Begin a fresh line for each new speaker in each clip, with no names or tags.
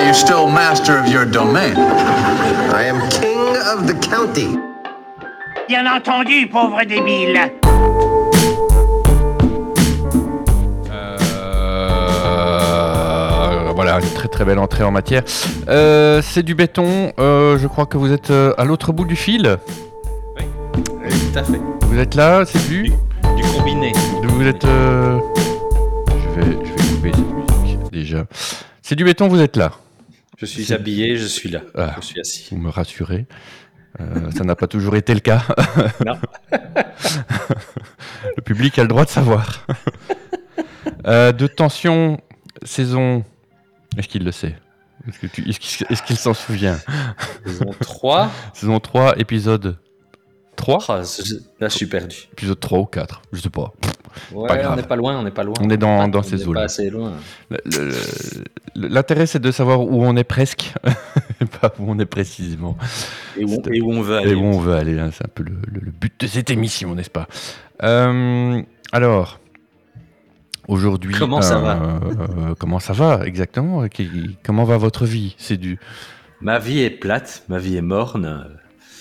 you're still master of your domain.
I am king of the county.
Bien entendu, pauvre débile.
Euh, Voilà, une très très belle entrée en matière. Euh, c'est du béton, euh, je crois que vous êtes euh, à l'autre bout du fil.
Tout à fait.
Vous êtes là, c'est du...
Du combiné.
Vous êtes... euh, Je, vais, je vais couper cette musique déjà. C'est du béton, vous êtes là.
Je suis habillé, je suis là.
Ah.
Je suis assis.
Vous me rassurez. Euh, ça n'a pas toujours été le cas.
Non.
le public a le droit de savoir. Euh, de tension, saison. Est-ce qu'il le sait Est-ce que tu- est-ce qu'il est-ce qu'il s'en souvient
Saison 3.
Saison 3, épisode 3
Oh, je- là, je suis perdu.
Épisode 3 ou 4, je sais pas.
Ouais,
Pas grave.
on n'est pas loin, on n'est pas loin. Ah,
On est dans, dans
On
ces
n'est
eaux-là.
pas assez loin.
Le- le- le- L'intérêt, c'est de savoir où on est presque, et pas où on est précisément.
Et où,
C'était-
et où on veut aller.
Et où on veut aller, hein, c'est un peu le, le- le but de cette émission, n'est-ce pas Euh, Alors, aujourd'hui...
Comment ça va
euh, Comment ça va, exactement Qui- Comment va votre vie C'est du
Ma vie est plate, ma vie est morne.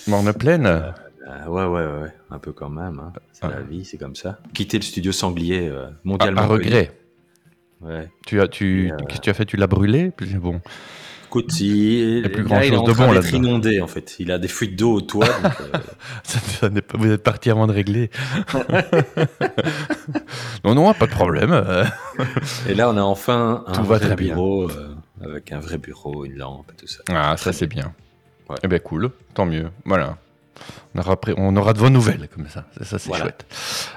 morne pleine
Euh, ouais, ouais, ouais, ouais, un peu quand même. hein. C'est
Ah.
la vie, c'est comme ça. Quitter le studio sanglier euh,
à,
mondialement.
à
connu.
regret.
Ouais.
Tu as, tu,
Et, euh,
Qu'est-ce que tu as fait Tu l'as brûlé Puis, Bon,
Écoute, il,
a plus
là,
grand
il est
chose
en
de
train
bon
d'être
là-dedans.
inondé en fait. Il a des fuites d'eau au toit. donc, euh,
ça, ça n'est pas- vous êtes parti avant de régler. non, non, pas de problème. euh.
et là, on a enfin un
Tout va
vrai
très bien.
bureau euh, avec un vrai bureau, une lampe et tout ça.
Ah, ça c'est bien.
Ouais.
Eh ben cool, tant mieux. Voilà. On aura, pré- on aura de vos nouvelles comme ça. Ça, ça, c'est
Voilà.
chouette.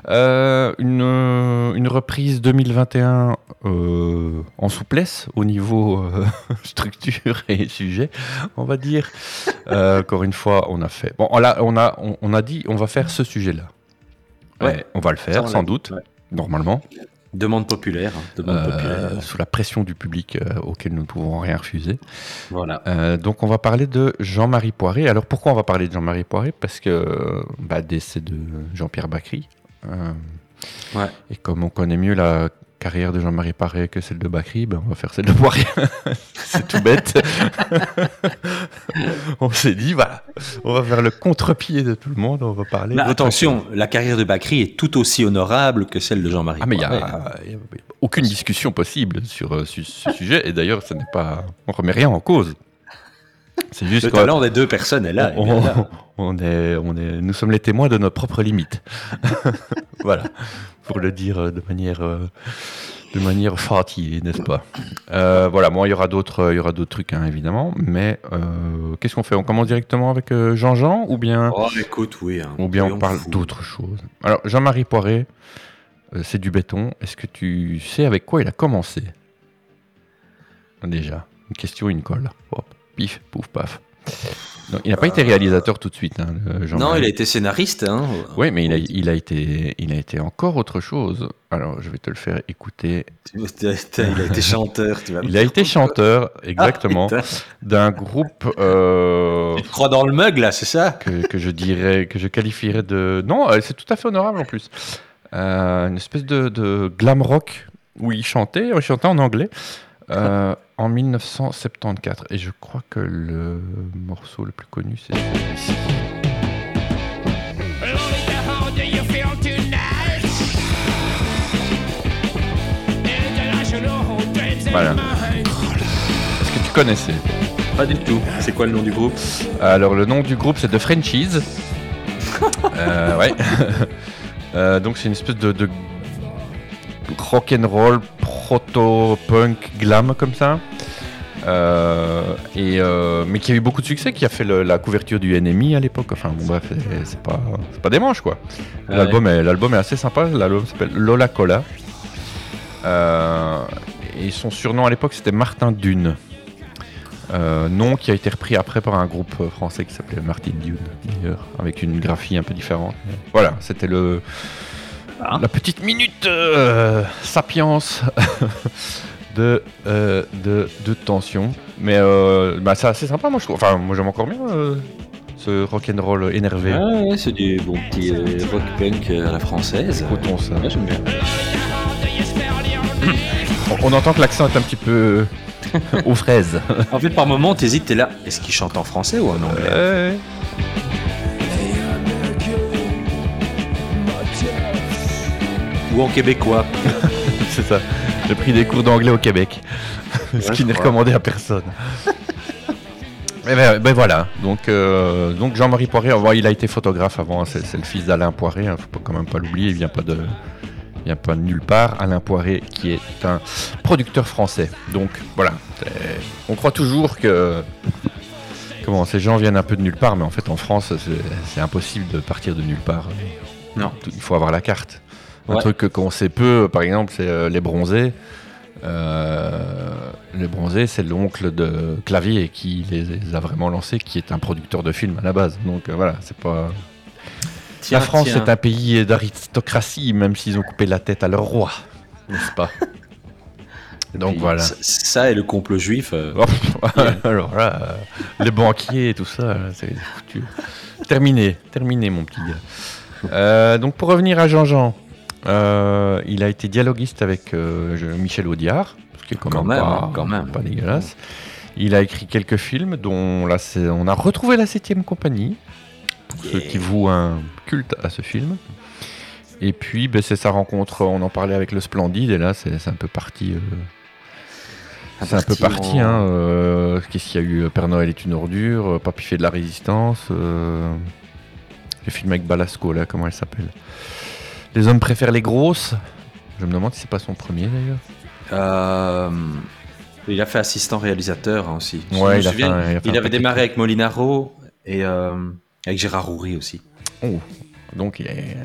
Euh, une, euh, une reprise 2021 euh, en souplesse au niveau euh, structure et sujet, on va dire. Euh, encore une fois, on a fait. Bon, là, on a, on, on a dit, on va faire ce sujet-là.
Ouais.
Et on va le faire,
on
sans
l'a dit,
doute,
ouais.
normalement,
Demande populaire, hein, demande
euh,
populaire.
sous la pression du public euh, auquel nous ne pouvons rien refuser.
Voilà.
Euh, donc on va parler de Jean-Marie Poiré. Alors pourquoi on va parler de Jean-Marie Poiré Parce que euh, bah, décès de Jean-Pierre Bacry. Euh,
Ouais.
Et comme on connaît mieux la carrière de Jean-Marie Poiré que celle de Bacry, ben, on va faire celle de Poiré. C'est tout bête. on s'est dit, voilà, on va faire le contre-pied de tout le monde, on va parler.
Mais
de-
attention, la carrière de Bacri est tout aussi honorable que celle de Jean-Marie.
Ah mais il n'y a,
Poiret.
il y a aucune discussion possible sur euh, su- ce sujet, et d'ailleurs, ça n'est pas, on remet rien en cause. C'est juste
le
qu'on-
talent des deux personnes est là. est
on,
bien là.
on est, on est, nous sommes les témoins de nos propres limites. voilà, pour le dire euh, de manière, euh, de manière gentille, n'est-ce pas Euh, Voilà, bon, il y aura d'autres, euh, il y aura d'autres trucs hein, évidemment, mais euh, qu'est-ce qu'on fait On commence directement avec euh, Jean-Jean ou bien,
Oh, écoute, oui. hein.
ou bien on
Soyons
parle
fous.
d'autre chose Alors Jean-Marie Poiré, euh, c'est du béton. Est-ce que tu sais avec quoi il a commencé Déjà, une question, une colle. Hop, pif, pouf, paf. Non, il n'a pas été réalisateur tout de suite, hein, le Jean-Marie.
Euh, Non, il a été scénariste. Hein.
Oui, mais il a, il, a été, il a été encore autre chose. Alors, je vais te le faire écouter.
il a été chanteur. Ah, Tu vas me
Il a
dire.
été chanteur,
Ah,
exactement,
putain.
d'un groupe euh,
Tu te crois dans le mug, là, c'est ça
que, que je dirais, que je qualifierais de. Non, euh, c'est tout à fait honorable en plus. Euh, une espèce de, de glam rock où il chantait, il chantait en anglais euh, en 1974. Et je crois que le morceau le plus connu, c'est celui-ci. Voilà. Est-ce que tu connaissais
Pas du tout. C'est quoi le nom du groupe
Alors le nom du groupe c'est The Frenchies. Euh, ouais. Euh, donc c'est une espèce de, de rock and roll proto punk glam comme ça. Euh, et euh, mais qui a eu beaucoup de succès, qui a fait le- la couverture du NMI à l'époque. Enfin bon bref, c'est- c'est pas c'est pas des manches quoi.
Ouais.
L'album est l'album est assez sympa. L'album s'appelle Lola Cola. Euh, et son surnom à l'époque c'était Martin Dune. Euh, nom qui a été repris après par un groupe euh, français qui s'appelait Martin Dune, d'ailleurs, avec une graphie un peu différente. Mais Voilà, c'était le
Ah.
la petite minute euh, sapiens de, euh, de de tension. Mais euh, bah, c'est assez sympa, moi je trouve. Enfin, moi j'aime encore bien euh, ce rock and roll énervé.
Ah ouais, c'est du bon petit euh, rock punk euh, à la française.
Écoutons ça.
Ouais, j'aime bien.
On on entend que l'accent est un petit peu euh, aux fraises.
En fait, par moment, t'hésites, t'es là. Est-ce qu'il chante en français ou en anglais
Ouais. Euh,
Ou en québécois
C'est ça. J'ai pris des cours d'anglais au Québec. ce
Ouais,
qui
je
n'est
crois.
recommandé à personne. Eh ben, ben voilà, donc, euh, donc Jean-Marie Poiré, au revoir, il a été photographe avant, hein. c'est c'est le fils d'Alain Poiré, hein. faut pas- quand même pas l'oublier, il vient pas de il vient pas de nulle part. Alain Poiré qui est un producteur français. Donc voilà, c'est- on croit toujours que comment ces gens viennent un peu de nulle part, mais en fait en France c'est- c'est impossible de partir de nulle part.
Non.
il faut avoir la carte. Un
Ouais.
truc que- qu'on sait peu, par exemple, c'est euh, les bronzés. Euh, le bronzé, c'est l'oncle de Clavier qui les, les a vraiment lancés, qui est un producteur de films à la base. Donc euh, voilà, c'est pas.
Tiens,
la France
tiens.
est un pays d'aristocratie, même s'ils ont coupé la tête à leur roi, n'est-ce pas Donc
Puis
voilà.
Ça, ça et le complot juif. euh,
Oh, Alors là, euh, les banquiers et tout ça, là, c'est foutu. Terminé, terminé mon petit gars. Euh, donc pour revenir à Jean-Jean, euh, il a été dialoguiste avec euh, je- Michel Audiard, ce qui est quand,
Quand
même,
même,
pas,
hein, quand même.
pas dégueulasse. Il a écrit quelques films dont là, c'est- on a retrouvé La Septième Compagnie, pour ceux
Yeah.
qui vouent un culte à ce film. Et puis ben, c'est sa rencontre, on en parlait avec le Splendide, et là c'est c'est un peu parti... euh, c'est un peu parti,
en-
hein. euh, Qu'est-ce qu'il y a eu Père Noël est une ordure, euh, Papy fait de la résistance, euh, le film avec Balasco, là, comment elle s'appelle Les hommes préfèrent les grosses. Je me demande si c'est pas son premier d'ailleurs.
Euh, il a fait assistant réalisateur hein, aussi. Je
Ouais,
me
il a
souviens,
fait un- il a fait un
avait
paquet de
démarré avec Molinaro et euh, avec Gérard Roury aussi.
Donc il, est-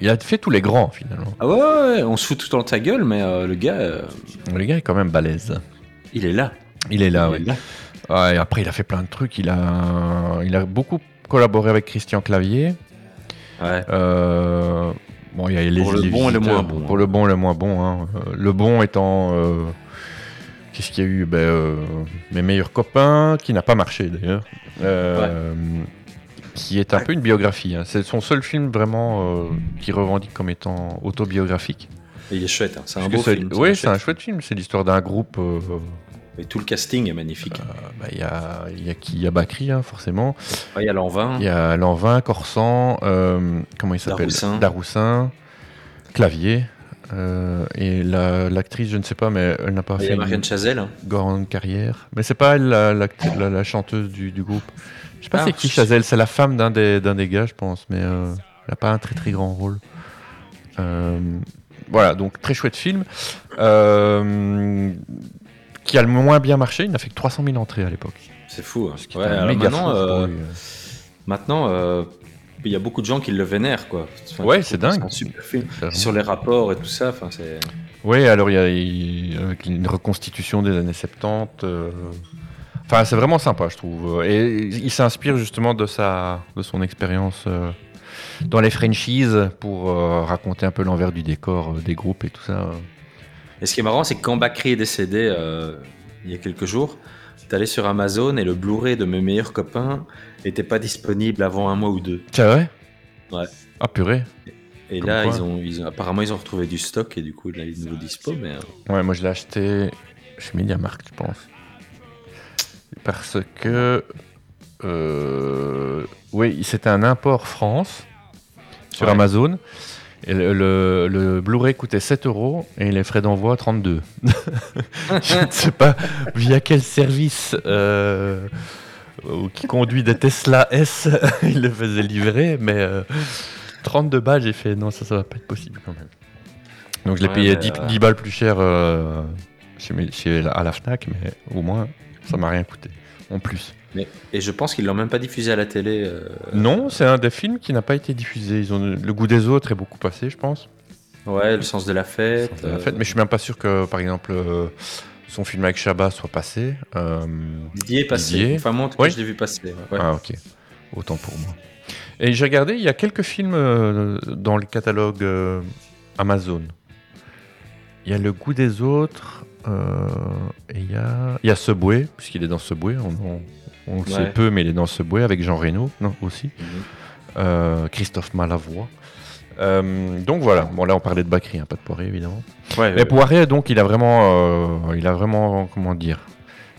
il a fait tous les grands finalement.
Ah ouais, ouais, ouais, on se fout tout le temps de sa gueule, mais euh, le gars, euh,
Le gars est quand même balèze.
il est là.
Il est là, Ah
Il
ouais.
est là.
Ouais, et après, il a fait plein de trucs. Il a, il a beaucoup collaboré avec Christian Clavier.
Ouais.
Euh, bon, il y a les,
Pour le
les
bon et le
visiteurs,
moins bon.
Pour le bon et le moins bon. hein. Euh, Le bon étant. euh, Qu'est-ce qu'il y a eu Ben, euh, Mes meilleurs copains, qui n'a pas marché d'ailleurs. Euh, Qui est un peu une biographie. hein. C'est son seul film vraiment euh, qui revendique comme étant autobiographique.
Et il est chouette, hein, c'est un
Parce que
beau
c'est-
film.
oui, c'est
chouette.
un chouette film. C'est l'histoire d'un groupe. euh,
Et tout le casting est magnifique.
euh, bah, Il y, a, il y a qui Il y a Bakri, hein, forcément.
Ouais, il y a Lanvin,
Il y a Lanvin, Corsan, euh, comment il s'appelle
Daroussin.
Daroussin, Clavier. euh, et la- l'actrice, je ne sais pas, mais elle n'a pas
il y
fait
a
une
Marianne Chazelle. hein.
grande carrière. Mais c'est pas elle la, la- la- la chanteuse du, du groupe. Je sais pas
Ah,
c'est qui
je-
Chazelle, c'est la femme d'un des, d'un des gars, je pense, mais euh, elle n'a pas un très très grand rôle. Euh, voilà, donc très chouette film. euh, qui a le moins bien marché, il n'a fait que 300 000 entrées à l'époque.
C'est fou. hein.
Ce qui est
Ouais,
un
alors
méga
maintenant,
flop pour
euh,
lui, euh.
maintenant euh, il y a beaucoup de gens qui le vénèrent. Quoi. Enfin,
Ouais,
qui
c'est
trouvent que
dingue.
un super film.
Clairement.
Sur les rapports et tout ça, enfin, c'est.
Oui, alors il y a il- avec une reconstitution des années 70. euh, Enfin, c'est vraiment sympa, je trouve. Et il s'inspire justement de, sa, de son expérience euh, dans les franchises pour euh, raconter un peu l'envers du décor euh, des groupes et tout ça. euh.
Et ce qui est marrant, c'est que quand Bakri est décédé euh, il y a quelques jours, t'es allé sur Amazon et le Blu-ray de mes meilleurs copains n'était pas disponible avant un mois ou deux.
C'est vrai
Ouais.
Ah, purée.
Et
Comme
là,
quoi.
ils ont, ils ont- apparemment, ils ont retrouvé du stock et du coup, là, il est de nouveau dispo. Mais, euh,
Ouais, moi je l'ai acheté chez MediaMarkt, je pense. Parce que. euh, oui, c'était un import France sur
Ouais.
Amazon. Et le, le- le Blu-ray coûtait 7 euros et les frais d'envoi 32. je ne sais pas via quel service euh, euh, qui conduit des Tesla S il le faisait livrer, mais euh, 32 balles, j'ai fait non, ça, ça va pas être possible quand même. Donc je l'ai
Ouais,
payé
mais,
10,
euh,
10 balles plus cher euh, chez, mes- chez- à la Fnac, mais au moins ça m'a rien coûté. En plus.
mais- et je pense qu'ils l'ont même pas diffusé à la télé. euh,
Non, c'est un des films qui n'a pas été diffusé. Ils ont le goût des autres est beaucoup passé, je pense.
Ouais, le sens de la fête.
En fait,
euh,
mais je suis même pas sûr que, par exemple, euh, son film avec Chabat soit passé. Euh,
Didier est passé.
Didier.
Enfin, moi, en tout cas,
Ouais.
je l'ai vu passer. ouais.
Ah ok, autant pour moi. Et j'ai regardé, il y a quelques films euh, dans le catalogue euh, Amazon. Il y a Le Goût des Autres, euh, et il y a, il y a Subway, puisqu'il est dans Subway, on, on, on le sait
Ouais.
peu, mais il est dans Subway avec Jean Reno, non, aussi.
Mhm.
Euh, Christophe Malavoie. Euh, donc voilà. Bon là on parlait de Bakri, hein, pas de Poiré évidemment.
Ouais,
Mais Poiré donc il a vraiment, euh, il a vraiment comment dire,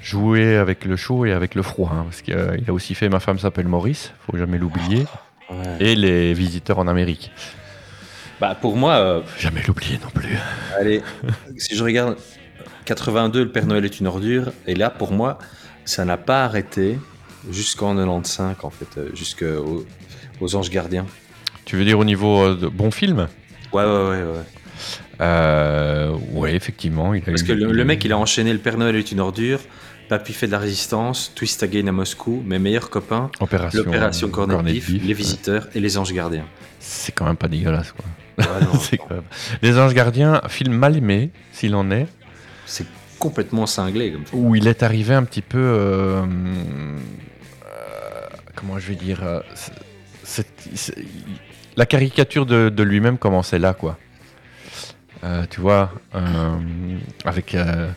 joué avec le chaud et avec le froid hein, parce qu'il a- il a aussi fait Ma femme s'appelle Maurice, faut jamais l'oublier,
ouais.
et Les visiteurs en Amérique,
Bah, pour moi, euh,
Faut jamais l'oublier non plus.
allez, si je regarde 82, le Père Noël est une ordure, et là, pour moi, ça n'a pas arrêté jusqu'en 95, en fait, euh, jusqu'aux aux anges gardiens.
Tu veux dire au niveau euh, de bon film
Ouais, ouais, ouais. ouais.
euh, Ouais effectivement. Il a
Parce
eu-
que le, le mec, il a enchaîné Le Père Noël est une ordure, Papy fait de la résistance, Twist Again à Moscou, Mes meilleurs copains,
Opération,
L'Opération Cornet de
Cornet de
Pif,
Pif,
Les
ouais.
Visiteurs et Les Anges Gardiens.
C'est quand même pas dégueulasse quoi.
Ouais, non,
C'est quand même- Les Anges Gardiens, film mal aimé, s'il en est,
C'est complètement cinglé comme ça.
où il est arrivé un petit peu. euh, euh, comment je vais dire euh, c'est- c'est- c'est- il- La caricature de, de lui-même commençait là, quoi. Euh, tu vois, euh, avec euh,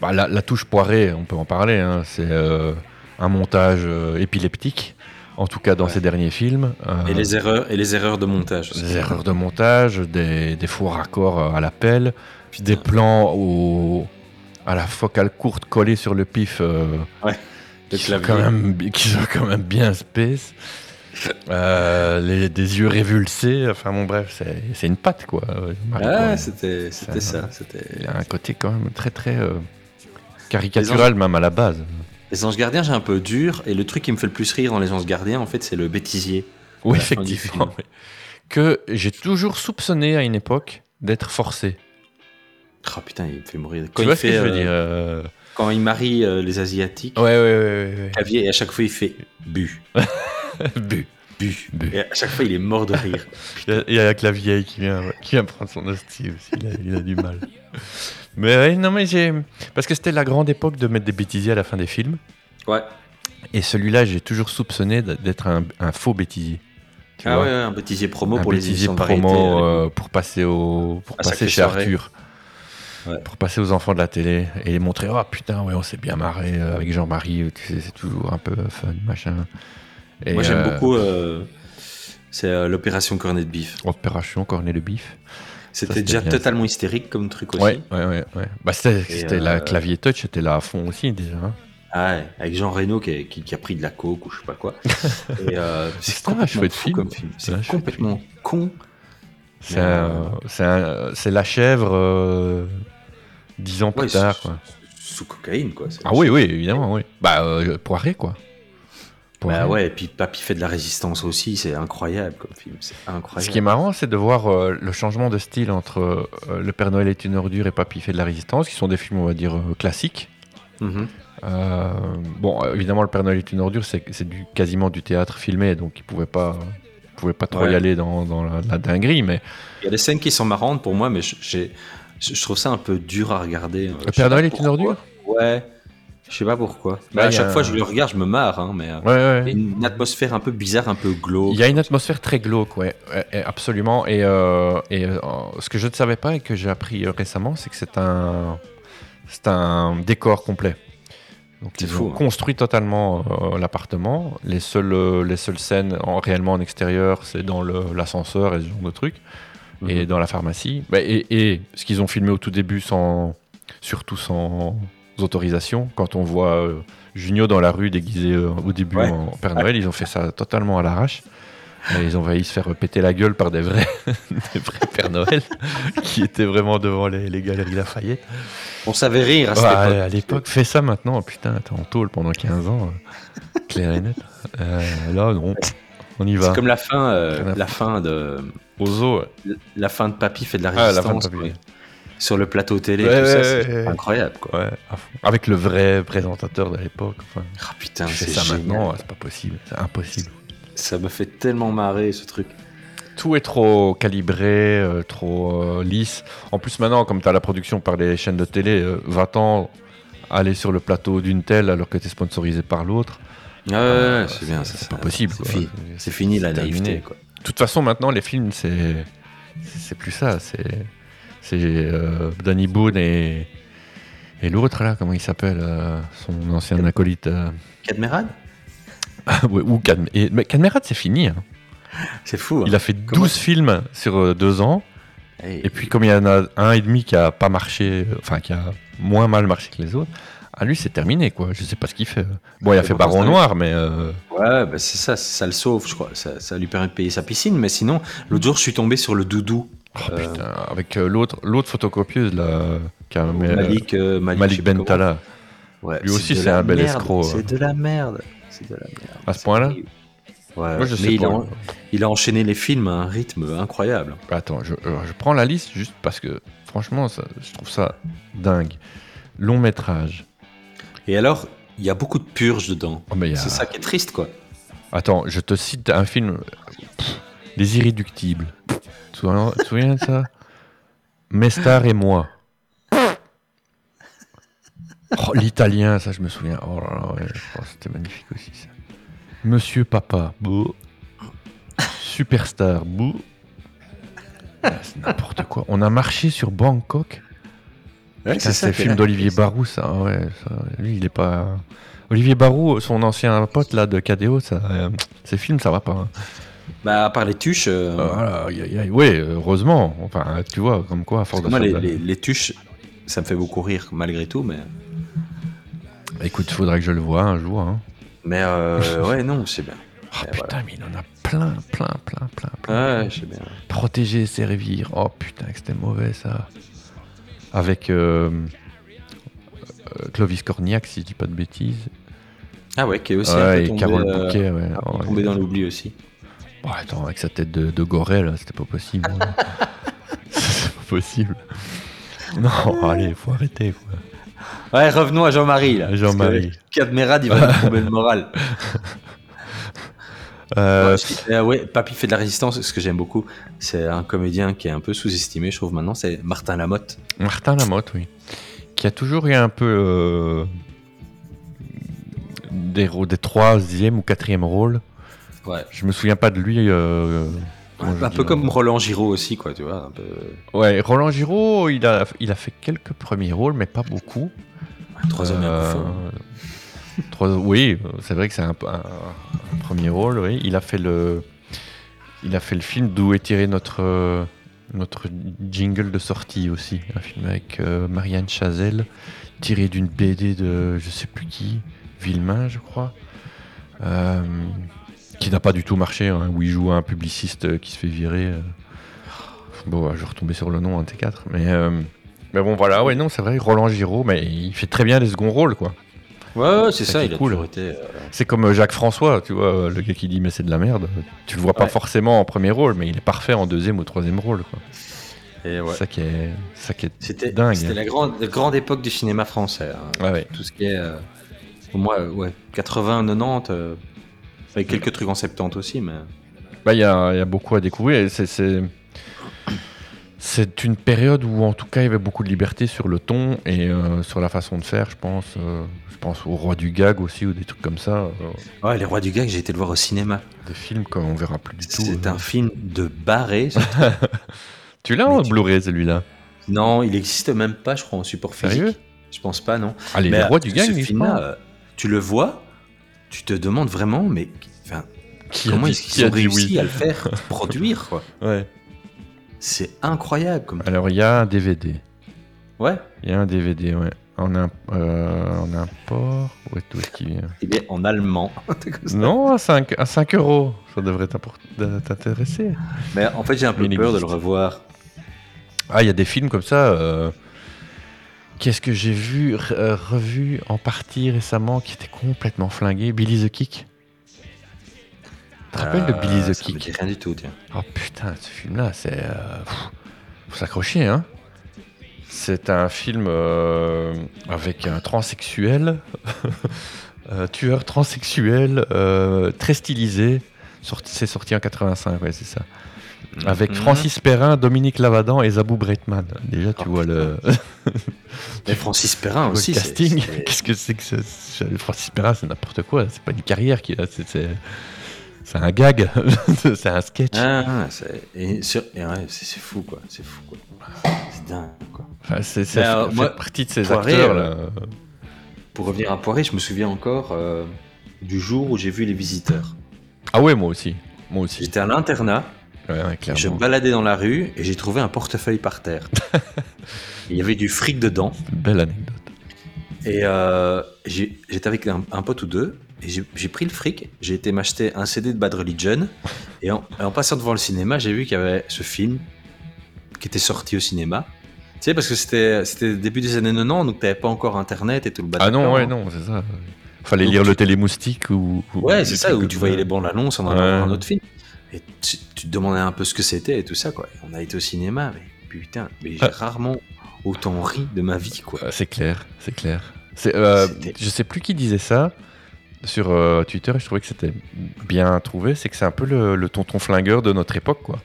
bah, la, la touche poirée, on peut en parler, hein, c'est euh, un montage euh, épileptique, en tout cas dans
Ouais.
ses derniers films. euh,
Et les erreurs, et les erreurs de montage.
des erreurs de montage, des, des faux raccords euh, à l'appel, puis des plans au, à la focale courte collée sur le pif euh,
Le
qui, sont
clavier.
quand même, bi- qui sont quand même bien space. Euh, les- des yeux révulsés, enfin bon bref, c'est c'est une patte quoi. Euh, Marc,
Ah,
ouais.
c'était c'était
Ça,
ça. C'était
Il a un côté quand même très très euh, caricatural même à la base.
Les Anges Gardiens, j'ai un peu dur. Et le truc qui me fait le plus rire dans Les Anges Gardiens, en fait, c'est le bêtisier.
Oui,
la fin du
effectivement.
film.
oui. Que j'ai toujours soupçonné à une époque d'être forcé.
Oh putain, il me fait mourir. Quand
Tu
il
vois ce que
fait,
je veux
euh,
dire Oh. euh,
Quand il marie euh, les Asiatiques,
Ouais, ouais, ouais, ouais. ouais.
clavier, et à chaque fois, il fait bu.
Bu. Bu. Bu.
Et à chaque fois, il est mort de rire.
Il y a- il y a que la vieille qui vient, ouais, qui vient prendre son hostie aussi. Il a, il a du mal. Mais ouais, non, mais j'ai. Parce que c'était la grande époque de mettre des bêtisiers à la fin des films.
Ouais.
Et celui-là, j'ai toujours soupçonné d- d'être un, un faux bêtisier. Tu
Ah
vois
ouais, ouais, un bêtisier promo
un
pour les
bêtisier
éditions de
promo
variété.
euh, pour passer, au, pour
À
passer
Sacrée
chez
Soirée.
Arthur.
Ouais.
Pour passer aux enfants de la télé et les montrer, oh putain, ouais, on s'est bien marré euh, avec Jean-Marie, tu sais, c'est toujours un peu fun, machin. Et,
Moi, j'aime
euh,
beaucoup. euh, c'est euh, l'opération Cornet de Bif.
Opération Cornet le Bif.
C'était
c'était
déjà
bien, ça.
totalement hystérique comme truc aussi.
Ouais, ouais, ouais. ouais. Bah, c'était c'était
euh,
la clavier touch, était là à fond aussi déjà. hein.
Ah ouais, avec Jean Reno qui, qui- qui a pris de la coke ou je sais pas quoi. Et, euh, c'est
Putain,
complètement
chouette
fou
film.
comme film. C'est
Ouais, chouette
complètement con.
C'est
Mais,
un-
euh,
c'est un- c'est la chèvre euh, dix ans
ouais,
plus tard.
sous-
Quoi.
Sous cocaïne, quoi. c'est-
Ah oui, oui, évidemment, oui. Bah, euh, Poiré, quoi. Poiré.
Bah ouais, et puis Papy fait de la résistance aussi, c'est incroyable comme film, c'est incroyable.
Ce qui est marrant, c'est de voir euh, le changement de style entre euh, Le Père Noël est une ordure et Papy fait de la résistance, qui sont des films, on va dire, euh, classiques.
Mhm.
Euh, bon, euh, évidemment, le Père Noël est une ordure, c'est c'est du, quasiment du théâtre filmé, donc ils pouvaient pas, ils pouvaient pas trop
Ouais.
y aller dans, dans la, la dinguerie. Mais
Il y a des scènes qui sont marrantes pour moi, mais je- j'ai- je je trouve ça un peu dur à regarder. euh,
Le Père Noël est une ordure
Ouais, je sais pas pourquoi. Bah,
Bah,
à
il y
chaque
a-
fois, je le regarde, je me marre, hein, mais euh,
Ouais, ouais.
il y a une atmosphère un peu bizarre, un peu glauque.
Il y a une atmosphère très glauque, ouais, ouais, ouais, absolument. Et, euh, et, euh, ce que je ne savais pas et que j'ai appris euh, récemment, c'est que c'est un, c'est un décor complet. Donc
C'est
ils
fou,
ont
hein.
construit totalement euh, l'appartement. Les seules, euh, les seules scènes en, réellement en extérieur, c'est dans le- l'ascenseur et ce genre de trucs,
Mhm.
et dans la pharmacie. Bah, et, et ce qu'ils ont filmé au tout début, sans, surtout sans autorisation, quand on voit euh, Junio dans la rue déguisé euh, au début
Ouais.
en Père Noël, ils ont fait ça totalement à l'arrache. Et ils ont failli se faire péter la gueule par des vrais, des vrais Père Noël qui étaient vraiment devant les, les galeries Lafayette.
On savait rire à cette
Bah,
époque.
à l'époque, fais ça maintenant. Putain, t'es en tôle pendant 15 ans. euh, Clair et net. Euh, là, non, on y va.
C'est comme la fin, euh,
Rien à
la fin de
Ozo.
la fin de Papy fait de la
Ah, la fin de
résistance
Papy.
ouais. sur le plateau télé.
Ouais,
tout ça,
ouais,
c'est
ouais, ouais.
incroyable quoi.
Ouais, à fond. Avec le vrai présentateur de l'époque. Enfin,
Ah, putain,
tu fais
c'est
ça
génial.
maintenant, c'est pas possible. C'est impossible.
Ça me fait tellement marrer ce truc.
tout est trop calibré, euh, trop euh, lisse. En plus, maintenant, comme tu as la production par les chaînes de télé, euh, va-t'en aller sur le plateau d'une telle alors que tu es sponsorisé par l'autre.
Ouais,
Euh,
ouais, Ah, c'est bien, ça,
c'est
ça-
pas possible,
C'est
quoi.
fini,
C'est-
c'est fini la
c'est terminé.
naïveté. Quoi.
De toute façon, maintenant, les films, c'est c'est plus ça. C'est c'est, euh, Danny Boone et, et l'autre, là, comment il s'appelle euh, Son ancien acolyte. euh,
Cadmerade
ouais, ou Cadm- et- Mais Cadmerade, c'est fini. hein.
C'est fou. hein.
Il a fait 12
Comment-
films sur euh, deux ans.
Hey.
Et puis comme il y en a un et demi qui a pas marché, euh, enfin qui a moins mal marché que les autres, à lui c'est terminé quoi. Je sais pas ce qu'il fait. Bon, il a
Et
fait
pourtant,
Baron
c'est-
Noir, mais euh,
Ouais, bah, c'est ça, ça le sauve, je crois. Ça, ça lui permet de payer sa piscine. Mais sinon, l'autre jour, je suis tombé sur le doudou.
oh,
Euh.
putain, avec euh, l'autre, l'autre photocopieuse là, euh, qui a- mais, euh,
Malik, euh, Malik, je
Malik
sais plus comment.
Bentala.
Ouais,
Lui aussi,
de
c'est
la
un bel
merde,
escroc, hein.
C'est de la merde. C'est de la merde.
À ce point-là
C'est terrible. Ouais,
Moi je
Euh, mais
sais
il
pas.
a, en- il a enchaîné les films à un rythme incroyable.
Attends, je, euh, je prends la liste juste parce que franchement, ça- je trouve ça dingue. Long métrage.
Et alors, il y a beaucoup de purges dedans.
Oh, mais il y a-
C'est ça qui est triste, quoi.
Attends, je te cite un film. Pff, Les Irréductibles. Tu te souviens- tu te souviens de ça Mestar et moi. Oh, l'italien, ça je me souviens. Oh là là, ouais. Oh, c'était magnifique aussi ça. Monsieur Papa. Bouh. Superstar. Bouh. Ah, C'est n'importe quoi. On a marché sur Bangkok.
Ouais,
Putain, c'est
ça
le
qui est
film
là.
d'Olivier Barou, ça. Ah ouais, ça, Lui, il est pas. Olivier Barou, son ancien pote là de KDO, ça, euh, ses films, ça va pas. hein.
Bah, à part les tuches, euh,
Euh, voilà, aïe, aïe, aïe. ouais, heureusement. Enfin, tu vois, comme quoi, à
parce
force
que
de
moi, les,
faire de-
les- les tuches, ça me fait beaucoup rire malgré tout, mais.
Écoute, il faudrait que je le voie un jour. hein.
Mais euh, ouais, non, c'est bien.
Oh
Et
putain, mais il en a plein, plein, plein, plein, plein.
Ah, Ouais, je sais bien.
Protéger et servir. Oh putain, que c'était mauvais ça. Avec euh, euh, Clovis Cornillac, si je dis pas de bêtises.
Ah ouais, qui est aussi un peu
Ouais, et
tombé,
Carole
euh,
Bouquet, ouais.
un peu
Oh,
tombé
il-
dans l'oubli aussi.
Oh, attends, avec sa tête de, de goré, là, c'était pas possible.
Ah.
C'est pas possible.
Ah.
Non, allez, faut arrêter, quoi.
Ouais, revenons à Jean-Marie là.
Jean-Marie.
parce que Cadmerade, il va nous tomber le moral.
Euh,
Euh, ouais, Papy fait de la résistance. Ce que j'aime beaucoup, c'est un comédien qui est un peu sous-estimé, je trouve maintenant, c'est Martin Lamotte.
Martin Lamotte, oui. Qui a toujours eu un peu euh, des, rô- des troisième ou quatrième rôles.
Ouais.
Je me souviens pas de lui. euh, comment je
un
dis,
peu
euh,
comme Roland Giraud aussi, quoi, tu vois. Un peu...
Ouais, Roland Giraud, il a, il a fait quelques premiers rôles, mais pas beaucoup.
Trois hommes et un bouffon.
Euh, trois- oui, euh, c'est vrai que c'est un, un- un premier rôle. Oui. Il a fait le, il a fait le film d'où est tiré notre euh, notre jingle de sortie aussi, un film avec euh, Marianne Chazelle, tiré d'une BD de je sais plus qui, Villemain, je crois, euh, qui n'a pas du tout marché, hein, où il joue un publiciste euh, qui se fait virer. euh. Bon, ouais, je vais retomber sur le nom, un T4, mais. euh, mais bon, voilà, ouais, non, c'est vrai, Roland Giraud, mais il fait très bien les seconds rôles, quoi.
Ouais, ouais, c'est
ça
ça,
qui est
il a
cool.
toujours été. euh,
C'est comme euh, Jacques François, tu vois, euh, le gars qui dit mais c'est de la merde. Tu le vois pas
Ouais.
forcément en premier rôle, mais il est parfait en deuxième ou troisième rôle, quoi.
et ouais.
Ça qui est, ça qui est
C'était
dingue.
c'était la grande, la grande époque du cinéma français. hein.
Ouais, ouais.
Tout ce qui est. euh, pour moi, euh, ouais, 80, 90. euh, avec quelques trucs en 70 aussi, mais.
Bah, il y a, il y a beaucoup à découvrir. et c'est- C'est. C'est une période où, en tout cas, il y avait beaucoup de liberté sur le ton et euh, sur la façon de faire, je pense. euh, je pense au Roi du Gag aussi, ou des trucs comme ça. euh,
Ouais, Les Rois du Gag, j'ai été le voir au cinéma.
des films qu'on verra plus du tout.
C'est
euh.
un film de barré. ce
Tu l'as
Mais
en
tu-
Blu-ray, celui-là
Non, il existe même pas, je crois, en support physique.
Sérieux
Je pense pas, non.
Allez, le
euh,
Roi Ah, du Gag,
ce
il
film-là, euh, tu le vois, tu te demandes vraiment, mais enfin,
Qui a
comment
dit-
est-ce
qui
qu'ils
a
ont
dit oui
réussi à le faire produire quoi
Ouais.
C'est incroyable, comme.
Alors, il y a un DVD.
Ouais.
Il y a un DVD, ouais. En, imp- euh, en import Où est- où est-ce qu'il vient
Il est en allemand.
Non, à 5, à 5 euros. Ça devrait t'appor- t'intéresser.
mais en fait, j'ai un peu
Il
peur de le
existe.
revoir.
Ah, il y a des films comme ça. euh, Qu'est-ce que j'ai vu, re- euh, revu en partie récemment qui était complètement flingué Billy the Kick. Tu te rappelles de
Euh,
Billy the
ça me dit
Kick
Rien du tout, tiens.
Oh putain, ce film-là, c'est. euh, pff, faut s'accrocher, hein. C'est un film euh, avec un transsexuel, euh, tueur transsexuel, euh, très stylisé. Sorti- C'est sorti en 85, ouais, c'est ça. Avec
Mhm.
Francis Perrin, Dominique Lavadan et Zabou Breitman. Déjà, tu
Oh,
vois le,
Mais Francis Perrin
le
aussi. c'est-
casting.
c'est-
Qu'est-ce que c'est que ce- ce- Francis Perrin, c'est n'importe quoi. C'est pas une carrière qu'il a. c'est- C'est c'est un gag. c'est un sketch.
Ah, c'est et sur- et ouais, c'est- c'est fou quoi, c'est fou quoi. C'est dingue quoi.
Enfin, c'est ça
Mais, euh,
fait
moi,
partie de ces
Poiré,
acteurs
euh,
là.
Pour revenir à Poiré, je me souviens encore euh, du jour où j'ai vu Les Visiteurs.
Ah ouais, moi aussi. Moi aussi.
J'étais à l'internat,
Ouais, ouais,
je me
clairement.
baladais dans la rue et j'ai trouvé un portefeuille par terre. Il y avait du fric dedans.
Belle anecdote.
Et euh, j'ai- j'étais avec un, un pote ou deux, et j'ai j'ai pris le fric, j'ai été m'acheter un CD de Bad Religion, et en, et en passant devant le cinéma, j'ai vu qu'il y avait ce film qui était sorti au cinéma. Tu sais, parce que c'était c'était le début des années 90, donc t'avais pas encore Internet et tout le bazar.
Ah non, ouais, non, c'est ça. Fallait
Donc
lire
tu-
le télémoustique ou. ou-
Ouais,
des
c'est ça,
trucs
où
comme
tu voyais les bandes annonces, on en
Ouais.
a un autre film. Et tu, tu te demandais un peu ce que c'était et tout ça, quoi. On a été au cinéma, mais putain, mais j'ai
Ah.
rarement autant ri de ma vie, quoi.
Ah, C'est clair, c'est clair. C'est, euh,
C'était-
je sais plus qui disait ça sur euh, Twitter et je trouvais que c'était bien trouvé. C'est que c'est un peu le, le tonton flingueur de notre époque, quoi.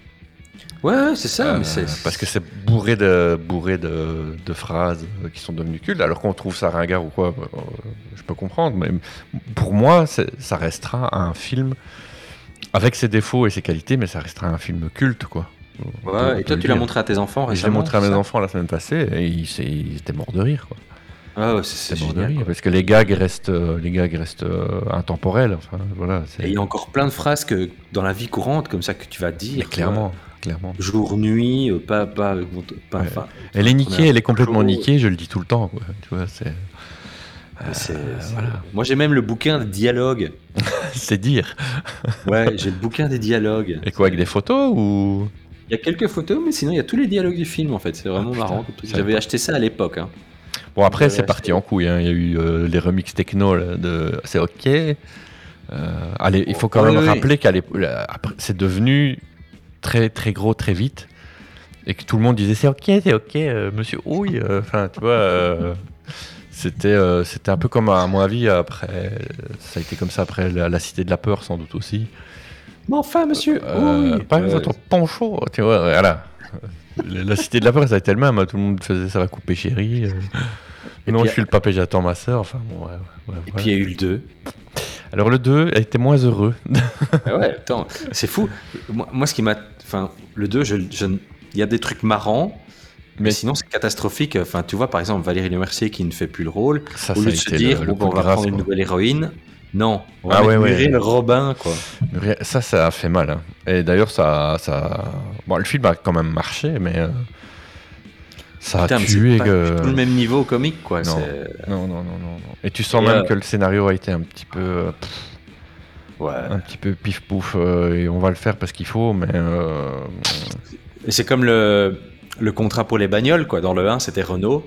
Ouais, ouais, c'est ça,
Euh,
mais c'est.
parce que c'est bourré de bourré de, de phrases euh, qui sont devenues cultes. Alors qu'on trouve ça ringard ou quoi, euh, je peux comprendre. Mais pour moi, c'est- ça restera un film avec ses défauts et ses qualités, mais ça restera un film culte, quoi. On peut- on
Ouais,
peut
et toi,
le
tu l'as
dire.
montré à tes enfants
euh, Et je l'ai
récemment
montré à
Ah c'est
mes
ça
enfants la semaine passée et ils, c'est- ils étaient morts de rire. Quoi.
Ah ouais, c'est
Ils
c'est
étaient morts de
génial.
rire,
quoi.
parce que les gags restent, euh, les gags restent euh, intemporels. Enfin, voilà, c'est-
Et il y a encore plein de phrases que dans la vie courante, comme ça, que tu vas
mais
dire.
clairement, clairement.
euh, Jour, nuit, euh, pas, pas, avec mon- pas,
Ouais.
enfin,
Elle est niquée, elle est complètement
chaud.
niquée. Je le dis tout le temps. quoi. Tu vois, c'est
c'est- c'est-
Euh, voilà.
Moi, j'ai même le bouquin des dialogues.
c'est dire.
Ouais, j'ai le bouquin des dialogues.
Et quoi avec des photos ou
Il y a quelques photos, mais sinon, il y a tous les dialogues du film, en fait. C'est vraiment
Ah, putain,
marrant. comme truc.
ça
J'avais
va.
acheté ça à l'époque. hein.
Bon après
Ouais,
c'est
ouais,
parti en couille. hein. Il y a eu euh, les remix techno là, de c'est ok. Euh, allez, il faut quand
Oui,
même
oui.
rappeler qu'à l'époque, là, après, c'est devenu très très gros très vite et que tout le monde disait c'est ok c'est ok euh, Monsieur Houille. euh, Enfin tu vois. euh, C'était euh, c'était un peu comme à mon avis après ça a été comme ça après la, la cité de la peur sans doute aussi.
Mais enfin, monsieur
Euh,
oui.
pas
Ouais,
votre poncho tu vois voilà. La la cité de la peur, ça a été le même. hein. Tout le monde faisait ça va couper chérie. euh.
Et
non,
puis, euh,
je suis le papa, j'attends ma sœur. Enfin, bon, ouais, ouais, ouais, voilà.
Et puis, il y a eu le 2.
Alors le 2 a été moins heureux.
Ah ouais, attends, c'est fou. Moi, moi, ce qui m'a. Enfin, le 2, je, je- il y a des trucs marrants, mais
Mais-
sinon, c'est catastrophique. Enfin, tu vois, par exemple, Valérie Lemercier qui ne fait plus le rôle,
Ça,
au
ça a
lieu de se
été
dire,
le, le
bon, ben,
coup
on va
de grâce,
prendre une
quoi.
nouvelle héroïne. Non, on va
Ah
mettre
ouais, ouais.
Muriel Robin, quoi.
Mais rien- Ça, ça a fait mal. hein. Et d'ailleurs, ça, ça. Bon, le film a quand même marché, mais. euh, Ça
Putain,
a
mais
tué.
c'est pas
que-
du tout le même niveau comique, quoi.
Non.
c'est-
Non, non, non, non, non. Et tu sens
Et,
même
euh,
que le scénario a été un petit peu. euh, pff,
Ouais.
un petit peu pif-pouf. euh, et on va le faire parce qu'il faut, mais. euh,
Et C'est comme le, le contrat pour les bagnoles, quoi. Dans le 1, c'était Renault.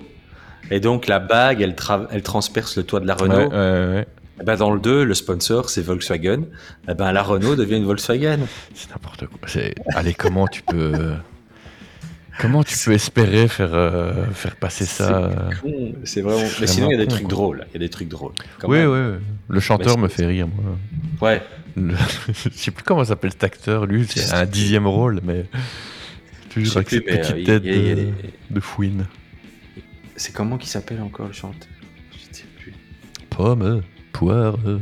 Et donc, la bague, elle, tra- elle transperce le toit de la Renault.
ouais, ouais, ouais.
Eh ben, dans le 2, le sponsor, c'est Volkswagen. Eh ben, la Renault devient une Volkswagen.
C'est n'importe quoi. C'est- Allez, comment tu peux. Comment tu peux espérer faire, euh, faire passer ça euh,
con, C'est vraiment.
C'est
Mais sinon, il y a des
vraiment
trucs
con,
drôles. Il y a des trucs drôles. quand
Oui,
même.
oui, oui. Le chanteur
Mais
me
c'est-
fait rire, moi.
Ouais.
Le- Je sais plus comment s'appelle cet acteur, lui, c'est un dixième rôle, mais.
Je
Toujours
sais
avec
plus,
cette
mais, euh,
petite
il y a-
tête
il y a- il y a
de,
des-
de fouine.
C'est comment qu'il s'appelle encore le chanteur Je sais plus.
Pomme, poire, euh,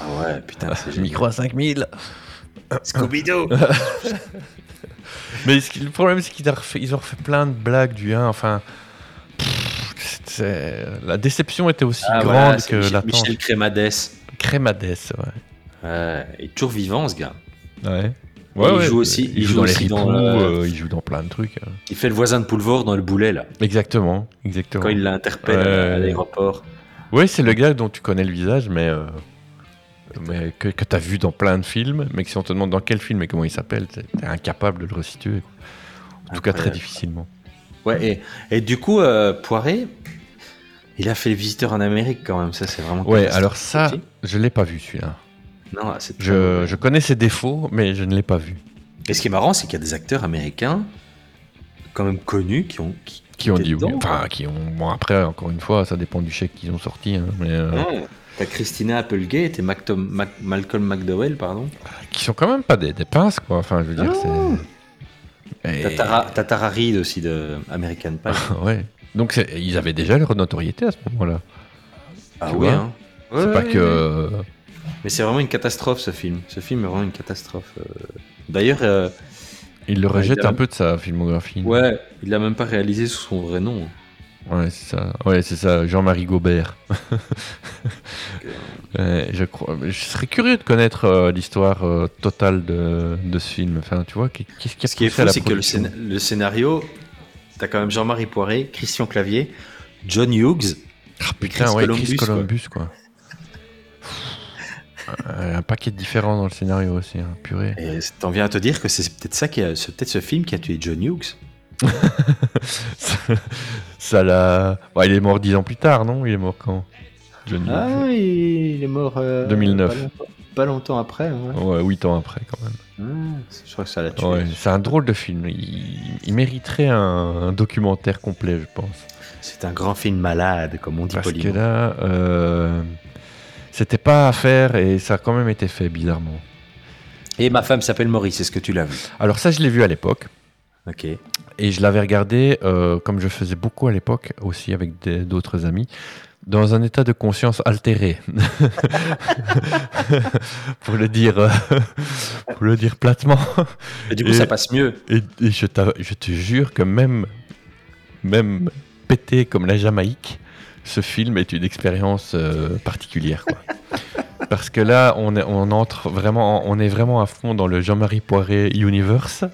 Ah ouais, putain, c'est génial.
micro à 5000.
Scooby-Doo
Mais ce qui- le problème, c'est qu'ils ont refait, ils ont refait plein de blagues du 1, enfin. pff, c'est- La déception était aussi
Ah,
grande
voilà, c'est
que
Michel,
l'attente.
Michel Crémades.
Crémades, ouais.
Ouais, il est toujours vivant, ce gars.
Ouais.
il joue aussi-
il,
il
joue
joue
dans les
aussi dans
ripoux,
le-
euh, il joue dans plein de trucs. hein.
Il fait le voisin de Poulvord dans le boulet, là.
Exactement, exactement.
Quand il l'interpelle euh,
Ouais.
à- à l'aéroport.
Oui, c'est le gars dont tu connais le visage, mais, euh, mais que, que tu as vu dans plein de films, mais que si on te demande dans quel film et comment il s'appelle, t'es t'es incapable de le resituer. quoi. En tout cas, très
Incroyable.
difficilement.
Ouais, et, et du coup, euh, Poiré, il a fait les visiteurs en Amérique quand même. Ça, c'est vraiment.
Ouais,
catastrophique.
alors ça, je l'ai pas vu celui-là.
Non, c'est très
Je,
mauvais.
je connais ses défauts, mais je ne l'ai pas vu.
Et ce Ah, qui est marrant, c'est qu'il y a des acteurs américains, quand même connus, qui ont. Qui,
Qui ont
étaient
dit oui.
dedans,
Enfin, qui ont. Bon, après, encore une fois, ça dépend du chèque qu'ils ont sorti. hein, mais, euh,
quoi. Ouais. Mmh. T'as Christina Applegate et Mac- Tom- Mac- Malcolm McDowell, pardon.
Qui sont quand même pas des, des pinces, quoi. Enfin, je veux dire,
Non.
c'est. Et- Ah,
Ah. T'as Tara, t'as Tara Reid aussi de American Pie.
ouais. Donc, c'est- ils avaient déjà leur notoriété à ce moment-là.
Ah
tu
oui,
vois.
hein.
c'est
Ouais,
pas
ouais,
que. euh,
ouais. Mais c'est vraiment une catastrophe ce film. Ce film est vraiment une catastrophe. euh. D'ailleurs, euh,
Il le
Ouais,
rejette
il a-
un peu de sa filmographie.
ouais, il l'a même pas réalisé sous son vrai nom.
Ouais, c'est ça. Ouais, c'est ça. Jean-Marie Gobert. Euh, je, crois, je serais curieux de connaître euh, l'histoire euh, totale de, de ce film. Enfin, tu vois, qu'est-ce qui a
Ce qui est
poussé à
fou,
la
c'est que le,
production
scén- le scénario, t'as quand même Jean-Marie Poiré, Christian Clavier, John Hughes.
Ah,
Chris
putain, ouais, Chris
Columbus, quoi.
Columbus, quoi. Un un paquet de différents dans le scénario aussi, hein. purée.
Et t'en viens à te dire que c'est peut-être ça qui a- c'est peut-être ce film qui a tué John Hughes.
Ça l'a. Bon, il est mort dix ans plus tard, non Il est mort quand Johnny.
Ah, il est mort. euh,
2009.
Pas longtemps, pas longtemps après. hein, ouais.
Ouais, 8 ans après, quand même.
Ah, je crois que ça l'a tué.
Ouais, c'est un drôle de film. Il, il mériterait un, un documentaire complet, je pense.
C'est un grand film malade, comme on dit
Parce que
poliment.
là, euh, c'était pas à faire et ça a quand même été fait, bizarrement.
Et ma femme s'appelle Maurice, est-ce que tu l'as vu
Alors, ça, je l'ai vu à l'époque.
Ok.
Et je l'avais regardé, euh, comme je faisais beaucoup à l'époque, aussi avec des- d'autres amis, dans un état de conscience altéré. pour, le dire, euh, pour le dire platement.
Et du coup,
Et-
ça passe mieux.
Et, et je, t'a- je te jure que même, même pété comme la Jamaïque, ce film est une expérience euh, particulière. quoi. Parce que là, on, est- on entre vraiment, on est vraiment à fond dans le Jean-Marie Poiré Universe,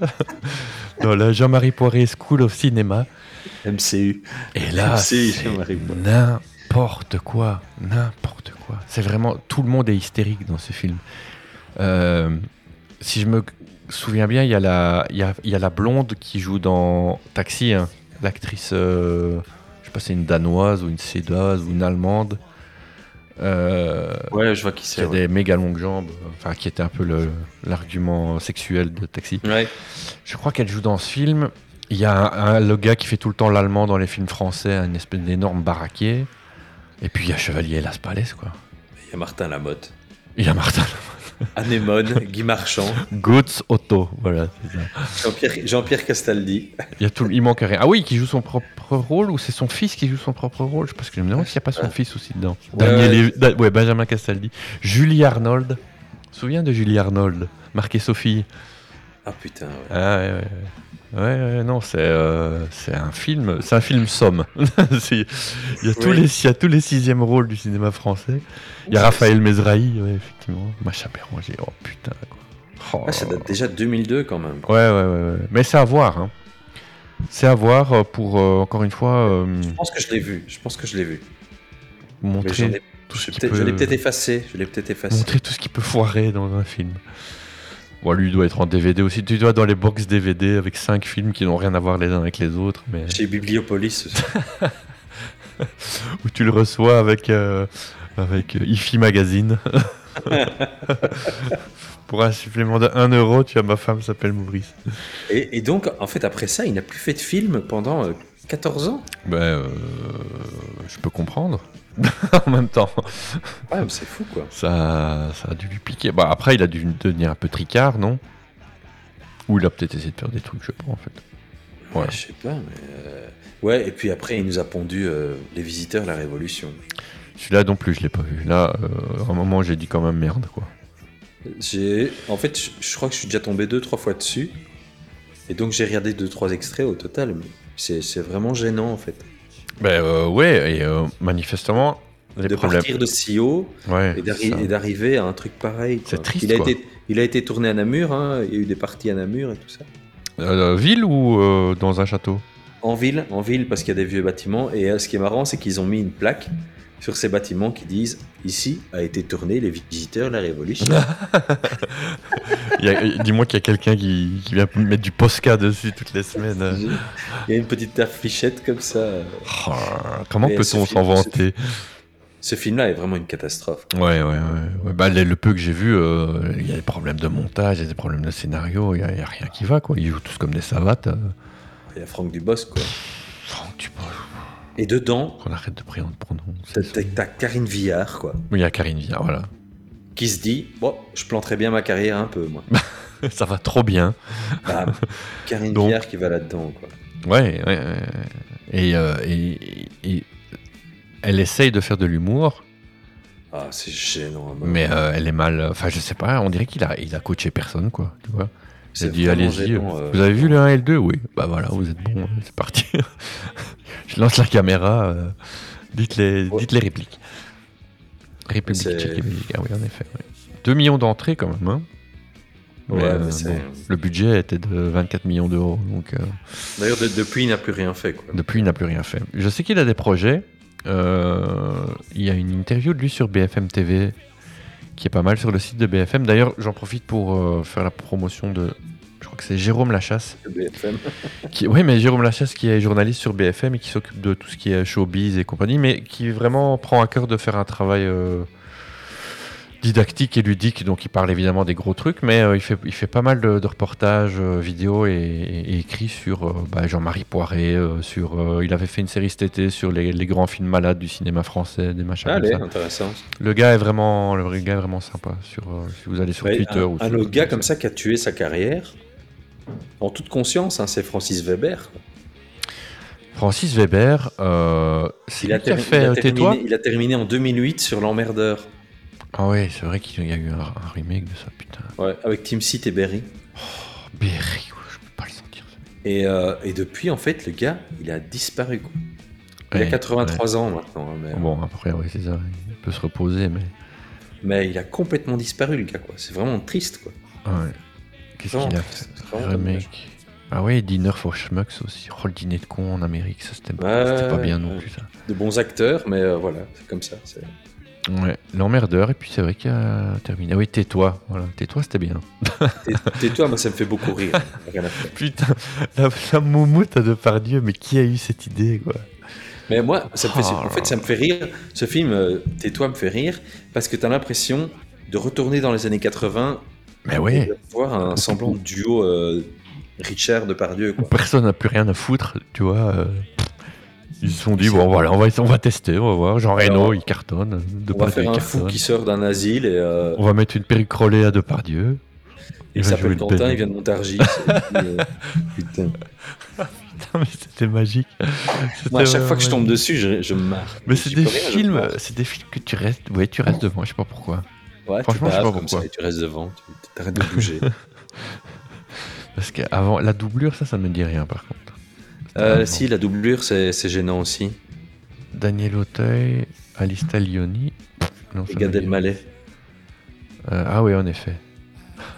dans la Jean-Marie Poiré School of Cinema.
MCU.
Et là, Ah,
Si,
c'est
Jean-Marie Poiré.
n'importe quoi, n'importe quoi. C'est vraiment tout le monde est hystérique dans ce film. Euh, si je me souviens bien, il y a la, il y a, il y a la blonde qui joue dans Taxi, hein. l'actrice, euh, je sais pas, c'est une danoise ou une suédoise ou une allemande. Euh,
Ouais, je vois qui
qui
c'est.
a
Ouais.
des méga longues jambes, enfin qui était un peu le- l'argument sexuel de Taxi.
Ouais.
Je crois qu'elle joue dans ce film. Il y a un, un- le gars qui fait tout le temps l'allemand dans les films français, un espèce d'énorme baraquier. Et puis il y a Chevalier Las Palais, quoi.
Il y a Martin Lamotte,
Il y a Martin.
Anémone, Guy Marchand,
Goetz Otto, voilà. c'est ça.
Jean-Pierre Jean-Pierre Castaldi.
Il, y a tout, il manque rien. Ah oui, qui joue son propre rôle ou c'est son fils qui joue son propre rôle Je pense que je me demande s'il n'y a pas son fils aussi dedans.
Ouais,
Daniel
ouais.
Ev- Da- Euh, ouais, Benjamin Castaldi. Julie Arnold. Souviens de Julie Arnold, marquée Sophie.
Ah putain, ouais.
Ah ouais, ouais, ouais. Ouais, ouais, non, c'est euh, c'est un film, c'est un film somme. C'est- il y a tous
Oui.
les, il y a tous les sixièmes rôles du cinéma français. Il y a Raphaël Mezrahi, ouais, effectivement. Macha Béranger, oh putain. Quoi. Oh.
Ah, ça date déjà de 2002 quand même.
Ouais, ouais, ouais, ouais. Mais c'est à voir. hein. C'est à voir euh, pour euh, encore une fois euh,
Je pense que je l'ai vu. Je pense que je l'ai vu. Mais j'en
montrer
ai-
tout ce
je
qui
peut- je l'ai
peut-
peut-être effacé. Je l'ai peut-être effacé.
montrer tout ce qui peut foirer dans un film. Bon, lui il doit être en DVD aussi. Tu dois être dans les box DVD avec cinq films qui n'ont rien à voir les uns avec les autres, mais.
Chez Bibliopolis.
où tu le reçois avec, euh, avec euh, IFI Magazine. Pour un supplément de 1 euro, tu as ma femme s'appelle Maurice.
Et, et donc, en fait, après ça, il n'a plus fait de film pendant euh, 14 ans.
Ben, je peux comprendre. en même temps,
Ouais, Ah, mais c'est fou quoi.
ça, ça a dû lui piquer. Bah, après, il a dû devenir un peu tricard, non Ou il a peut-être essayé de faire des trucs, je sais pas en fait. Ouais.
Ouais, Ah, je sais pas. Mais euh, Ouais, et puis après, il nous a pondu euh, Les Visiteurs, La Révolution.
Celui-là non plus, je l'ai pas vu. Là, euh, à un moment, j'ai dit quand même merde, quoi.
J'ai, en fait, je, je crois que je suis déjà tombé deux, trois fois dessus. Et donc, j'ai regardé deux, trois extraits au total. mais C'est, c'est vraiment gênant, en fait.
Ben euh, ouais, et euh, manifestement, les
de
problèmes.
partir de si haut
Ouais,
et, d'arri-
c'est ça.
et d'arriver à un truc pareil. quoi.
C'est triste,
Il a,
quoi.
Été, il a été tourné à Namur, hein, il y a eu des parties à Namur et tout ça.
Euh, ville ou euh, dans un château
En ville, en ville, parce qu'il y a des vieux bâtiments. Et euh, ce qui est marrant, c'est qu'ils ont mis une plaque sur ces bâtiments qui disent Ici a été tourné Les Visiteurs, La Révolution.
Il y a- euh, Dis-moi qu'il y a quelqu'un qui, qui vient mettre du Posca dessus toutes les semaines.
il y a une petite affichette comme ça.
Oh, comment
Mais
peut-on
ce
s'en
film, ce
vanter
Ce film-là est vraiment une catastrophe.
Ouais, ouais, ouais. ouais. Bah, le, le peu que j'ai vu, euh, il y a des problèmes de montage, il y a des problèmes de scénario, il n'y a, il y a rien qui va, quoi. Ils jouent tous comme des savates. euh.
Il y a Franck Dubos, quoi.
Franck, tu
Et dedans,
qu'on arrête de prendre de pronom.
t'as- t'as t'as Karine Villard, quoi,
Il y a Karine Viard, voilà.
qui se dit Bon, je planterai bien ma carrière un peu, moi.
Ça va trop bien.
Bam. Karine
Donc-
Villard qui va là-dedans, quoi.
Ouais, ouais, ouais. Et, euh, et- et- elle essaye de faire de l'humour,
Ah, c'est gênant. à mort.
mais euh, elle est mal. Enfin, je sais pas, on dirait qu'il a, il a coaché personne, quoi. Tu vois
c'est
J'ai dit,
vraiment
allez-y.
gênant, euh.
Vous avez vu le 1 et le 2 Oui. Bah voilà, vous êtes bon, c'est parti. je lance la caméra. euh, dites, les,
Ouais.
dites les répliques. République
C'est-
tchécoslovaque. Ah oui, en effet. ouais. 2 millions d'entrées quand même. hein. Mais,
Ouais,
euh,
mais c'est-
bon, le budget était de 24 millions d'euros. Donc euh,
D'ailleurs, de- depuis, il n'a plus rien fait. Quoi.
depuis, il n'a plus rien fait. Je sais qu'il a des projets. Euh, il y a une interview de lui sur BFM TV qui est pas mal sur le site de BFM. D'ailleurs, j'en profite pour euh, faire la promotion de. Je crois que c'est Jérôme Lachasse qui- oui, mais Jérôme Lachasse qui est journaliste sur BFM et qui s'occupe de tout ce qui est showbiz et compagnie, mais qui vraiment prend à cœur de faire un travail euh, didactique et ludique. Donc il parle évidemment des gros trucs, mais euh, il, fait, il fait pas mal de, de reportages euh, vidéo et, et écrits sur euh, bah, Jean-Marie Poiré. euh, sur, euh, il avait fait une série cet été sur les, les grands films malades du cinéma français, des machins
Allez,
comme ça.
intéressant.
Le gars est vraiment, le gars est vraiment sympa. Sur, euh, si vous allez sur
Ouais,
Twitter
un,
ou
un
sur-
autre gars comme ça qui a tué sa carrière, en toute conscience, hein, c'est Francis Weber.
Francis Weber, euh, c'est
Il a,
lui qui a
termi-
fait
il a
euh, Tais-toi.
terminé, il a terminé en 2008 sur L'Emmerdeur,
Ah ouais, c'est vrai qu'il y a eu un, un remake de ça, putain.
ouais, avec Tim Seat et Berry.
Oh, Berry, ouais, je peux pas le sentir. ce mec.
Et, euh, et depuis, en fait, le gars, il a disparu. quoi. Il a
Ouais,
83 ans maintenant, hein, mais,
ouais. Bon, après, ouais, c'est ça. Il peut se reposer, mais.
mais il a complètement disparu, le gars. quoi. C'est vraiment triste. Quoi.
Ah ouais. Qu'est-ce
Vraiment
qu'il a
triste,
fait
c'est vraiment dommage.
Remake. Ah ouais, Dinner for Schmucks aussi. Oh, le dîner de con en Amérique, ça c'était
Ouais,
c'était pas
ouais,
bien
ouais.
non plus, ça.
De bons acteurs, mais euh, voilà, c'est comme ça. c'est-
Ouais, l'emmerdeur, et puis c'est vrai qu'il a terminé. Ah oui, tais-toi, voilà, tais-toi, c'était bien.
Tais- Tais-toi, moi, ça me fait beaucoup rire. Rien à faire.
Putain, la, la moumoute à Depardieu, mais qui a eu cette idée, quoi
Mais moi, ça me fait,
Oh
en
là
fait,
là.
ça me fait rire. Ce film, euh, Tais-toi, me fait rire parce que t'as l'impression de retourner dans les années 80
Mais ouais,
et de voir un semblant de duo euh, Richard Depardieu.
où
Quoi.
personne n'a plus rien à foutre, tu vois. euh, ils se sont dit, bon voilà, on va, on va tester, on va voir. Jean Reno,
Alors,
il cartonne. De
On va faire un fou qui sort d'un asile et, euh,
On va mettre une perruque relais à Depardieu.
il
va jouer
s'appelle
le
Quentin,
bel.
il vient de Montargis. Et, euh, putain.
Putain, mais c'était magique.
Moi, à
C'était
chaque fois que je
vraiment
tombe dessus, je, je me marre.
magique. Mais c'est
J'y
des
peux rien, je
films,
pense.
c'est des films que tu restes, ouais, tu restes devant, je sais pas pourquoi.
Ouais, tu
franchement, je sais
baves
pas
comme ça
pourquoi.
et tu restes devant, tu t'arrêtes de bouger.
Parce qu'avant, la doublure, ça, ça me dit rien par contre.
Euh, si, la doublure, c'est c'est gênant aussi.
Daniel Auteuil, Alice Taglioni. Non,
Et
ça me
Gad
dit-
Elmaleh.
Euh, ah oui, en effet.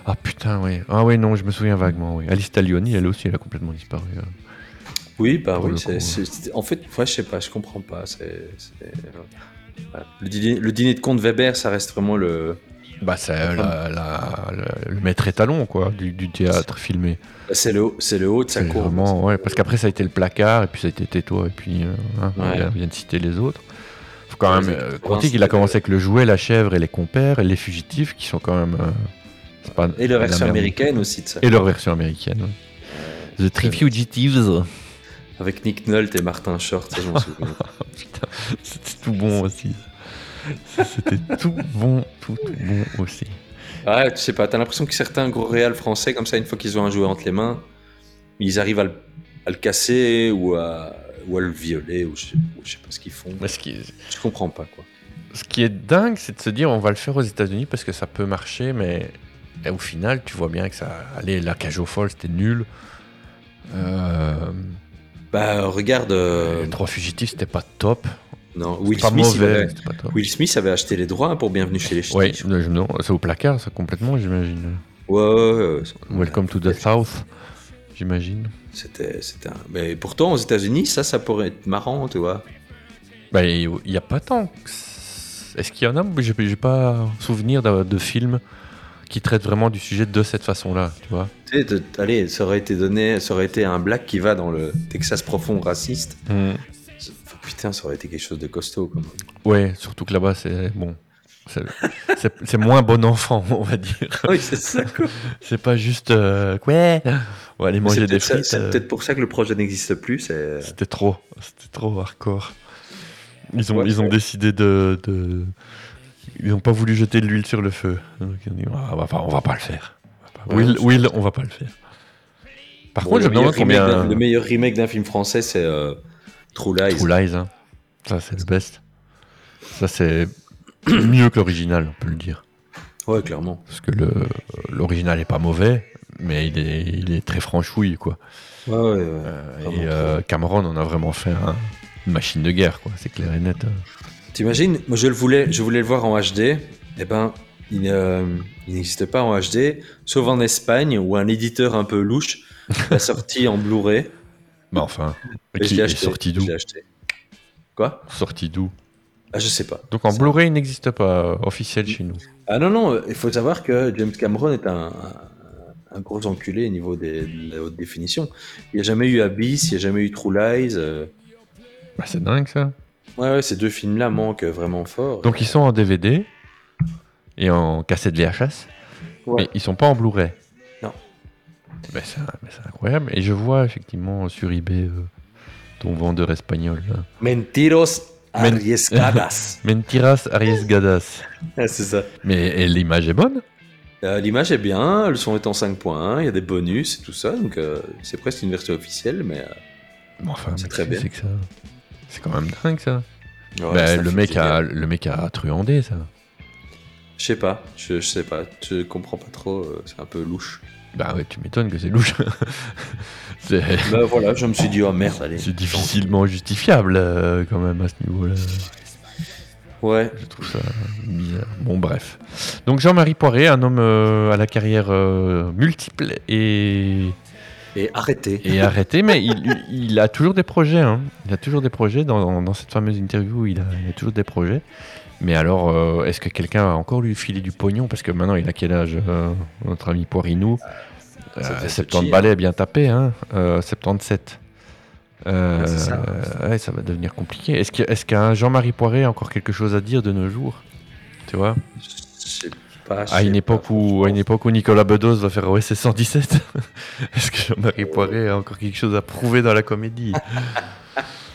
Ah putain, oui. Ah oui, non, je me souviens vaguement, oui. Alice Taglioni, elle aussi, elle a complètement disparu. hein.
Oui, bah
Pour
oui.
le
c'est-
coup,
c'est- c'est- en fait, ouais, je sais pas, je comprends pas. c'est- c'est- voilà. le, dîner, le dîner de Comte Weber, ça reste vraiment le.
Bah, c'est euh, la- la- la- le maître étalon, quoi, du, du théâtre filmé.
C'est le, c'est le haut de sa
C'est
cour.
vraiment, ouais, parce qu'après, ça a été le placard, et puis ça a été Tétois, et puis euh, hein,
Ouais.
on vient- on vient de citer les autres. Faut quand même.
Ouais, c'est-
euh, Quantique, il a commencé avec le jouet, la chèvre et les compères, et les fugitifs, qui sont quand même. euh, c'est pas-
Et la version
merde.
américaine Euh, aussi de ça.
Et leur version américaine, ouais. Euh, The Three Fugitives.
Avec Nick Nolte et Martin Short, ça, je m'en souviens.
Putain, c'était tout bon aussi. Ça, C'était tout bon, tout, tout bon aussi.
Ouais, Ah, tu sais pas, t'as l'impression que certains gros réals français, comme ça, une fois qu'ils ont un jouet entre les mains, ils arrivent à le, à le casser ou à, ou à le violer, ou je, sais- ou je sais pas ce qu'ils font.
Mais ce qui,
Je comprends pas, quoi.
ce qui est dingue, c'est de se dire on va le faire aux États-Unis parce que ça peut marcher, mais et au final, tu vois bien que ça. Allez, la cage aux folles, c'était nul. Euh,
Bah, regarde. euh,
les trois fugitifs, c'était pas top.
non,
C'était
Will
pas
Smith, il
mauvais,
avait-
c'était pas top.
Will Smith avait acheté les droits hein, pour Bienvenue chez les Ch'tis.
Ouais, non, je- non, c'est au placard, ça complètement, j'imagine.
Ouais, ouais, ouais, ouais.
Welcome to the South, j'imagine.
C'était, c'était un- Mais pourtant, aux États-Unis, ça, ça pourrait être marrant, tu vois.
Bah, il n'y a pas tant. que c- Est-ce qu'il y en a J'ai j'ai pas souvenir de, de films qui traitent vraiment du sujet de cette façon-là, tu vois.
Tu sais, de- allez, ça aurait été donné, ça aurait été un black qui va dans le Texas profond raciste. C'est- enfin, Putain, ça aurait été quelque chose de costaud, quand même.
Ouais, surtout que là-bas, c'est bon. c'est- C'est c'est moins bon enfant, on va dire.
oui, c'est ça, quoi.
C'est pas juste. euh, ouais, on va aller
C'est
manger des
peut-être ça-
frites.
c'est
euh,
peut-être pour ça que le projet n'existe plus. C'est...
C'était trop. C'était trop hardcore. Ils ont,
Ouais,
ils ont
ouais.
décidé de. de- Ils n'ont pas voulu jeter de l'huile sur le feu. Donc, ils ont dit, Ah, on, va pas, on va pas le faire. On va pas-
Ouais,
Will,
je-
Will, on va pas le faire. Par
Bon,
contre, je
le,
me
meilleur
demande
remake
combien.
d'un- le meilleur remake d'un film français, c'est euh, True Lies.
True Lies, hein. ça c'est le best. Ça c'est mieux que l'original, on peut le dire.
Ouais, clairement.
Parce que le- l'original est pas mauvais, mais il est, il est très franchouille, quoi.
Ouais, ouais, ouais.
Euh,
Vraiment.
et euh, Cameron en a vraiment fait un- une machine de guerre, quoi. C'est clair et net. hein.
T'imagines, moi je le voulais, je voulais le voir en HD. Eh ben, il, euh, il n'existe pas en HD, sauf en Espagne où un éditeur un peu louche l'a sorti en Blu-ray.
Bah enfin,
Et je
qui
l'ai
est
acheté,
sorti
je
d'où
l'ai acheté. Quoi
Sorti d'où
ah, Je sais pas.
Donc en
Ça-
Blu-ray, il n'existe pas euh, officiel chez nous.
Ah non, non, il faut savoir que James Cameron est un, un gros enculé au niveau des, de la haute définition. Il n'y a jamais eu Abyss, il n'y a jamais eu True Lies. euh.
Bah, c'est dingue ça.
Ouais, ouais, ces deux films-là manquent vraiment fort.
Donc ils sont en DVD et en cassette VHS,
Ouais.
mais ils sont pas en Blu-ray.
Non.
Mais c'est mais c'est incroyable. Et je vois effectivement sur eBay euh, ton vendeur espagnol. là.
Mentiros
Men-
arriesgadas.
Mentiras Ariesgadas.
Ah, C'est ça.
Mais et l'image est bonne
Euh, L'image est bien, le son est en 5.1, il y a des bonus et tout ça, donc euh, c'est presque une version officielle, mais. euh,
Bon, Enfin,
C'est
mais
très
qu'est-ce
bien.
que C'est que ça. C'est quand même dingue ça.
ouais,
Bah,
ça
le,
fait
mec
plaisir.
a, le mec a truandé ça.
Je sais pas, je, je sais pas, je comprends pas trop, euh, c'est un peu louche.
Bah ouais, tu m'étonnes que c'est louche. c'est
bah voilà, je me suis dit, oh merde, allez.
c'est difficilement justifiable euh, quand même à ce niveau-là.
Ouais,
Je trouve ça bizarre. Bon, bref. Donc Jean-Marie Poiré, un homme euh, à la carrière euh, multiple et,
et arrêtez.
et arrêté, mais il, il a toujours des projets. hein. Il a toujours des projets. Dans, dans cette fameuse interview, il a, il a toujours des projets. Mais alors, euh, est-ce que quelqu'un va encore lui filer du pognon Parce que maintenant, il a quel âge, euh, notre ami Poirinou Euh,
Ça fait
70
petit,
balais bien tapé, hein Euh, 77. Euh,
Ouais, c'est ça.
ouais, ça va devenir compliqué. Est-ce que- est-ce qu'un Jean-Marie Poiré a encore quelque chose à dire de nos jours Tu vois
Je sais pas. je
à une,
sais
époque
pas,
où, à une
franchement.
époque où Nicolas Bedos va faire OSS 117, est-ce que Jean-Marie Poiré a encore quelque chose à prouver dans la comédie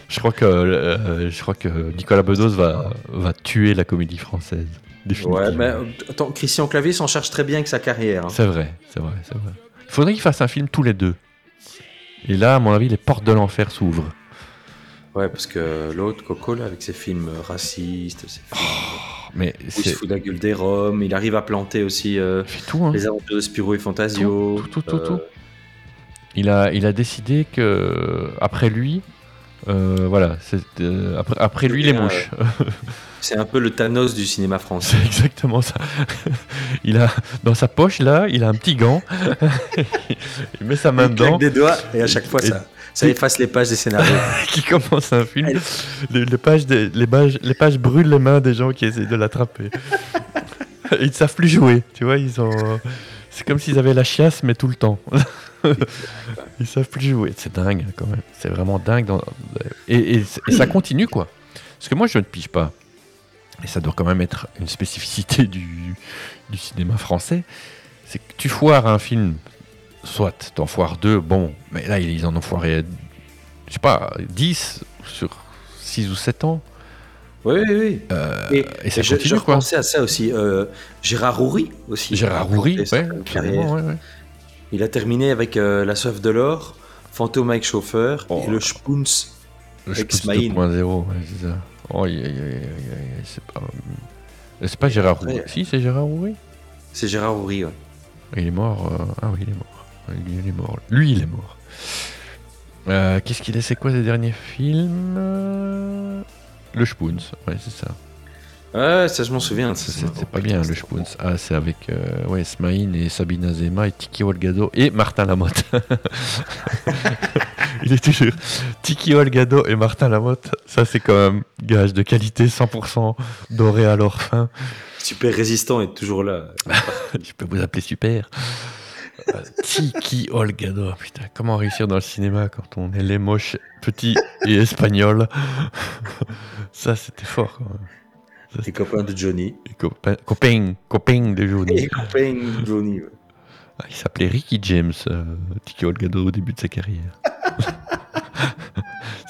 je, crois que, euh, je crois que Nicolas Bedos va, va tuer la comédie française.
Ouais,
définitivement.
mais euh, attends, Christian Clavier s'en charge très bien avec sa carrière. hein.
C'est vrai, c'est vrai, c'est vrai. Il faudrait qu'ils fassent un film tous les deux. Et là, à mon avis, les portes de l'enfer s'ouvrent.
Ouais, parce que l'autre, Coco, là, avec ses films euh, racistes, ses films
Mais
où il se
Oh, c'est
fout de la gueule des Roms, il arrive à planter aussi euh,
c'est tout, hein.
les aventures de Spirou et Fantasio. euh,
Tout, tout, tout, tout, tout. Il a, il a décidé que après lui, euh, voilà, c'est, euh, après, après lui
Et
les
là,
mouches.
C'est un peu le Thanos du cinéma français.
C'est exactement ça. Il a dans sa poche là, il a un petit gant. il met sa main
Il claque
dedans,
des doigts et à chaque fois,
Et-
ça, ça efface les pages des scénarios.
qui commence un film.
Elle-
Les, les pages, des- les pages, les pages brûlent les mains des gens qui essaient de l'attraper. ils ne savent plus jouer, tu vois. Ils ont, euh, c'est comme s'ils avaient la chiasse mais tout le temps. ils savent plus jouer. C'est dingue hein, quand même. C'est vraiment dingue. dans- Et, et- et ça continue quoi. Parce que moi je ne pige pas. Et ça doit quand même être une spécificité du, du cinéma français. C'est que tu foires un film, soit t'en foires deux, bon, mais là ils en ont foiré, je sais pas, 10 sur 6 ou 7 ans.
oui, oui, oui. et,
Euh, et ça
et je,
continue,
je
quoi.
repensais à ça aussi. euh, Gérard Houry aussi.
Gérard Roury,
Il a
ouais,
planté sa carrière.
carrément, ouais, ouais.
Il a terminé avec euh, La Soif de l'Or, Fantôme avec Chauffeur
Oh.
et Le Spoons.
Le
Avec
Spitz
Smaïn.
2.0, ouais, c'est ça. Oh, aïe, aïe, aïe, aïe, aïe, c'est pas... euh, C'est pas Gérard Roury.
après-
Si, c'est Gérard Roury.
C'est Gérard Houry, ouais.
Il est mort. euh, Ah oui, il est mort. Lui, il est mort. Lui, il est mort. Euh, Qu'est-ce qu'il a C'est quoi ses derniers films Euh, Le Spoons. Ouais, c'est ça.
Ouais, ça je m'en souviens.
Ça,
ça,
C'est
ça
c'est
m'a-
pas bien, le Spoons. Ah, c'est avec euh, ouais, Smaïn et Sabina Zema et Tiki Olgado et Martin Lamotte. il est toujours Tiki Olgado et Martin Lamotte. Ça, c'est quand même gage de qualité 100% doré à leur fin.
Super résistant est toujours là.
Je peux vous appeler super. Euh, Tiki Olgado, putain, comment réussir dans le cinéma quand on est les moches, petits et espagnols Ça, c'était fort. Quand même.
Les copains de Johnny.
Et copain, copain, copain de Johnny.
Les copains de Johnny. ouais.
Ah, il s'appelait Ricky James, euh, Tiki Olgado, au début de sa carrière.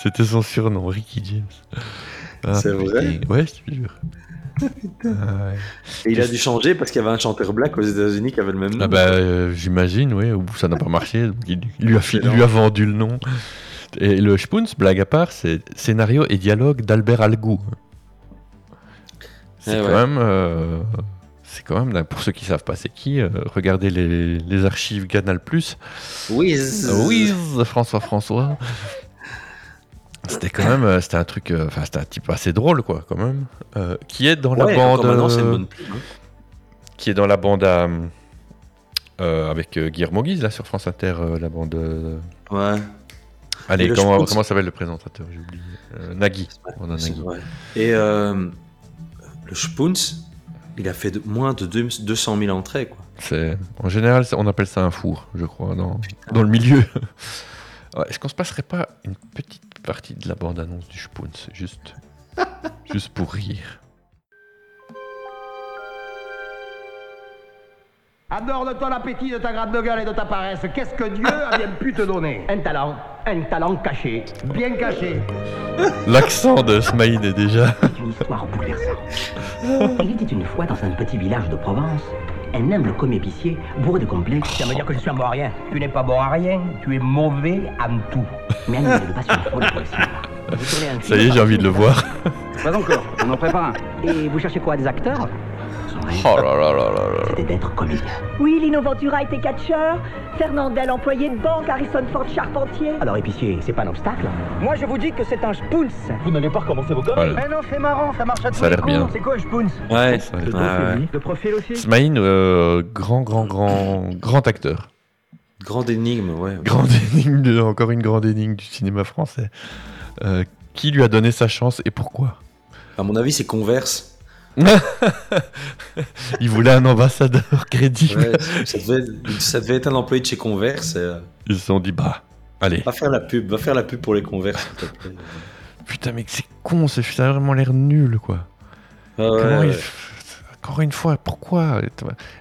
c'était son surnom, Ricky James. Ah,
C'est vrai
putain. Ouais, je te jure. Ah, ouais.
Et il a dû changer parce qu'il y avait un chanteur black aux États-Unis qui avait le même nom.
Ah bah euh, j'imagine, oui, au bout ça n'a pas marché, donc il il lui a, fi- il lui a vendu le nom. Et le Spoons, blague à part, c'est scénario et dialogue d'Albert Algou. C'est
Eh
quand
ouais.
même... euh, c'est quand même, dingue. pour ceux qui savent pas c'est qui, euh, regardez les, les archives Canal+.
Oui.
Oui, François François. C'était quand même, euh, c'était un truc, euh, enfin c'était un type assez drôle quoi, quand même. Euh, qui est dans
Ouais,
la bande,
encore maintenant, c'est une
euh,
bonne pub, hein.
qui est dans la bande à, euh, avec euh, Guillermo Guise là sur France Inter, euh, la bande. euh,
Ouais.
Allez,
Et là, je
comment,
pense-
comment s'appelle le présentateur J'ai oublié. Euh, Nagui. On a
C'est
Nagui.
vrai. Et euh, le Spoons, il a fait de- moins de deux- 200 000 entrées. Quoi.
C'est- En général, ça- on appelle ça un four, je crois, dans, dans le milieu. Ouais, Est-ce qu'on se passerait pas une petite partie de la bande-annonce du Spoons, juste, juste pour rire
Adore-toi l'appétit de ta grappe de gueule et de ta paresse. Qu'est-ce que Dieu a bien pu te donner Un talent, un talent caché, bien caché.
L'accent de Smaïn est déjà.
C'est une histoire bouleversante. Il était une fois dans un petit village de Provence, un humble comépicier bourré de complexes. Ça veut dire que je suis un bon à rien. Tu n'es pas bon à rien, tu es mauvais à tout. Mais un homme de passion folle pour le cinéma. Vous tournez un film
Ça y est, j'ai envie de le voir.
Pas encore, on en prépare un.
Et vous cherchez quoi, des acteurs Son rêve,
Oh là là là là là.
c'était d'être comédien.
Oui, Lino Ventura était catcheur, Fernandel employé de banque, Harrison Ford charpentier.
Alors épicier, c'est pas un obstacle.
Moi, je vous dis que c'est un spoons.
Vous n'allez pas recommencer vos
Voilà.
Mais non, c'est marrant, ça marche à tous
Ça a
les
l'air bien. Ah,
coups. C'est quoi, Spoons
Ouais.
Ouais.
ouais.
De profil aussi
Smaïn, euh, grand, grand, grand, grand acteur.
Grande énigme, ouais.
Grande énigme, de- encore une grande énigme du cinéma français. Euh, qui lui a donné sa chance et pourquoi
À mon avis, c'est Converse.
Il voulait un ambassadeur crédible.
Ouais, ça, devait, ça devait être un employé de chez Converse. et, euh,
Ils se sont dit, bah, allez.
va faire la pub, va faire la pub pour les Converse. s'il te plaît.
Putain, mais c'est con, c'est- ça a vraiment l'air nul, quoi.
Ah ouais,
Comment
ouais.
il- Encore une fois, pourquoi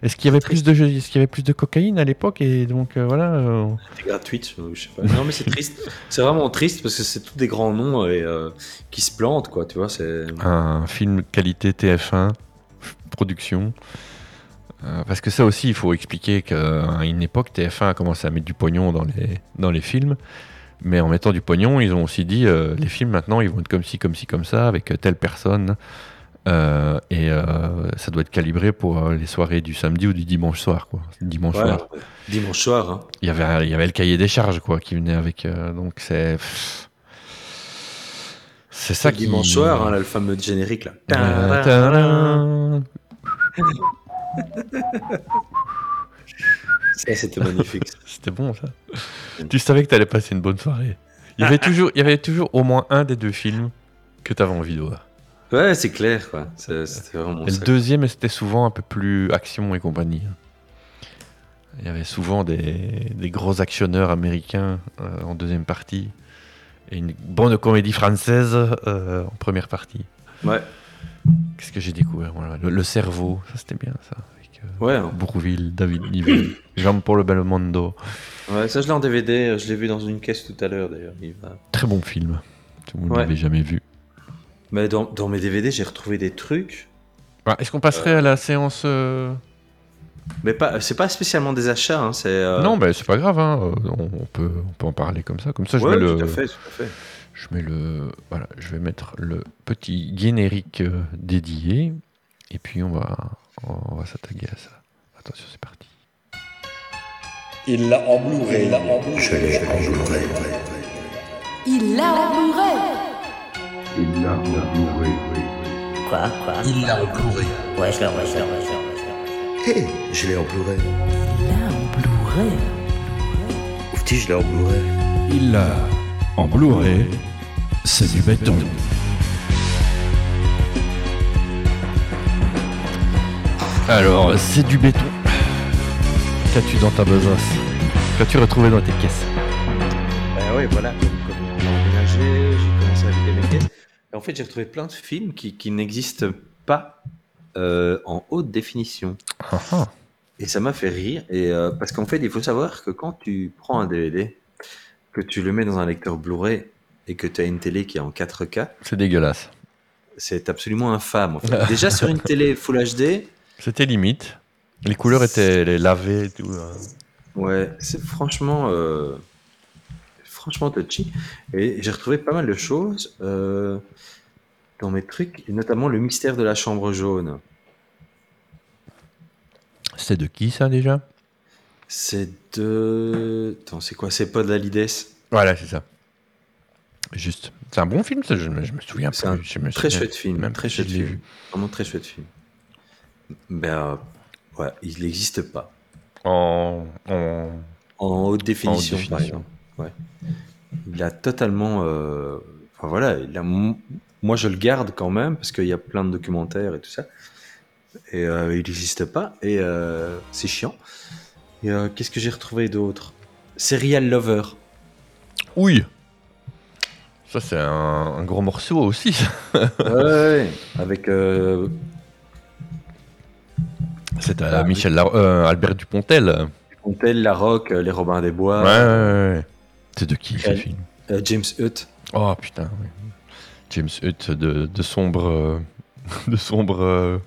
Est-ce qu'il y avait plus de est-ce qu'il y avait plus de cocaïne à l'époque et donc euh, voilà. euh,
C'était gratuit, je je sais pas. Non, mais c'est triste. C'est vraiment triste parce que c'est tous des grands noms et, euh, qui se plantent, quoi. Tu vois, c'est.
un film qualité TF1 production. Euh, parce que ça aussi, il faut expliquer qu'à une époque, TF1 a commencé à mettre du pognon dans les, dans les films. Mais en mettant du pognon, ils ont aussi dit euh, les films maintenant, ils vont être comme ci, comme ci, comme ça, avec euh, telle personne. Euh, et euh, ça doit être calibré pour euh, les soirées du samedi ou du dimanche soir. Quoi. Dimanche
Ouais,
soir.
ouais. dimanche soir. hein.
il y avait un- il y avait le cahier des charges quoi qui venait avec euh, donc c'est c'est ça
Le
qui
Dimanche soir, hein, là, le fameux générique, là.
Euh, tadam.
Ça, c'était magnifique.
c'était bon ça tu savais que t'allais passer une bonne soirée il y avait toujours il y avait toujours au moins un des deux films que t'avais envie de voir
Ouais, c'est clair, quoi. C'est- C'était vraiment
et le
ça.
deuxième c'était souvent un peu plus action et compagnie il y avait souvent des, des gros actionneurs américains euh, en deuxième partie et une bonne comédie française euh, en première partie
Ouais,
Qu'est-ce que j'ai découvert moi, là le, le cerveau, ça c'était bien ça. Avec euh,
ouais, hein.
Bourvil, David Nivel, Jean-Paul Belmondo.
ouais, ça je l'ai en DVD, je l'ai vu dans une caisse tout à l'heure d'ailleurs. il va.
Très bon film. Si vous ne
Ouais.
l'avez jamais vu.
Mais dans, dans mes DVD, j'ai retrouvé des trucs,
Ah, Est-ce qu'on passerait à la séance euh,
mais pas, c'est pas spécialement des achats, hein, c'est. euh,
Non, mais c'est pas grave. hein, euh, On, on peut, on peut en parler comme ça. Comme ça, je
ouais,
mets
tout
le,
à fait, tout à fait.
je mets le, voilà, je vais mettre le petit générique euh, dédié, et puis on va, on va s'attaquer à ça. Attention, c'est parti.
Il l'a emblouré, il l'a emblouré.
Il l'a rembourré
Quoi, quoi
Il l'a emblouré.
Wesh, wesh, wesh, wesh.
Hé, je l'ai emblouré.
Là, on blouerait.
Oufti, je l'ai emblouré.
Il l'a en Blu-ray, c'est du béton.
Alors, c'est du béton. Qu'as-tu dans ta besace Qu'as-tu retrouvé dans tes caisses
Ben ouais, voilà, comme, comme on a emménagé, j'ai commencé à vider mes caisses. Et en fait, j'ai retrouvé plein de films qui, qui n'existent pas euh, en haute définition.
Ah, ah.
Et ça m'a fait rire. Et, euh, parce qu'en fait, il faut savoir que quand tu prends un DVD, que tu le mets dans un lecteur Blu-ray et que tu as une télé qui est en 4K,
C'est dégueulasse.
c'est absolument infâme. en fait. Déjà sur une télé Full HD,
C'était limite. Les couleurs étaient les lavées et tout. hein.
ouais, c'est franchement, euh, franchement touchy. Et j'ai retrouvé pas mal de choses euh, dans mes trucs, et notamment le mystère de la chambre jaune.
C'est de qui ça déjà
C'est de, attends, c'est quoi C'est Paul Alides.
Voilà, c'est ça. Juste. C'est un bon film, ça, je, me je me souviens
C'est un
plus. Je me
très
souviens
chouette film,
même
très
si je
chouette
l'ai
film.
vu.
Vraiment très chouette film. Ben, euh, ouais, il n'existe pas.
En, en-
En haute définition,
définition.
par exemple. Ouais. Il a totalement. euh, Enfin voilà, il a, mo- moi je le garde quand même parce qu'il y a plein de documentaires et tout ça. Et euh, il n'existe pas et euh, c'est chiant. Et, euh, Qu'est-ce que j'ai retrouvé d'autre Serial Lover.
Oui Ça, c'est un, un gros morceau aussi. ça.
Ouais, ouais, avec euh,
c'est à la Michel Lar- euh, Albert Dupontel.
Pontel, La Roque, euh, Les Robins des Bois,
Ouais, ouais, ouais, ouais. C'est de qui ce
Elle-
film
euh, James Hutt.
Oh putain, oui. James Hutt de, de sombre. euh, de sombre. euh,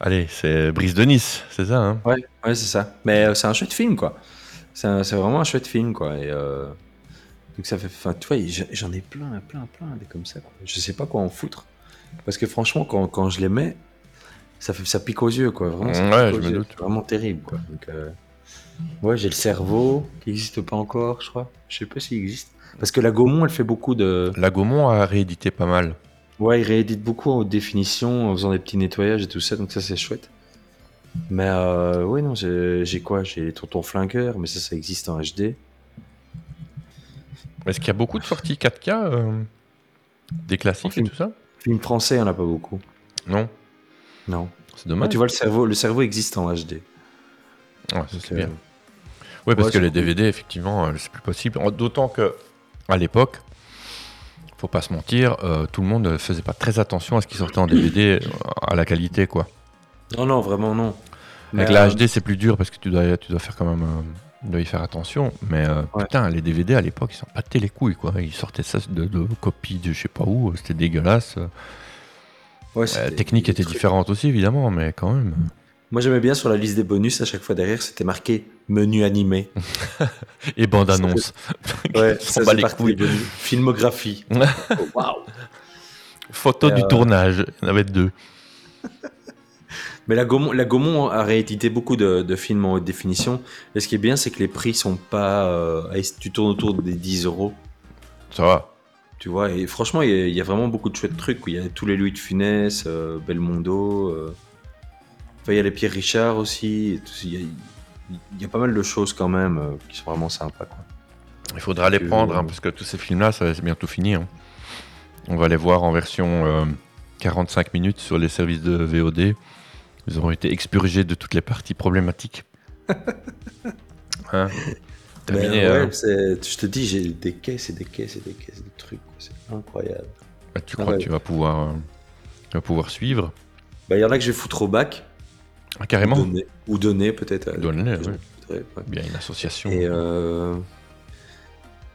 Allez, c'est Brise de Nice, c'est ça, hein
Ouais, ouais, c'est ça. Mais euh, c'est un chouette film, quoi. C'est un- c'est vraiment un chouette film, quoi. Et, euh, donc ça fait. Enfin, tu vois, j'- j'en ai plein, plein, plein, des comme ça. quoi. Je sais pas quoi en foutre. Parce que franchement, quand, quand je les mets, ça, fait, ça pique aux yeux, quoi. Vraiment, ça pique
Ouais, je
aux
me
yeux.
doute.
C'est vraiment terrible, quoi. Donc, euh, ouais, j'ai le cerveau qui n'existe pas encore, je crois. Je sais pas s'il existe. Parce que la Gaumont, elle fait beaucoup de.
La Gaumont a réédité pas mal.
Ouais, il réédite beaucoup en définition, en faisant des petits nettoyages et tout ça, donc ça c'est chouette. Mais euh, ouais, non, j'ai j'ai quoi J'ai les tontons flingueurs, mais ça, ça existe en HD.
Est-ce qu'il y a beaucoup de sorties 4K euh, Des classiques et tout ça
Film français, il n'y en a pas beaucoup.
Non,
Non.
c'est
Mais
dommage.
Ah, tu vois, le cerveau, le cerveau existe en HD.
Ouais, ça, c'est
euh,
bien. Oui, parce
ouais,
que
c'est
les
cool.
DVD, effectivement, euh, c'est plus possible. En- D'autant que, à l'époque, faut pas se mentir, euh, tout le monde ne faisait pas très attention à ce qui sortait en DVD, euh, à la qualité, quoi.
Non, non, vraiment non.
Avec
Mais,
la
euh,
HD, c'est plus dur parce que tu dois, tu dois faire quand même. euh, tu dois y faire attention. Mais euh,
Ouais.
putain, les DVD à l'époque, ils s'en battaient les couilles, quoi. Ils sortaient ça de, de copies de je sais pas où, euh, c'était dégueulasse. Euh, La
ouais, c'était-
technique était
trucs.
différente aussi, évidemment, mais quand même.
Moi, j'aimais bien sur la liste des bonus, à chaque fois derrière, c'était marqué menu animé.
Et bande-annonce.
Ouais,
s'en bat les
partie
couilles.
des bonus. Filmographie. Oh, Waouh
Photo
Et,
du
euh,
tournage, il y en avait deux.
Mais la Gaumont, la Gaumont a réédité beaucoup de, de films en haute définition. Et ce qui est bien, c'est que les prix sont pas. euh, et tu tournes autour des 10 euros,
Ça va.
tu vois. Et franchement, il y, a- il y a vraiment beaucoup de chouettes trucs. quoi. Il y a tous les Louis de Funès, euh, Belmondo. euh, Enfin, il y a les Pierre Richard aussi. et tout- Il y, a- il y a pas mal de choses quand même euh, qui sont vraiment sympas. Quoi.
Il faudra les
Tu-
prendre, hein, parce que tous ces films-là, ça va c'est bientôt fini. hein. On va les voir en version euh, 45 minutes sur les services de VOD. Ils auront été expurgés de toutes les parties problématiques. Hein Terminé.
Ben ouais,
hein.
c'est- je te dis, j'ai des caisses et des caisses et des caisses de trucs. quoi. C'est incroyable.
Bah, tu crois
ouais.
que tu vas pouvoir, euh, tu vas pouvoir suivre
Ben, Il y en a que je vais foutre au bac.
Ah, Carrément
Ou donner, ou donner peut-être. à-
Donner,
que je
ouais.
voudrais, ouais.
Il y a une association.
Et euh,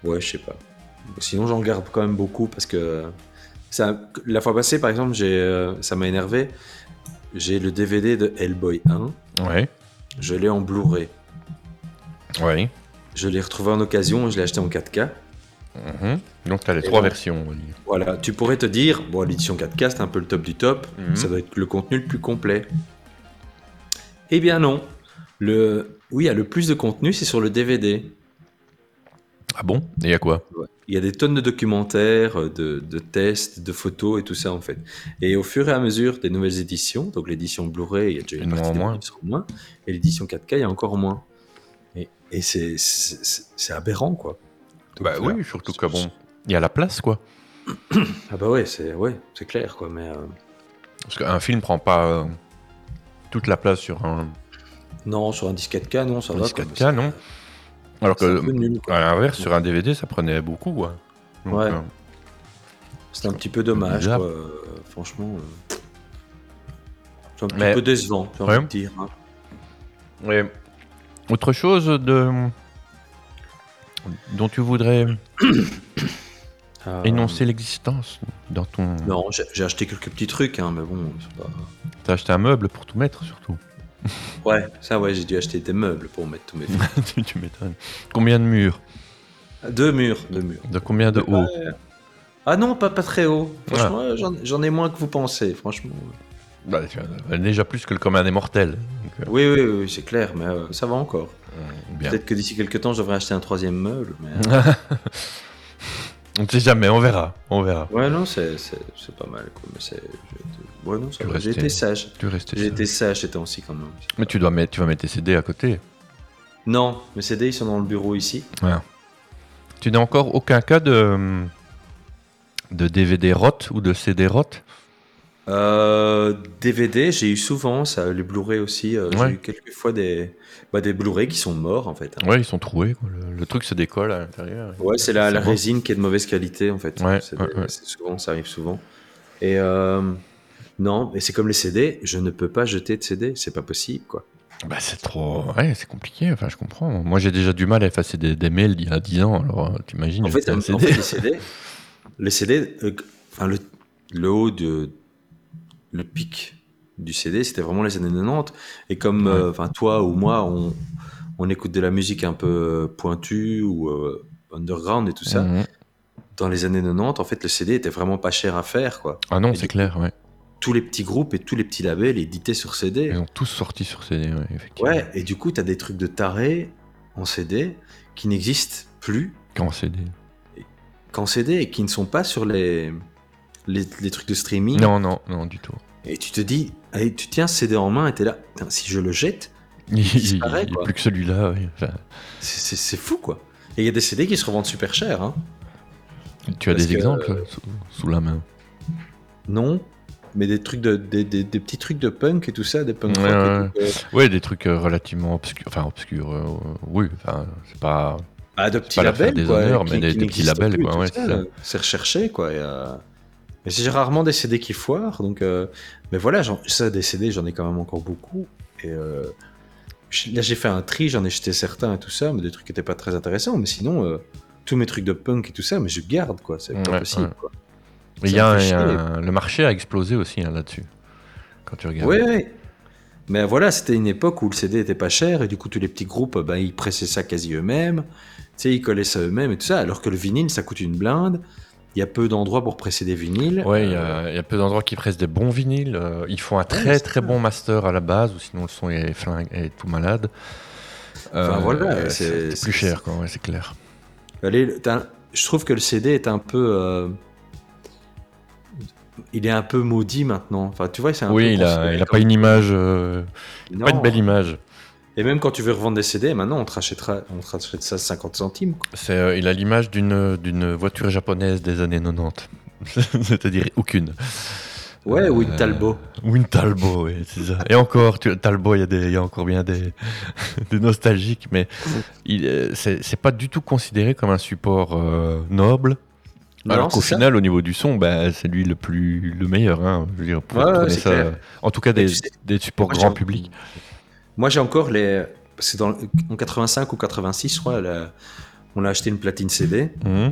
ouais, je sais pas. Sinon, j'en garde quand même beaucoup parce que ça, la fois passée, par exemple, j'ai, euh, ça m'a énervé. J'ai le DVD de Hellboy 1.
Ouais,
Je l'ai en Blu-ray.
ouais.
Je l'ai retrouvé en occasion. Je l'ai acheté en 4K.
Mhm. Donc, tu as les
Et
trois
donc-
versions. on va dire.
Voilà. Tu pourrais te dire, bon, l'édition 4K, c'est un peu le top du top.
Mhm.
Ça doit être le contenu le plus complet. Eh bien non. Le, oui, il y a le plus de contenu, c'est sur le DVD.
Ah bon Et il y a quoi
Il y a des tonnes de documentaires, euh, de, de tests, de photos et tout ça en fait. Et au fur et à mesure des nouvelles éditions, donc l'édition Blu-ray, il y a déjà
Il y
une
en a
partie
en
des
moins.
bonus en moins, et l'édition 4K, il y a encore moins. Et, et c'est- c'est c'est- c'est aberrant quoi. Donc,
Bah
voilà.
oui, surtout que bon, il y a la place, quoi.
Ah bah ouais, c'est ouais, c'est clair quoi. Mais euh,
Parce qu'un film prend pas euh, toute la place sur un,
non, sur un disque 4K, non, ça
un
va.
disque
quoi,
4K,
c'est-
non Alors
c'est
que,
un peu nul, quoi.
à l'inverse, sur un DVD, ça prenait beaucoup, ouais. Donc,
Ouais.
euh,
C'est un petit peu dommage
Bizarre.
quoi. euh, Franchement, euh, c'est un petit
Mais-
peu décevant, j'ai envie
Ouais.
de dire. hein.
ouais. euh, Autre chose de dont tu voudrais
Euh,
énoncer l'existence dans ton...
Non, j'ai j'ai acheté quelques petits trucs, hein, mais bon, c'est pas.
T'as acheté un meuble pour tout mettre, surtout.
Ouais, ça ouais, j'ai dû acheter des meubles pour mettre tous mes films.
tu tu m'étonnes. Combien de murs
deux murs, deux murs.
De combien de hauts
Ah non, pas, pas très haut. Franchement,
Ah.
j'en- j'en ai moins que vous pensez, franchement.
Bah, euh, Déjà plus que le commun des mortels. Donc,
Oui, oui, oui, oui, c'est clair, mais euh, ça va encore.
euh, bien.
euh, Peut-être que d'ici quelques temps, je devrais acheter un troisième meuble, mais...
On ne sait jamais, on verra. On verra.
Ouais, non, c'est c'est- c'est pas mal. Quoi. Mais c'est- j'ai- ouais, non, ça
Tu
va, j'ai
restais-
été sage.
tu restais
J'ai
sage.
été sage, j'étais aussi quand même.
Mais tu, dois mettre, tu vas mettre tes CD à côté.
Non, mes CD, ils sont dans le bureau ici.
Ouais. Tu n'as encore aucun cas de, de DVD rot ou de CD rot
Euh, DVD, j'ai eu souvent ça, les Blu-ray aussi. euh,
Ouais.
J'ai eu quelques fois des, bah, des Blu-ray qui sont morts en fait. hein.
Ouais, ils sont troués. quoi. Le, le truc se décolle à l'intérieur.
Ouais, c'est la, la
résine.
résine qui est de mauvaise qualité en fait.
Ouais,
c'est
ouais, ouais.
c'est souvent, ça arrive souvent. Et euh, non, et c'est comme les CD, je ne peux pas jeter de CD, c'est pas possible quoi.
Bah, c'est trop. Ouais, c'est compliqué. Enfin, je comprends. Moi, j'ai déjà du mal à effacer des, des mails d'il y a 10 ans. Alors, euh, t'imagines
En fait,
jeter un
en- en
CD.
fait, les CD, les CD, euh, enfin le, le haut de le pic du CD, c'était vraiment les années 90. Et comme, euh, enfin toi ou moi, on, on écoute de la musique un peu euh, pointue ou euh, underground et tout ça.
Mhm.
Dans les années 90, en fait, le CD était vraiment pas cher à faire, quoi.
Ah non,
Et
c'est
du-
clair, ouais.
Tous les petits groupes et tous les petits labels édités sur CD.
Ils ont tous sorti sur CD, ouais, effectivement.
Ouais, et du coup, t'as des trucs de tarés en CD qui n'existent plus
Qu'en CD.
qu'en CD et qui ne sont pas sur les, les, les trucs de streaming.
Non, non, non, du tout.
Et tu te dis, allez, tu tiens ce CD en main et t'es là, Putain, si je le jette,
Il il-
disparaît,
il y a
quoi.
plus que celui-là, ouais. Enfin,
c'est- c'est c'est fou quoi. Et il y a des CD qui se revendent super cher. Hein.
tu as
Parce
des
que,
exemples
euh,
sous, sous la main.
Non, mais des trucs de des, des- des petits trucs de punk et tout ça, des punk
Ouais,
rock et
ouais.
tout, euh,
Ouais, des trucs euh, relativement obscurs. Enfin, obscurs, euh, oui. Enfin, c'est pas.
bah, de
c'est
petits
pas leur faire
labels
des
quoi,
honneurs,
qui-
mais des-
qui
des petits
n'existent
labels,
plus et
quoi,
tout
ouais,
ça.
c'est ça.
Euh, c'est recherché quoi. et, euh, Mais j'ai rarement des CD qui foirent, donc euh, mais voilà, j'en- ça des CD j'en ai quand même encore beaucoup et euh, j'ai- là j'ai fait un tri, j'en ai jeté certains et tout ça, mais des trucs qui étaient pas très intéressants, mais sinon euh, tous mes trucs de punk et tout ça, mais je garde quoi, c'est
Ouais,
pas possible
ouais.
quoi.
Il y
Ça
a
me fait
un-
chier.
un- le marché a explosé aussi hein, là-dessus. Quand tu regardes.
Ouais, ouais. Mais voilà, c'était une époque où le CD était pas cher et du coup tous les petits groupes, ben, ils pressaient ça quasi eux-mêmes. Tu sais, ils collaient ça eux-mêmes et tout ça. Alors que le vinyle, ça coûte une blinde. Il y a peu d'endroits pour presser des vinyles.
Ouais, il y,
Euh,
a- il y a peu d'endroits qui pressent des bons vinyles. euh, ils font un très
c'est
très bon master à la base, ou sinon le son est flingue, est tout malade.
Enfin, voilà,
euh,
c'est-
c'est c'est
c'est-
plus cher, quoi. ouais, c'est clair.
allez, le- t'as- je trouve que le CD est un peu. euh, Il est un peu maudit maintenant. Enfin, tu vois, c'est un peu
Oui, il a,
considéré
il a
comme-
pas une image, euh, pas
Non.
une belle image.
Et même quand tu veux revendre des CD, maintenant on te rachètera, on te rachète ça 50 centimes. quoi.
C'est, euh, il a l'image d'une d'une voiture japonaise des années 90. C'est-à-dire aucune.
Ouais, ou une
Euh,
Talbot.
Ou une Talbot, oui, c'est ça. Et encore, tu, Talbot, il y, a des- il y a encore bien des, des nostalgiques, mais il, euh, c'est c'est pas du tout considéré comme un support euh, noble.
Non,
Alors qu'au
c'est ça.
final, au niveau du son, bah, c'est lui le plus le meilleur. hein. Je veux dire, pour
Ouais, ouais,
tourner
c'est
ça,
clair.
euh, en tout cas,
Mais
des,
tu sais,
des supports
moi,
grand
j'ai-
public.
Moi, j'ai encore les. C'est dans le- en 85 ou 86, je crois, la- on a acheté une platine CD.
Mhm.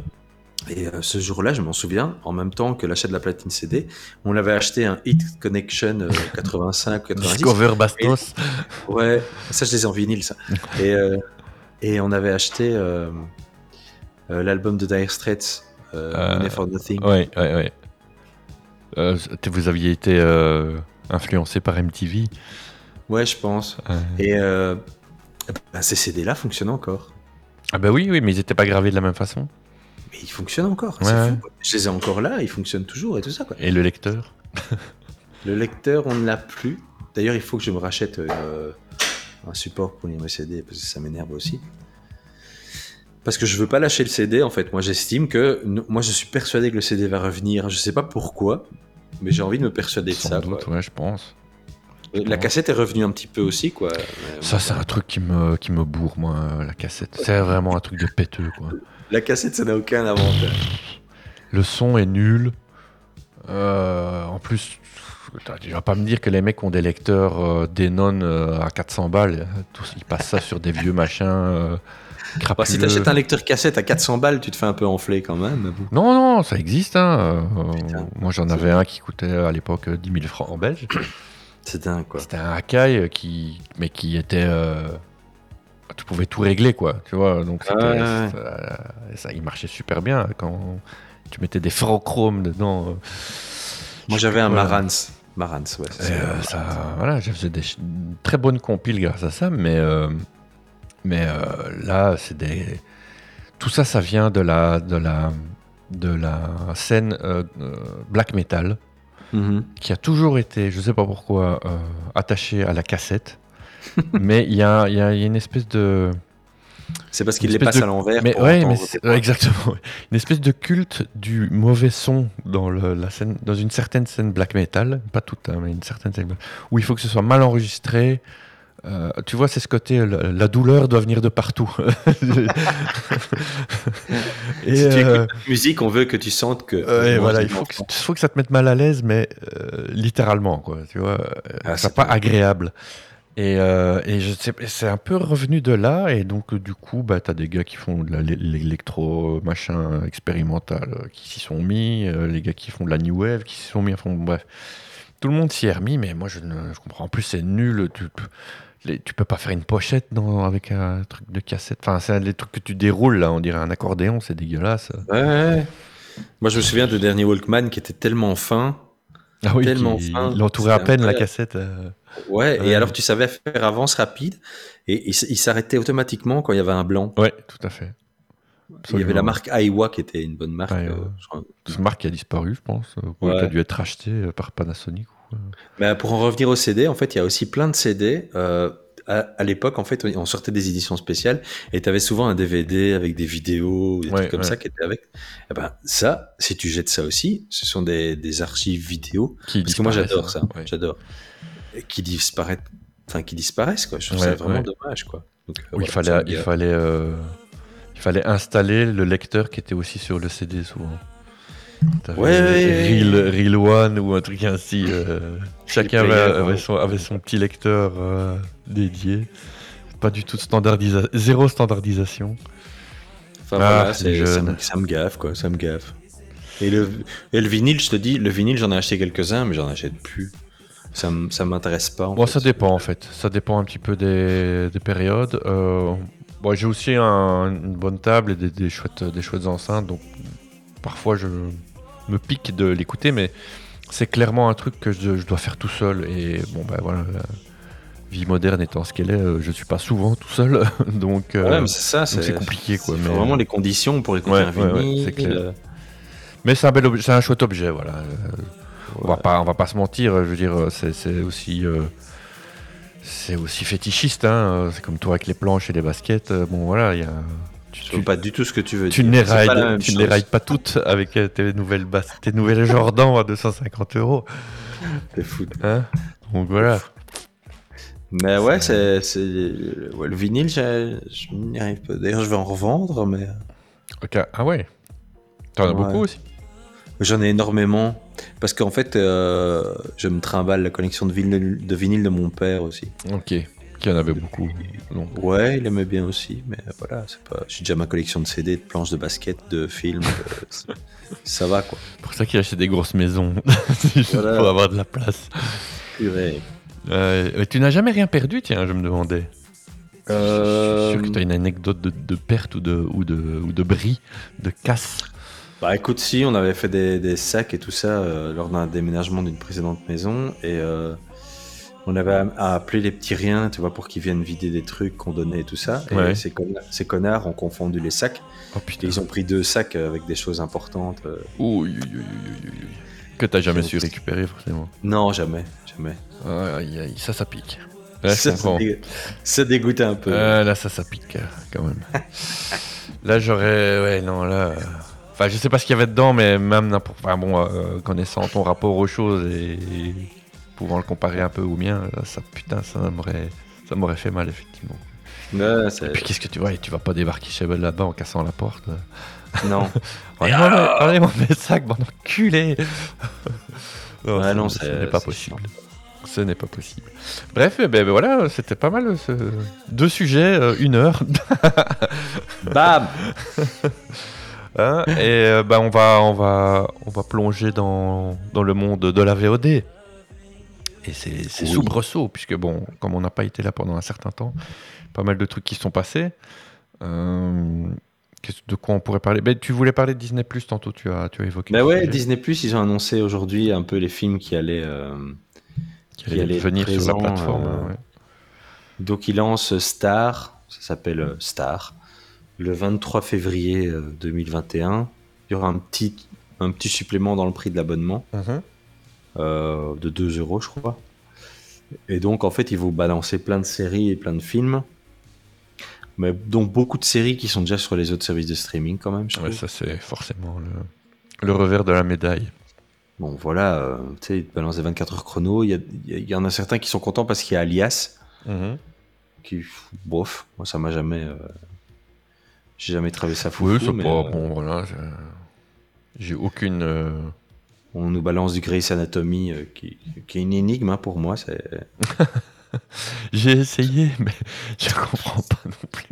Et euh, ce jour-là, je m'en souviens, en même temps que l'achat de la platine CD, on avait acheté un Hit Connection euh, 85 86.
Discover Bastos.
Ouais, ça, je les ai en vinyle, ça. Et, euh, et on avait acheté euh, euh, l'album de Dire Straits, euh,
Euh,
Money for Nothing.
Ouais, ouais, ouais. Euh, t- vous aviez été euh, influencé par MTV.
Ouais, je pense.
Euh,
Et euh, bah, ces CD-là fonctionnent encore.
Ah bah oui, oui, mais ils n'étaient pas gravés de la même façon.
Mais ils fonctionnent encore.
Ouais,
c'est
ouais.
fou, quoi. Je les ai encore là, ils fonctionnent toujours et tout ça, quoi.
Et le lecteur
Le lecteur, on ne l'a plus. D'ailleurs, il faut que je me rachète euh, un support pour lire mes CD parce que ça m'énerve aussi. Parce que je veux pas lâcher le CD en fait. Moi, j'estime que no- moi, je suis persuadé que le CD va revenir. Je sais pas pourquoi, mais j'ai envie de me persuader de
Sans
ça.
doute,
quoi.
ouais, je pense.
Euh, La cassette est revenue un petit peu aussi, quoi. Mais
Ça,
bon.
c'est un truc qui me, qui me bourre, moi, euh, la cassette. C'est vraiment un truc de péteux, quoi.
La cassette, ça n'a aucun avantage.
Le son est nul. Euh, en plus, putain, tu vas pas me dire que les mecs ont des lecteurs euh, Denon euh, à 400 balles. Tous, ils passent ça sur des vieux machins euh,
Bah, si
crapuleux.
t'achètes un lecteur cassette à 400 balles, tu te fais un peu enfler quand même. mais bon.
Non, non, ça existe. hein. Euh,
Putain.
moi, j'en avais un qui coûtait à l'époque euh, 10 000 francs en belge.
C'est dingue, quoi.
C'était un Akai euh, qui, mais qui était. euh, Tu pouvais tout régler, quoi. Tu vois, donc c'était-
Ah, Ouais, ouais,
ça-
ouais.
ça- il marchait super bien hein, quand tu mettais des ferrochromes dedans. euh.
Moi, j'avais un
Voilà.
Marantz. Marantz, ouais. c'est
Et,
ça.
euh, ça, voilà, je faisais des ch- très bonnes compiles grâce à ça, mais, euh, mais euh, là, c'est des. Tout ça, ça vient de la, de la, de la scène euh, euh, black metal, mm-hmm. qui a toujours été, je sais pas pourquoi, euh, attachée à la cassette. mais il y a, y, a, y a, une espèce de.
C'est parce qu'il les passe de... à l'envers.
Mais, ouais, mais c'est... Ouais, exactement. Une espèce de culte du mauvais son dans, le, la scène, dans une certaine scène black metal, pas toute, hein, mais une certaine scène, où il faut que ce soit mal enregistré. Euh, tu vois, c'est ce côté, la, la, douleur doit venir de partout.
et si tu euh... écoutes la musique, on veut que tu sentes que.
Euh, voilà, il faut que, faut que, ça te mette mal à l'aise, mais euh, littéralement, quoi. Tu vois, ah, c'est pas bien. agréable. Et, euh, et je sais, c'est un peu revenu de là, et donc du coup, bah, t'as des gars qui font de la, l'électro machin expérimental euh, qui s'y sont mis, euh, les gars qui font de la new wave qui s'y sont mis, enfin, bref, tout le monde s'y est remis, mais moi je ne je comprends. En plus, c'est nul, tu, les, tu peux pas faire une pochette dans, avec un truc de cassette, enfin, c'est les trucs que tu déroules là, on dirait un accordéon, c'est dégueulasse.
Ouais, ouais. Moi je me souviens du dernier Walkman qui était tellement fin.
Ah oui, tellement qui, fin. Il entourait à peine la cassette. Euh...
Ouais, ouais, et alors tu savais faire avance rapide et il, s'arrêtait automatiquement quand il y avait un blanc.
Ouais, tout à fait.
Absolument. Il y avait la marque Aiwa qui était une bonne marque. Euh,
Cette marque qui a disparu, je pense, ou ouais. qui a dû être rachetée par Panasonic.
Mais pour en revenir au CD, en fait, il y a aussi plein de CD. Euh, à, à l'époque, en fait, on sortait des éditions spéciales et tu avais souvent un DVD avec des vidéos ou des ouais, trucs comme ça qui étaient avec. Et ben, ça, si tu jettes ça aussi, ce sont des, des archives vidéo. Qui hein, parce que moi, j'adore ça. ça j'adore qui disparaissent, enfin qui disparaissent quoi. Je trouve ouais, ça vraiment ouais. dommage quoi. euh,
Donc, oui, voilà, il fallait, il fallait, euh, il fallait installer le lecteur qui était aussi sur le CD souvent. T'avais ouais, Real, Real, One ou un truc ainsi. Euh, chacun avait, avait, son, avait, son, petit lecteur euh, dédié. Pas du tout de standardisation, zéro standardisation.
Enfin, ah, voilà, c'est, je... ça, me, ça me gaffe quoi, ça me gaffe. Et le, et le vinyle, je te dis, le vinyle, j'en ai acheté quelques-uns, mais j'en achète plus ça, ça m'intéresse pas. En
bon, fait. ça dépend en fait. Ça dépend un petit peu des, des périodes. Euh, bon, j'ai aussi un, une bonne table et des, des, chouettes, des chouettes enceintes, donc parfois je me pique de l'écouter, mais c'est clairement un truc que je, je dois faire tout seul. Et bon, ben bah, voilà. La vie moderne étant ce qu'elle est, euh, je suis pas souvent tout seul, donc
ouais,
euh,
mais c'est ça,
c'est, c'est compliqué quoi. euh,
C'est mais... vraiment les conditions pour écouter ouais, un vinyle. Ouais,
c'est clair. Euh... Mais c'est un bel objet, c'est un chouette objet, voilà. On va pas, on va pas se mentir. Je veux dire, c'est, c'est aussi, euh, c'est aussi fétichiste. Hein, c'est comme toi avec les planches et les baskets. euh, Bon, voilà, il y a.
Tu, tu pas du tout ce que tu veux.
Tu ne les rides pas toutes avec euh, tes nouvelles bas- tes nouvelles Jordan à 250 euros.
T'es fou.
Hein Donc voilà.
Mais ouais, c'est, c'est... Ouais, le vinyle, je n'y arrive pas. D'ailleurs, je vais en revendre, mais.
Ok. Ah ouais. T'en as ouais. beaucoup aussi.
J'en ai énormément. Parce qu'en fait, euh, je me trimballe la collection de vinyles de, vinyle de mon père aussi.
Ok, qui en avait beaucoup. Non.
Ouais, il aimait bien aussi, mais voilà, c'est pas. J'ai déjà ma collection de CD, de planches, de baskets, de films. euh, ça va quoi.
Pour ça qu'il achetait des grosses maisons. Juste voilà. pour avoir de la place.
Purée.
Euh, tu n'as jamais rien perdu, tiens, je me demandais. Euh, Je suis sûr que tu as une anecdote de, de, perte ou de, ou, de, ou de bris, de casse.
Bah écoute, si, on avait fait des, des sacs et tout ça euh, lors d'un déménagement d'une précédente maison et euh, on avait à, à, appeler les petits riens, tu vois, pour qu'ils viennent vider des trucs qu'on donnait et tout ça. Et ouais. ces, connards, ces, connards, ont confondu les sacs. Oh, et ils ont pris deux sacs euh, avec des choses importantes. Euh,
Ouh, oui, oui, oui, Que t'as jamais su récupérer, forcément.
Non, jamais, jamais.
Aïe, aïe, ça, ça pique. Là, ça,
ça, dé... ça, dégoûte un peu.
là, ça, ça pique euh, quand même. là, j'aurais. Ouais, non, là. euh, Enfin, je sais pas ce qu'il y avait dedans, mais même n'importe. Enfin, bon, euh, connaissant ton rapport aux choses et, et, pouvant le comparer un peu au mien, ça, putain, ça m'aurait, ça m'aurait fait mal, effectivement.
Non, c'est...
et puis, qu'est-ce que tu vois Tu vas pas débarquer chez Belle là-bas en cassant la porte
Non.
Regardez mon sac, bon enculé
Non, ouais, non
ce n'est pas possible. Chiant. Ce n'est pas possible. Bref, ben, ben voilà, c'était pas mal. Ce... Deux sujets, euh, une heure.
Bam
Hein et euh, bah, on, va, on, va, on va plonger dans, dans le monde de la VOD. Et c'est, c'est oui. soubresaut, puisque bon, comme on n'a pas été là pendant un certain temps, pas mal de trucs qui sont passés. Euh, de quoi on pourrait parler ben, Tu voulais parler de Disney Plus tantôt, tu as, tu as évoqué.
Bah ouais, Disney Plus, ils ont annoncé aujourd'hui un peu les films qui allaient, euh,
qui qui allaient, allaient venir présent, sur la plateforme. Ouais.
Donc ils lancent euh, Star, ça s'appelle Star le 23 février 2021. Il y aura un petit, un petit supplément dans le prix de l'abonnement
Mhm.
euh, de 2 euros, je crois. Et donc, en fait, ils vont balancer plein de séries et plein de films, mais dont beaucoup de séries qui sont déjà sur les autres services de streaming quand même. je
Ouais,
trouve.
ça c'est forcément le, le revers de la médaille.
Bon, voilà, euh, tu sais, ils te balancent des 24 heures chrono. Il y, a- il y a- il y en a certains qui sont contents parce qu'il y a Alias,
Mhm.
qui, pff, bof, moi ça m'a jamais. euh, J'ai jamais traversé ça fou.
Oui,
fou,
c'est
mais,
pas
euh,
bon, voilà. je- J'ai aucune. euh,
On nous balance du Grey's Anatomy, euh, qui, qui est une énigme hein, pour moi. C'est
J'ai essayé, mais je comprends pas non plus.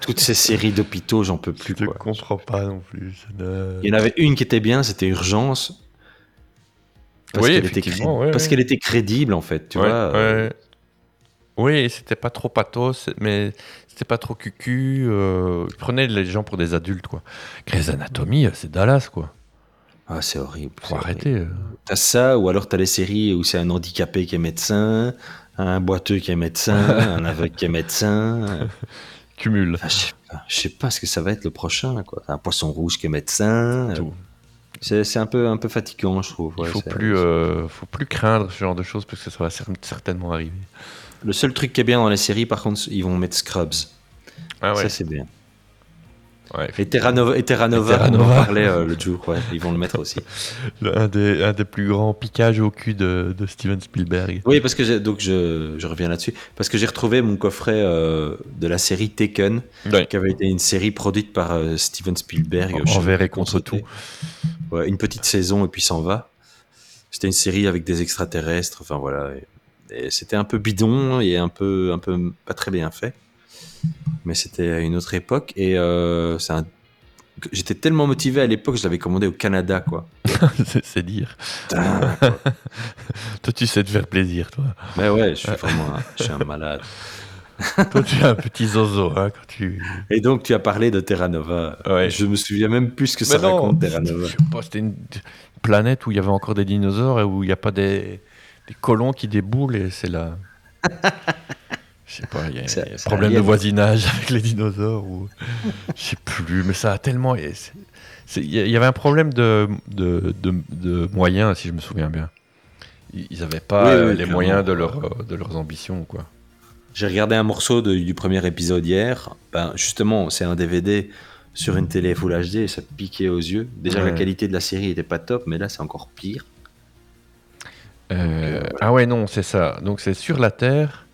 toutes ces séries d'hôpitaux, j'en peux plus.
Je
quoi.
comprends pas non plus. ça ne-
Il y en avait une qui était bien, c'était Urgence. Parce
Oui,
qu'elle était,
effectivement,
cré-
ouais,
parce
ouais.
qu'elle était crédible en fait, tu
Ouais,
vois. euh,
ouais. Oui, c'était pas trop pathos, mais c'était pas trop cucu. Euh... Ils prenaient les gens pour des adultes, quoi. Grey's Anatomy, euh, c'est Dallas, quoi.
Ah, c'est horrible.
Faut
c'est
arrêter. euh.
T'as ça, ou alors t'as les séries où c'est un handicapé qui est médecin, un boiteux qui est médecin, un aveugle qui est médecin.
Cumule.
Enfin, Ah, je sais pas- je sais pas ce que ça va être le prochain. Quoi. Un poisson rouge qui est médecin. euh,
Tout.
C'est c'est un peu, un peu fatigant, je trouve.
Il
ouais,
faut
c'est-
plus, euh, faut plus craindre ce genre de choses parce que ça va cer- certainement arriver.
Le seul truc qui est bien dans les séries, par contre, ils vont mettre Scrubs.
Ah ouais.
Ça, c'est bien.
ouais.
Et Terra Nova, et Terra Nova,
Terra
on en
Nova.
parlait euh, le jour. ouais, ils vont le mettre aussi.
Le- un, des, un des plus grands piquages au cul de, de Steven Spielberg.
Oui, parce que j'ai- donc je, je reviens là-dessus. Parce que j'ai retrouvé mon coffret euh, de la série Taken,
Ouais.
qui avait été une série produite par euh, Steven Spielberg. euh,
En-
je sais
envers
pas
et contre
quand c'était. Ouais, une petite saison et puis s'en va. C'était une série avec des extraterrestres. Enfin voilà. Et, et c'était un peu bidon et un peu, un peu pas très bien fait. Mais c'était à une autre époque et euh, c'est un- J'étais tellement motivé à l'époque, je l'avais commandé au Canada, quoi.
C'est- c'est dire. Ah,
Putain,
Toi, tu sais te faire plaisir, toi.
Mais Bah ouais, je suis vraiment, un- je suis un malade.
toi, tu es un petit zozo hein, quand tu.
Et donc, tu as parlé de Terra Nova.
Ouais.
Je me souviens même plus ce que ça
Mais non.
raconte, Terra Nova.
Je sais pas, C'était une une planète où il y avait encore des dinosaures et où il n'y a pas des, des colons qui déboulent et c'est là. Je sais pas, il y a
C'est-
il y a
c'est
problème de
alien.
voisinage avec les dinosaures ou. Je sais plus, mais ça a tellement. et c'est- c'est- Il y a- il y avait un problème de, de, de- de moyens, si je me souviens bien. Ils ils avaient pas
Oui, oui,
euh, les
clairement.
moyens de, leur, euh, de leurs ambitions, quoi.
J'ai regardé un morceau de- du premier épisode hier. Ben, justement, c'est un DVD sur une télé Full HD et ça piquait aux yeux. Déjà,
Ouais.
la qualité de la série était pas top, mais là, c'est encore pire.
Euh, ah ouais, non, c'est ça. Donc c'est sur la Terre.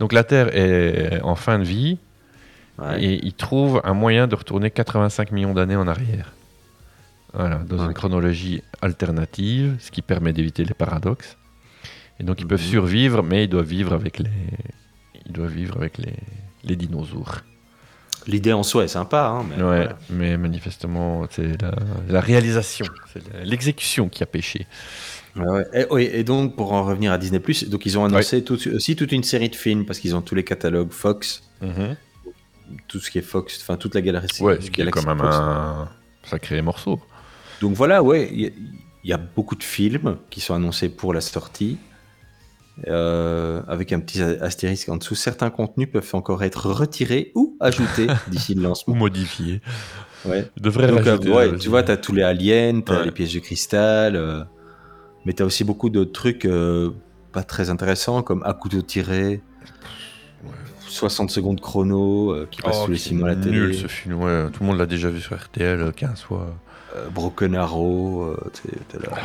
Donc la Terre est en fin de vie
Ouais.
et ils trouvent un moyen de retourner 85 millions d'années en arrière. Voilà, dans une
Ok.
chronologie alternative, ce qui permet d'éviter les paradoxes. Et donc ils peuvent
Mhm.
survivre, mais ils doivent vivre avec les, ils doivent vivre avec les, les dinosaures.
L'idée en soi est sympa, hein, mais
Ouais,
voilà.
mais manifestement, c'est la, la réalisation, c'est la- l'exécution qui a péché.
Ah Ouais, ouais. Et, oui, et donc, pour en revenir à Disney+, donc ils ont annoncé tout- aussi toute une série de films parce qu'ils ont tous les catalogues Fox, tout ce qui est Fox, enfin toute la galerie.
Ouais, ce qui est
galaxie
quand même
Fox.
un sacré morceau.
Donc voilà, ouais, il y, a- il y a beaucoup de films qui sont annoncés pour la sortie, euh, avec un petit a- astérisque en dessous. Certains contenus peuvent encore être retirés ou ajoutés d'ici le
ou
lancement.
modifié.
Ouais.
Il devrait
Donc, euh,
rajouter,
ouais,
euh,
tu vois, t'as tous les aliens, t'as
Ouais.
les pièges de cristal, euh, mais t'as aussi beaucoup de trucs euh, pas très intéressants comme à couteau tiré. 60 secondes chrono euh, qui
Oh,
passent tous les
c'est
6 mois à la télé.
Nul ce film, ouais. Tout le monde l'a déjà vu sur RTL euh, 15 fois.
Euh, Broken Arrow, euh, t'es- t'es là.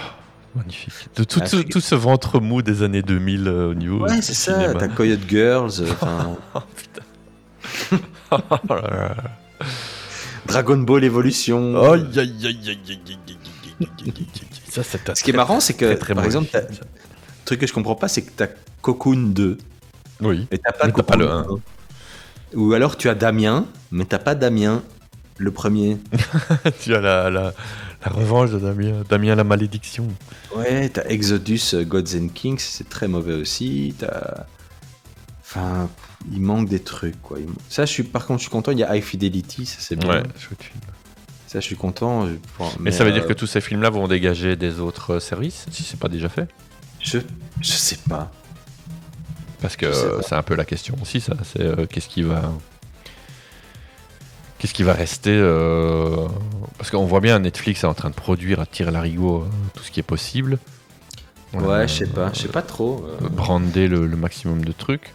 Magnifique. De tout,
Ah,
tout-
c'est-
tout ce ventre mou des années 2000 euh, au niveau.
Ouais,
du
c'est ça,
cinéma.
t'as Coyote Girls, euh, enfin,
Oh putain. oh là là.
Dragon Ball Evolution. Euh,
Aïe, aïe, aïe, aïe, aïe, aïe, aïe, aïe, aïe, aïe, aïe. Ça, c'est un
Ce qui est
très,
marrant, c'est que,
très, très
par
mauvais
exemple,
film,
t'as-
ça.
le truc que je comprends pas, c'est que t'as Cocoon 2,
Oui.
mais t'as pas,
Mais t'as pas
Cocoon
le un.
1. Ou alors tu as Damien, mais t'as pas Damien, le premier.
tu as la, la, la revanche de Damien. Damien, la malédiction.
Ouais, t'as Exodus, euh, Gods and Kings, c'est très mauvais aussi. T'as. Enfin, il manque des trucs, quoi. Il- Ça, je suis, par contre, je suis content, il y a High Fidelity, ça c'est bien.
Ouais, chouette film.
Ça, je suis content. je- enfin,
Mais, ça veut
euh,
dire que tous ces films-là vont dégager des autres euh, services, si c'est pas déjà fait
Je, je sais pas.
Parce que
Je sais
euh,
pas.
c'est un peu la question aussi, ça. C'est euh, qu'est-ce qui va, qu'est-ce qui va rester euh, Parce qu'on voit bien Netflix est en train de produire à tir larigot euh, tout ce qui est possible.
Ouais, je sais pas, je sais pas trop. euh.
Brander le, le maximum de trucs.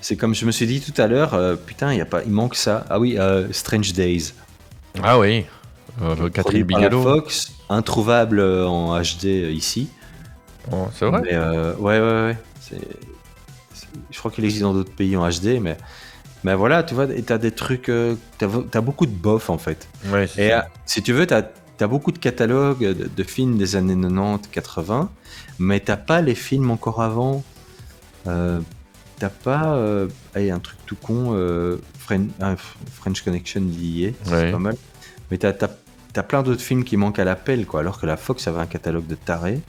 C'est comme je me suis dit tout à l'heure, euh, putain, il y a pas, il manque ça. Ah oui, euh, Strange Days.
Ah oui. Euh, Catherine
Produit par la
Bigelow.
Fox, introuvable euh, en HD ici.
Oh, c'est vrai.
Mais, euh, ouais, ouais, ouais. C'est- c'est- je crois qu'il existe dans d'autres pays en HD, mais, mais voilà, tu vois, et t'as des trucs, euh, t'as, t'as beaucoup de bof en fait.
Ouais, c'est
Et
ça.
euh, si tu veux, t'as, t'as beaucoup de catalogues de, de films des années 90, 80, mais t'as pas les films encore avant. Euh, t'as pas, euh, allez, un truc tout con, euh, Fren- ah, F- French Connection d'y est, ça,
Ouais.
c'est pas mal. Mais t'as, t'as, t'as plein d'autres films qui manquent à l'appel, quoi, alors que la Fox avait un catalogue de tarés.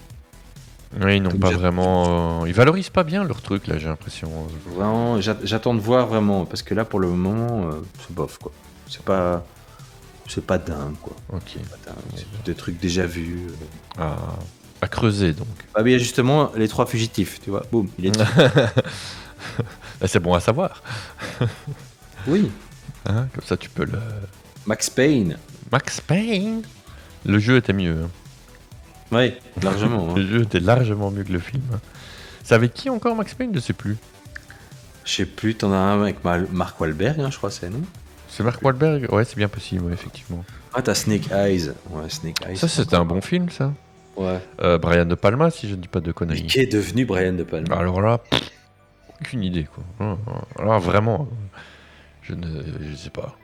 Oui, ils n'ont
Comme
pas
j'ai-
vraiment. euh, Ils valorisent pas bien leur truc là, j'ai l'impression.
Vraiment, j'a- j'attends de voir vraiment, parce que là pour le moment, euh, c'est bof quoi. C'est pas, c'est pas dingue quoi.
Ok.
C'est pas dingue, c'est des trucs déjà vus. euh.
À, à creuser donc.
Ah oui, il y a justement les trois fugitifs, tu vois. Boum, il est.
Bah, c'est bon à savoir.
oui.
Hein, Comme ça, tu peux le.
Max Payne.
Max Payne. Le jeu était mieux. hein.
Oui, largement.
Le
hein.
jeu était largement mieux que le film. C'est avec qui encore Max Payne Je sais plus.
Je sais plus, t'en as un avec Ma- Mark Wahlberg, hein, je crois, c'est non
C'est Mark Wahlberg Ouais, c'est bien possible, ouais, effectivement.
Ah, t'as Snake Eyes. Ouais, Snake Eyes.
Ça, c'était un bon film, ça.
Ouais.
Euh, Brian De Palma, si je ne dis pas de
Mais
conneries.
qui est devenu Brian De Palma
Alors là, pff, aucune idée, quoi. Hein, Alors vraiment, hein, je ne je sais pas.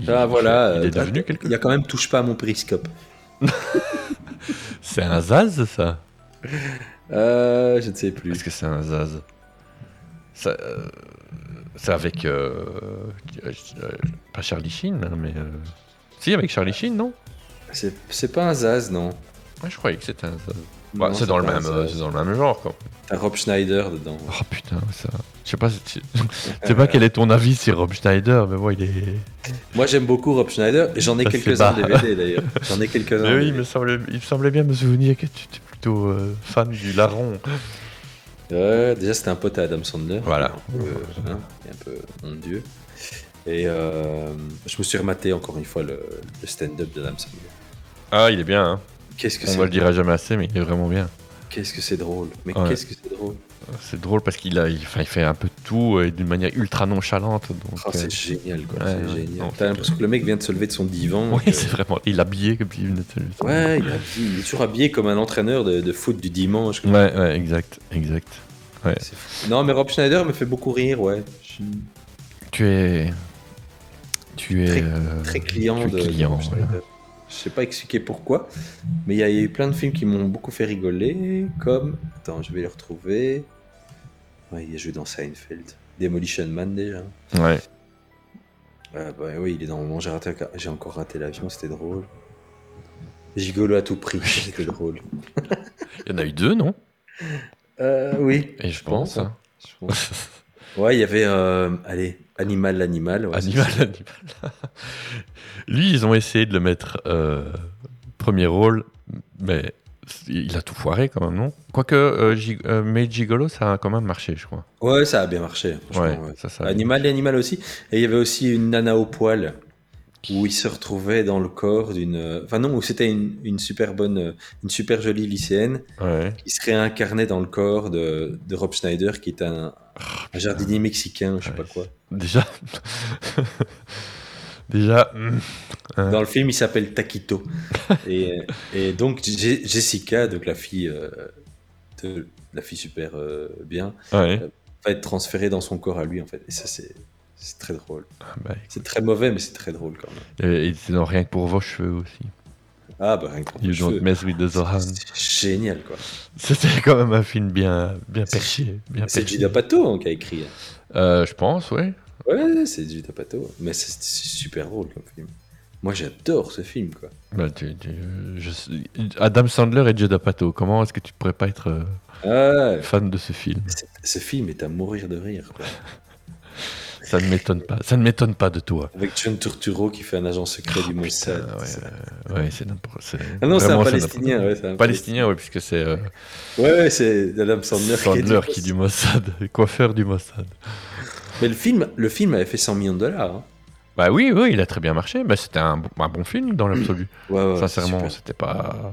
Il-
Ah voilà.
Il est
euh,
devenu
t'as-
quelque
Il y a quand même Touche pas à mon périscope.
C'est un Zaz, ça
Euh, je ne sais plus.
Est-ce que c'est un Zaz Ça, euh, C'est avec. euh, euh, euh, pas Charlie Sheen, hein, mais. euh, Si, avec Charlie Sheen, non
C'est c'est pas un Zaz, non.
Ouais, Je croyais que c'était un Zaz. Ouais,
Non,
c'est dans, le
pas un
même,
Zaz.
euh, c'est dans le même genre, quoi.
T'as Rob Schneider dedans.
Oh putain, ça. Je sais pas, si- je sais pas quel est ton avis sur Rob Schneider, mais moi, il est.
Moi j'aime beaucoup Rob Schneider, et j'en ai
Ça,
quelques-uns
c'est bas.
DVD d'ailleurs. J'en ai quelques-uns.
Mais oui, il me, semblait, il me semblait bien me souvenir que tu étais plutôt euh, fan du larron.
Ouais, déjà c'était un pote à Adam Sandler.
Voilà.
Un peu, hein, qui est un peu mon dieu. Et euh, je me suis rematé encore une fois le, le stand-up d'Adam Sandler.
Ah, il est bien, hein.
Qu'est-ce que
on
c'est
ne le dira jamais assez, mais il est vraiment bien.
Qu'est-ce que c'est drôle. Mais
Ouais.
qu'est-ce que c'est drôle.
C'est drôle parce qu'il a, il, enfin, il fait un peu de tout euh, et d'une manière ultra nonchalante. Donc,
Oh,
euh,
c'est génial quoi.
ouais,
c'est
ouais.
génial.
Non,
T'as l'impression que le mec vient de se lever de son divan.
oui,
que-
c'est vraiment. Il est habillé comme s'il venait de se lever.
Ouais, il est, habillé- il est toujours habillé comme un entraîneur de, de foot du dimanche. quoi.
ouais, ouais, exact, exact.
C'est fou. Non, mais Rob Schneider me fait beaucoup rire, ouais. Je suis
Tu es, tu es
Très-
euh,
très client
tu es
de
client,
de Rob
voilà.
Schneider. Je sais pas expliquer pourquoi, mais il y, a il y a eu plein de films qui m'ont beaucoup fait rigoler, comme... Attends, je vais les retrouver. Ouais, il a joué dans Seinfeld. Demolition Man, déjà.
Ouais.
Ah, bah oui, il est dans Mon j'ai raté un- j'ai encore raté l'avion, c'était drôle. Gigolo à tout prix, c'était drôle.
Il y en a eu deux, non
Euh, oui,
Et je pense.
pense,
hein.
je pense. Ouais, il y avait... euh, allez, Animal, l'animal. ouais,
Animal,
c'est-
animal. Lui, ils ont essayé de le mettre euh, premier rôle, mais il a tout foiré quand même, non Quoique, euh, Gi- euh, mais Gigolo, ça a quand même marché, je crois.
Ouais, ça a bien marché. franchement,
Ouais,
ouais.
ça, ça a bien
Animal et animal aussi. Et il y avait aussi une nana au poil où il se retrouvait dans le corps d'une. Enfin, non, où c'était une, une super bonne, euh, une super jolie lycéenne
Ouais.
qui se réincarnait dans le corps de, de Rob Schneider qui est un, un jardinier mexicain, je sais
Ouais.
pas quoi.
Ah, Déjà. Déjà. mm.
Dans le film, il s'appelle Taquito. et, et donc, Je- Jessica, donc la fille, euh, de- la fille super euh, bien,
Ouais.
va être transférée dans son corps à lui, en fait. Et ça, c'est c'est très drôle.
Ah bah,
C'est très mauvais, mais c'est très drôle quand même.
Euh, et et c'est dans Rien que pour vos cheveux aussi.
Ah bah rien que pour
You
les
don't
cheveux.
mess with the Zohan.
C'est génial quoi.
C'était quand même un film bien, bien perché. Bien
C'est
perché.
Judah Pato hein, qui a écrit.
Euh, je pense, ouais.
Ouais, c'est Judah Pato. Mais c'est c'est super drôle comme film. Moi j'adore ce film quoi.
Bah, tu- tu- je suis- Adam Sandler et Judd Apatow, comment est-ce que tu pourrais pas être euh,
Ah,
fan de ce film
c'est- ce film est à mourir de rire quoi.
Ça ne m'étonne pas. Ça ne m'étonne pas de toi.
Avec John Turturro qui fait un agent secret du Mossad.
Ah
C'est-
ouais, ouais, c'est n'importe c'est-
Ah non, c'est un
vraiment,
Palestinien.
n'importe
Ouais, c'est un
quoi. Palestinien, oui, puisque c'est euh,
Ouais, ouais, c'est Adam Sandler, qui est
Sandler
du-
qui est du Mossad, coiffeur du Mossad.
Mais le film, le film avait fait 100 millions de dollars. hein.
Bah oui, oui, il a très bien marché. Bah, c'était un, un bon film dans l'absolu.
Ouais, ouais,
Sincèrement,
super.
c'était pas.
Ça,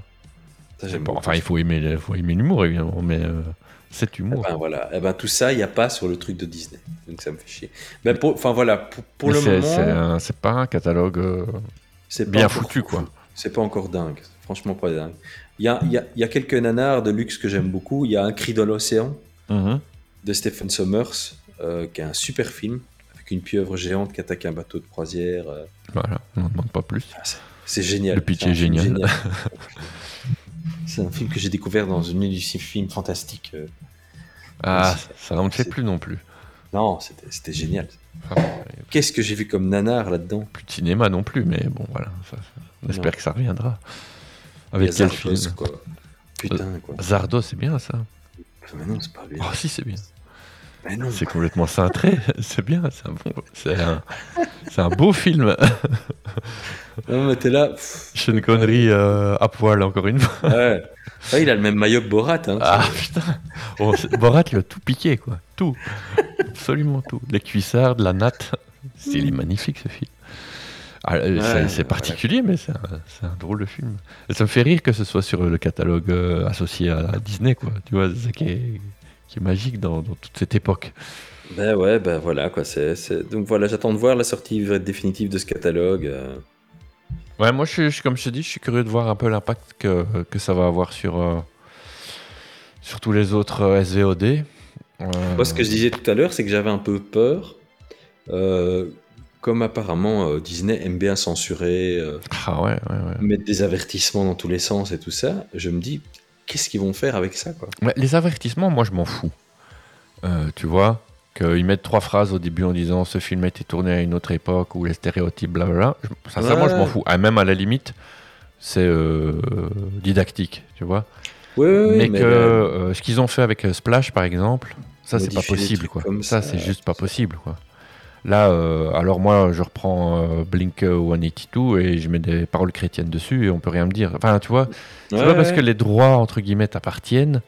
c'est
j'aime
pas-
beaucoup.
Enfin, il faut aimer, le- faut aimer l'humour évidemment, mais euh, cet humour.
Ben voilà, eh ben, tout ça, il n'y a pas sur le truc de Disney. Donc ça me fait chier. Ben pour, enfin voilà, pour, pour
Mais
le
c'est- euh, c'est
moment,
un- c'est pas un catalogue euh,
c'est pas
bien
encore-
foutu quoi.
C'est pas encore dingue, c'est franchement pas dingue. Il y a, il y a- il y a quelques nanars de luxe que j'aime beaucoup. Il y a Un cri dans l'océan
Mhm.
de Stephen Sommers, euh, qui est un super film, avec une pieuvre géante qui attaque un bateau de croisière. euh,
Voilà, on n'en demande pas plus.
C'est génial.
Le pitch
C'est un
est
film
génial.
C'est un film que j'ai découvert dans une élusive film fantastique. euh.
Ah,
c'est-
ça on ne fait
c'est-
plus non plus.
Non, c'était c'était génial.
Enfin,
Qu'est-ce que j'ai vu comme nanar là-dedans
plus de cinéma non plus, mais bon voilà. ça- on espère
Non.
que ça reviendra. Avec
Il y a
quel
Zardos,
film
quoi. Putain, quoi.
Zardo, c'est bien ça.
Mais non, c'est pas bien.
Euh, Oh si, c'est bien.
Mais non.
C'est complètement cintré. c'est bien. C'est un bon. C'est un. C'est un beau film.
Non, mais t'es là. pff,
Sean Connery euh, à poil encore une fois.
ouais. Ouais, il a le même maillot que Borat. Hein,
Ah putain Bon, c'est- Borat il a tout piqué quoi, tout, absolument tout. Les cuissards, de la natte, c'est il est magnifique ce film. Ah, euh,
Ouais,
c'est- c'est
ouais.
particulier mais c'est un, c'est un drôle de film. Et ça me fait rire que ce soit sur le catalogue euh, associé à Disney quoi, tu vois, c'est ça qui est, qui est magique dans, dans toute cette époque.
Ben ouais, ben voilà, quoi. c'est c'est- Donc voilà, j'attends de voir la sortie vraie- définitive de ce catalogue. euh.
Ouais moi je, suis- je- comme je te dis je suis curieux de voir un peu l'impact que, que ça va avoir sur, euh, sur tous les autres euh, SVOD. Euh,
Moi, ce que je disais tout à l'heure, c'est que j'avais un peu peur. euh, comme apparemment euh, Disney aime bien censurer, euh,
Ah ouais, ouais, ouais.
mettre des avertissements dans tous les sens et tout ça, je me dis, qu'est-ce qu'ils vont faire avec ça, quoi
Ouais, les avertissements, moi, je m'en fous. Euh, tu vois, qu'ils mettent trois phrases au début en disant ce film a été tourné à une autre époque ou les stéréotypes, blablabla. Je- Sincèrement,
Ouais.
je m'en fous. Ah, même à la limite, c'est euh, didactique, tu vois.
Oui, oui, oui,
mais, que
euh,
euh, ce qu'ils ont fait avec euh, Splash, par exemple, ça, c'est pas
Modifier des
possible,
trucs
quoi.
comme
Ça,
ça,
c'est juste pas possible, quoi. Là, euh, alors moi, je reprends euh, Blink 182 et je mets des paroles chrétiennes dessus et on peut rien me dire. Enfin, tu vois, c'est
ouais,
pas parce
ouais.
que les droits, entre guillemets, t'appartiennent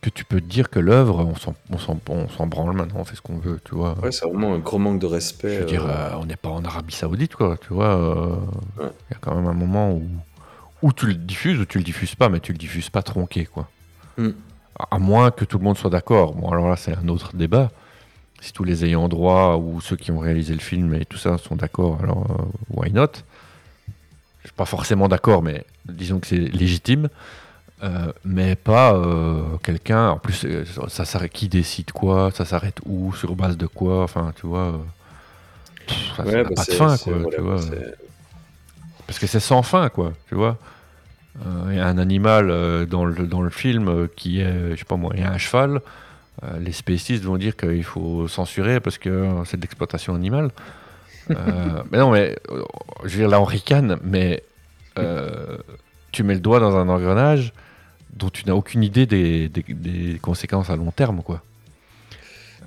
que tu peux te dire que l'œuvre, on s'en- on s'en on s'en branle maintenant, on fait ce qu'on veut, tu vois.
Ouais, c'est vraiment un gros manque de respect.
Je veux dire,
euh,
euh, on n'est pas en Arabie Saoudite, quoi, tu vois. euh, Il
Ouais.
y a quand même un moment où, où tu le diffuses ou tu le diffuses pas, mais tu le diffuses pas tronqué, quoi.
Hmm.
À, à moins que tout le monde soit d'accord. Bon, alors là, c'est un autre débat. Si tous les ayants droit ou ceux qui ont réalisé le film et tout ça sont d'accord, alors euh, why not Je suis pas forcément d'accord, mais disons que c'est légitime. Euh, mais pas euh, quelqu'un. En plus, euh, ça s'arrête. Qui décide quoi Ça s'arrête où Sur base de quoi Enfin, tu vois. euh, pff, ça ça
ouais,
n'a
bah,
pas de
c'est-
fin,
c'est-
quoi.
voilà,
tu vois.
c'est-
Parce que c'est sans fin, quoi. Tu vois. Euh, Il y a un animal euh, dans, le, dans le film euh, qui est, je sais pas moi, il y a un cheval. Euh, les spécistes vont dire qu'il faut censurer parce que euh, c'est de l'exploitation animale. Euh, mais non, mais euh, je veux dire, là on ricane, mais euh, tu mets le doigt dans un engrenage dont tu n'as aucune idée des, des- des conséquences à long terme, quoi.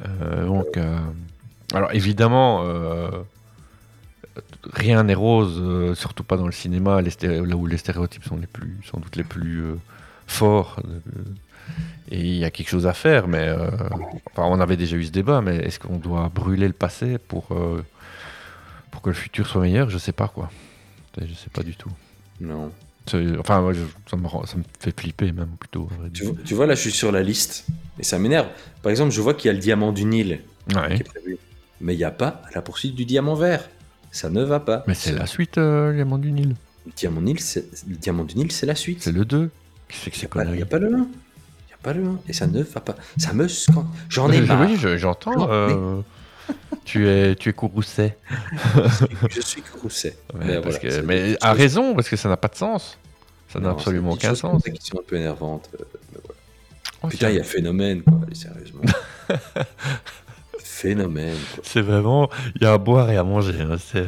Euh, donc, euh, alors évidemment, euh, rien n'est rose, euh, surtout pas dans le cinéma, les stéré- là où les stéréotypes sont les plus, sans doute les plus euh, forts. euh, et il y a quelque chose à faire, mais euh, enfin, on avait déjà eu ce débat, mais est-ce qu'on doit brûler le passé pour euh, pour que le futur soit meilleur, je sais pas quoi. Je sais pas du tout.
Non.
C'est- Enfin, moi, je- ça, me rend- ça me fait flipper même plutôt. à vrai
Tu,
dire.
vois- tu vois, là, je suis sur la liste et ça m'énerve. Par exemple, je vois qu'il y a le diamant du Nil qui
Ouais.
est prévu, mais il n'y a pas la poursuite du diamant vert. Ça ne va pas.
Mais c'est la suite, euh, Les Amants du Nil.
Le diamant, Nil, c'est- le diamant du Nil, c'est la suite.
C'est le 2. Qu'est-ce que c'est que ces
Il n'y
conneries
Bah, a pas le 1. Il n'y a pas le 1. Et ça ne va pas. Ça me scande. J'en ai
Oui,
marre.
oui, je- j'entends.
J'en ai-
euh, tu es, tu es courroucé.
Je suis crousset.
Ouais,
Mais
parce
voilà,
que-
c'est des
mais
petites
à
choses-
raison, parce que ça n'a pas de sens. Ça n'a
Non,
absolument
c'est des petites
aucun
choses comme
sens.
ça qui sont un peu énervantes. euh, mais voilà.
Oh,
Putain,
c'est-
il y a phénomène, quoi. Allez, sérieusement. phénomène, quoi.
c'est vraiment, il y a à boire et à manger. hein, c'est, euh,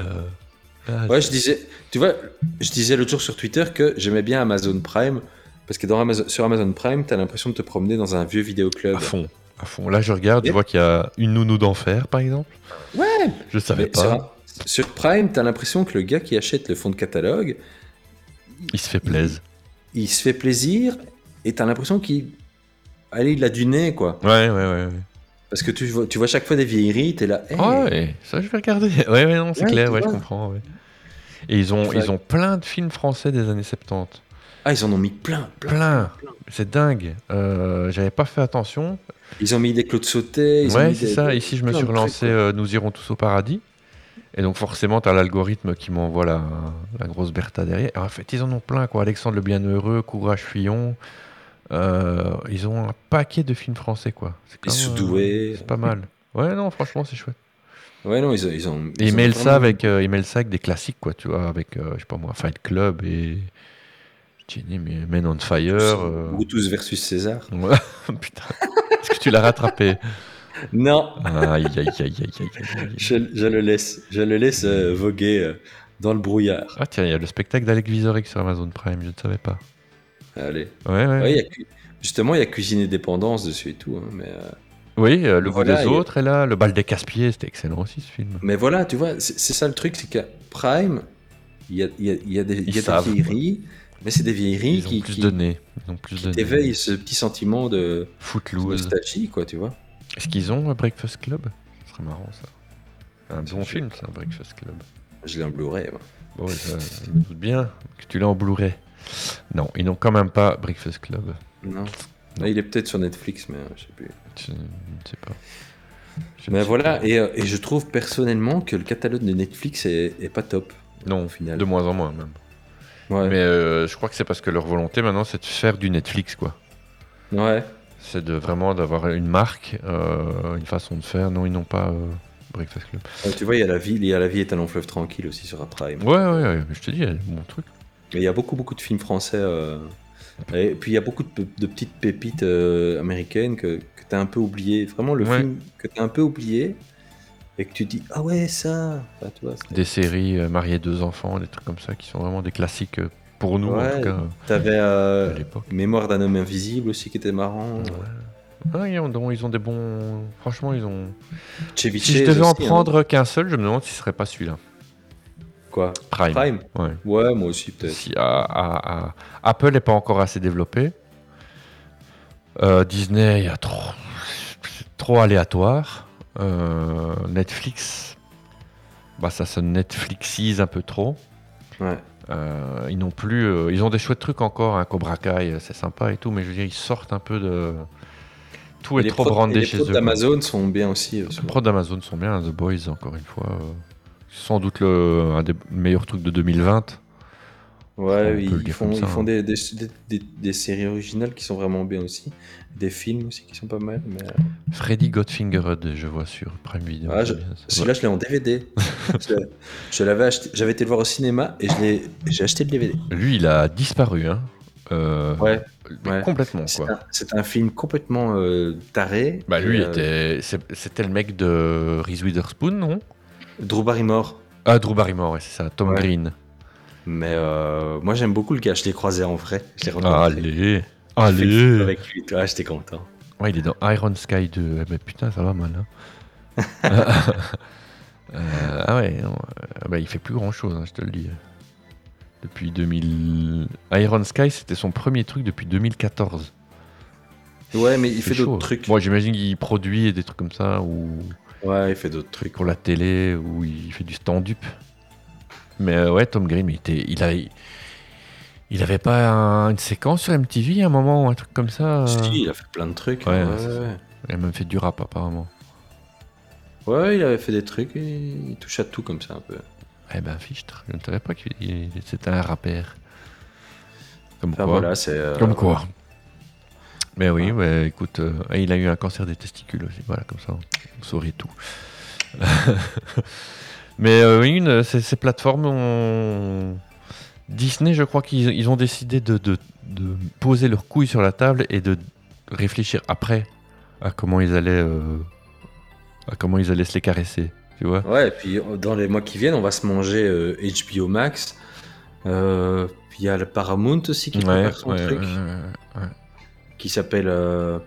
ah,
Ouais,
c'est-
je disais, tu vois, je disais l'autre jour sur Twitter que j'aimais bien Amazon Prime parce que dans Amazon, sur Amazon Prime, t'as l'impression de te promener dans un vieux vidéoclub.
à fond, à fond. Là, je regarde, je
Mais-
vois qu'il y a une nounou d'enfer, par exemple.
Ouais,
Je savais
mais
pas.
sur, sur Prime, t'as l'impression que le gars qui achète le fond de catalogue,
Il se fait plaisir.
il se fait plaisir et t'as l'impression qu'il. Allez, il a du nez, quoi.
Ouais, ouais, ouais. ouais.
Parce que tu vois, tu vois chaque fois des vieilleries, t'es là. hey.
Ah ouais, ça je vais regarder. Ouais, ouais, non, c'est
Eh. Ouais,
clair,
tu
ouais, je
vois.
comprends. ouais. Et ils ont,
Ça-
ils ont plein de films français des années 70.
Ah, ils en ont mis plein, plein.
Plein. C'est dingue. Euh, J'avais pas fait attention.
Ils ont mis des clous de sauté. Ils ont
ouais,
mis
c'est
des-
ça.
des-
Ici, je me
plein
suis
de trucs,
relancé euh, Nous irons tous au paradis. Et donc, forcément, t'as l'algorithme qui m'envoie la, la grosse Bertha derrière. Et en fait, ils en ont plein, quoi. Alexandre le Bienheureux, Courage Fillon. Euh, ils ont un paquet de films français, quoi. C'est
Les
quand même, euh,
Sous-doués.
C'est pas mal. Ouais, non, franchement, c'est chouette.
Ouais, non, ils, ont- ils ont.
Et
ils ont
ils mêlent euh, ça
vraiment-
avec, euh, ils mêlent ça avec des classiques, quoi, tu vois, avec, euh, je sais pas moi, Fight Club et. J'ai dit, mais Men on Fire. euh,
Brutus versus César.
ouais. Putain, est-ce que tu l'as rattrapé
Non,
Aïe, aïe, aïe, aïe, aïe, aïe, aïe.
je, je le laisse. Je le laisse euh, voguer euh, dans le brouillard.
Ah, tiens, il y a le spectacle d'Alec Vizorek sur Amazon Prime, je ne savais pas.
Allez.
Ouais, ouais.
Ouais, il y a cu- justement, il y a cuisine et dépendance dessus et tout. hein, mais, euh,
Oui, euh, Le goût
Voilà,
des
il y a-
autres, et là, Le bal des casse-pieds, c'était excellent aussi ce film.
mais voilà, tu vois, c'est c'est ça le truc, c'est qu'à Prime, il y a, il y a- il y a des, il y a
Ils
des
savent.
vieilleries, mais c'est des vieilleries
Ils ont
qui,
plus
qui-
donné. Ils ont plus
qui
donné.
t'éveillent ce petit sentiment de
Footloose.
nostalgie, quoi, tu vois.
Est-ce qu'ils ont euh, Breakfast Club Ce serait marrant ça. Un bon film, ça, Breakfast Club.
Je l'ai en Blu-ray. moi.
Bon, ça, je me doute bien que tu l'as en Blu-ray. Non, ils n'ont quand même pas Breakfast Club.
Non. Ah, il est peut-être sur Netflix, mais euh, je sais plus.
Je ne sais pas. Je ne
Mais
sais
voilà,
pas.
et, euh, et je trouve personnellement que le catalogue de Netflix est, est pas top.
Non,
au final.
de moins en moins même.
Ouais.
Mais euh, je crois que c'est parce que leur volonté maintenant, c'est de faire du Netflix, quoi.
ouais.
C'est de vraiment d'avoir une marque, euh, une façon de faire. Non, ils n'ont pas euh, Breakfast Club.
Ouais, tu vois, il y a la vie, il y a la vie est un long fleuve tranquille aussi sur Prime.
Ouais, ouais, ouais, je te dis, il y a des bons trucs.
Mais il y a beaucoup, beaucoup de films français. euh, Et puis il y a beaucoup de, pe- de petites pépites euh, américaines que, que t'as un peu oublié. Vraiment le
Ouais.
film que t'as un peu oublié et que tu dis ah ouais ça. Enfin, tu vois, c'était-
Des séries euh, Mariés deux enfants, des trucs comme ça qui sont vraiment des classiques euh, pour nous en
Ouais,
tout cas
T'avais euh,
à l'époque.
Mémoire d'un homme invisible aussi qui était marrant.
Ouais,
euh,
Ah, ils, ont, ils ont des bons. Franchement, ils ont.
Chevy
Si je
Chase
devais en
aussi, hein.
prendre qu'un seul, je me demande si ce serait pas celui-là.
quoi
Prime.
Prime.
Ouais.
Ouais, moi aussi peut-être.
Si, ah, ah, ah, Apple n'est pas encore assez développé. Euh, Disney, il y a trop, c'est trop aléatoire. Euh, Netflix, bah ça se Netflixise un peu trop.
Ouais.
Euh, ils n'ont plus, euh, ils ont des chouettes trucs encore. Hein, Cobra Kai, euh, c'est sympa et tout, mais je veux dire, ils sortent un peu de tout est
Les
trop
prods-
brandé
les
chez
prods
eux. quoi.
d'Amazon sont bien aussi. euh,
Les
souvent.
prods d'Amazon sont bien, hein, The Boys, encore une fois. euh, sans doute le, un des meilleurs trucs de 2020.
Ouais,
On peut le
ils
dire
font,
comme ça,
ils font
hein.
des, des, des, des- des séries originales qui sont vraiment bien aussi, des films aussi qui sont pas mal. Mais... euh,
Freddy Godfingered, je vois sur Prime Video.
Ah, je-
Ouais.
Celui-là, je l'ai en DVD. je je l'avais acheté, j'avais été le voir au cinéma et je l'ai- j'ai acheté le DVD.
Lui, il a disparu, hein. Euh,
Ouais,
mais
ouais.
Complètement,
c'est
quoi.
un, c'est un film complètement euh, taré.
Bah, lui,
Et, euh,
était... c'est- c'était le mec de Reese Witherspoon, non
Drew Barrymore.
Ah, Drew Barrymore, ouais, c'est ça, Tom
Ouais.
Green.
Mais euh, moi, j'aime beaucoup le gars. Je l'ai croisé en vrai. Je l'ai rencontré.
Allez
J'ai fait le film
Allez
Avec lui, toi, j'étais content.
Ouais, il est dans Iron Sky 2. Eh ben, putain, ça va mal, hein. Euh, ah ouais, non, euh, bah, il fait plus grand chose, je te le dis. Depuis 2000. Iron Sky, c'était son premier truc depuis 2014.
Ouais, mais il
C'est
fait
chaud. hein.
d'autres trucs.
Moi, j'imagine qu'il produit des trucs comme ça, ou.
Ouais, il fait d'autres trucs.
truc pour la télé où il fait du stand-up. Mais euh, ouais, Tom Green, il, était, il, a, il avait pas un- une séquence sur MTV à un moment ou un truc comme ça. euh.
Si, il a fait plein de trucs.
Ouais,
Ouais,
c'est ça.
ouais.
Il a même fait du rap apparemment.
Ouais, il avait fait des trucs, il il touche à tout comme ça un peu.
Eh ben fichtre, je ne savais pas qu'il il- c'était un rappeur. Comme
Enfin
quoi.
voilà, c'est. euh,
Comme quoi. Mais oui, ouais, écoute, euh, et il a eu un cancer des testicules aussi, voilà, comme ça, on saurait tout. Mais euh, oui, une, ces, ces plateformes ont... Disney, je crois qu'ils ils ont décidé de, de- de poser leurs couilles sur la table et de réfléchir après à comment ils allaient, euh, à comment ils allaient se les caresser, tu vois.
Ouais, et puis euh, dans les mois qui viennent, on va se manger euh, HBO Max. Euh, puis il y a le Paramount aussi qui prépare son
ouais,
truc,
ouais, ouais, ouais.
qui s'appelle. euh,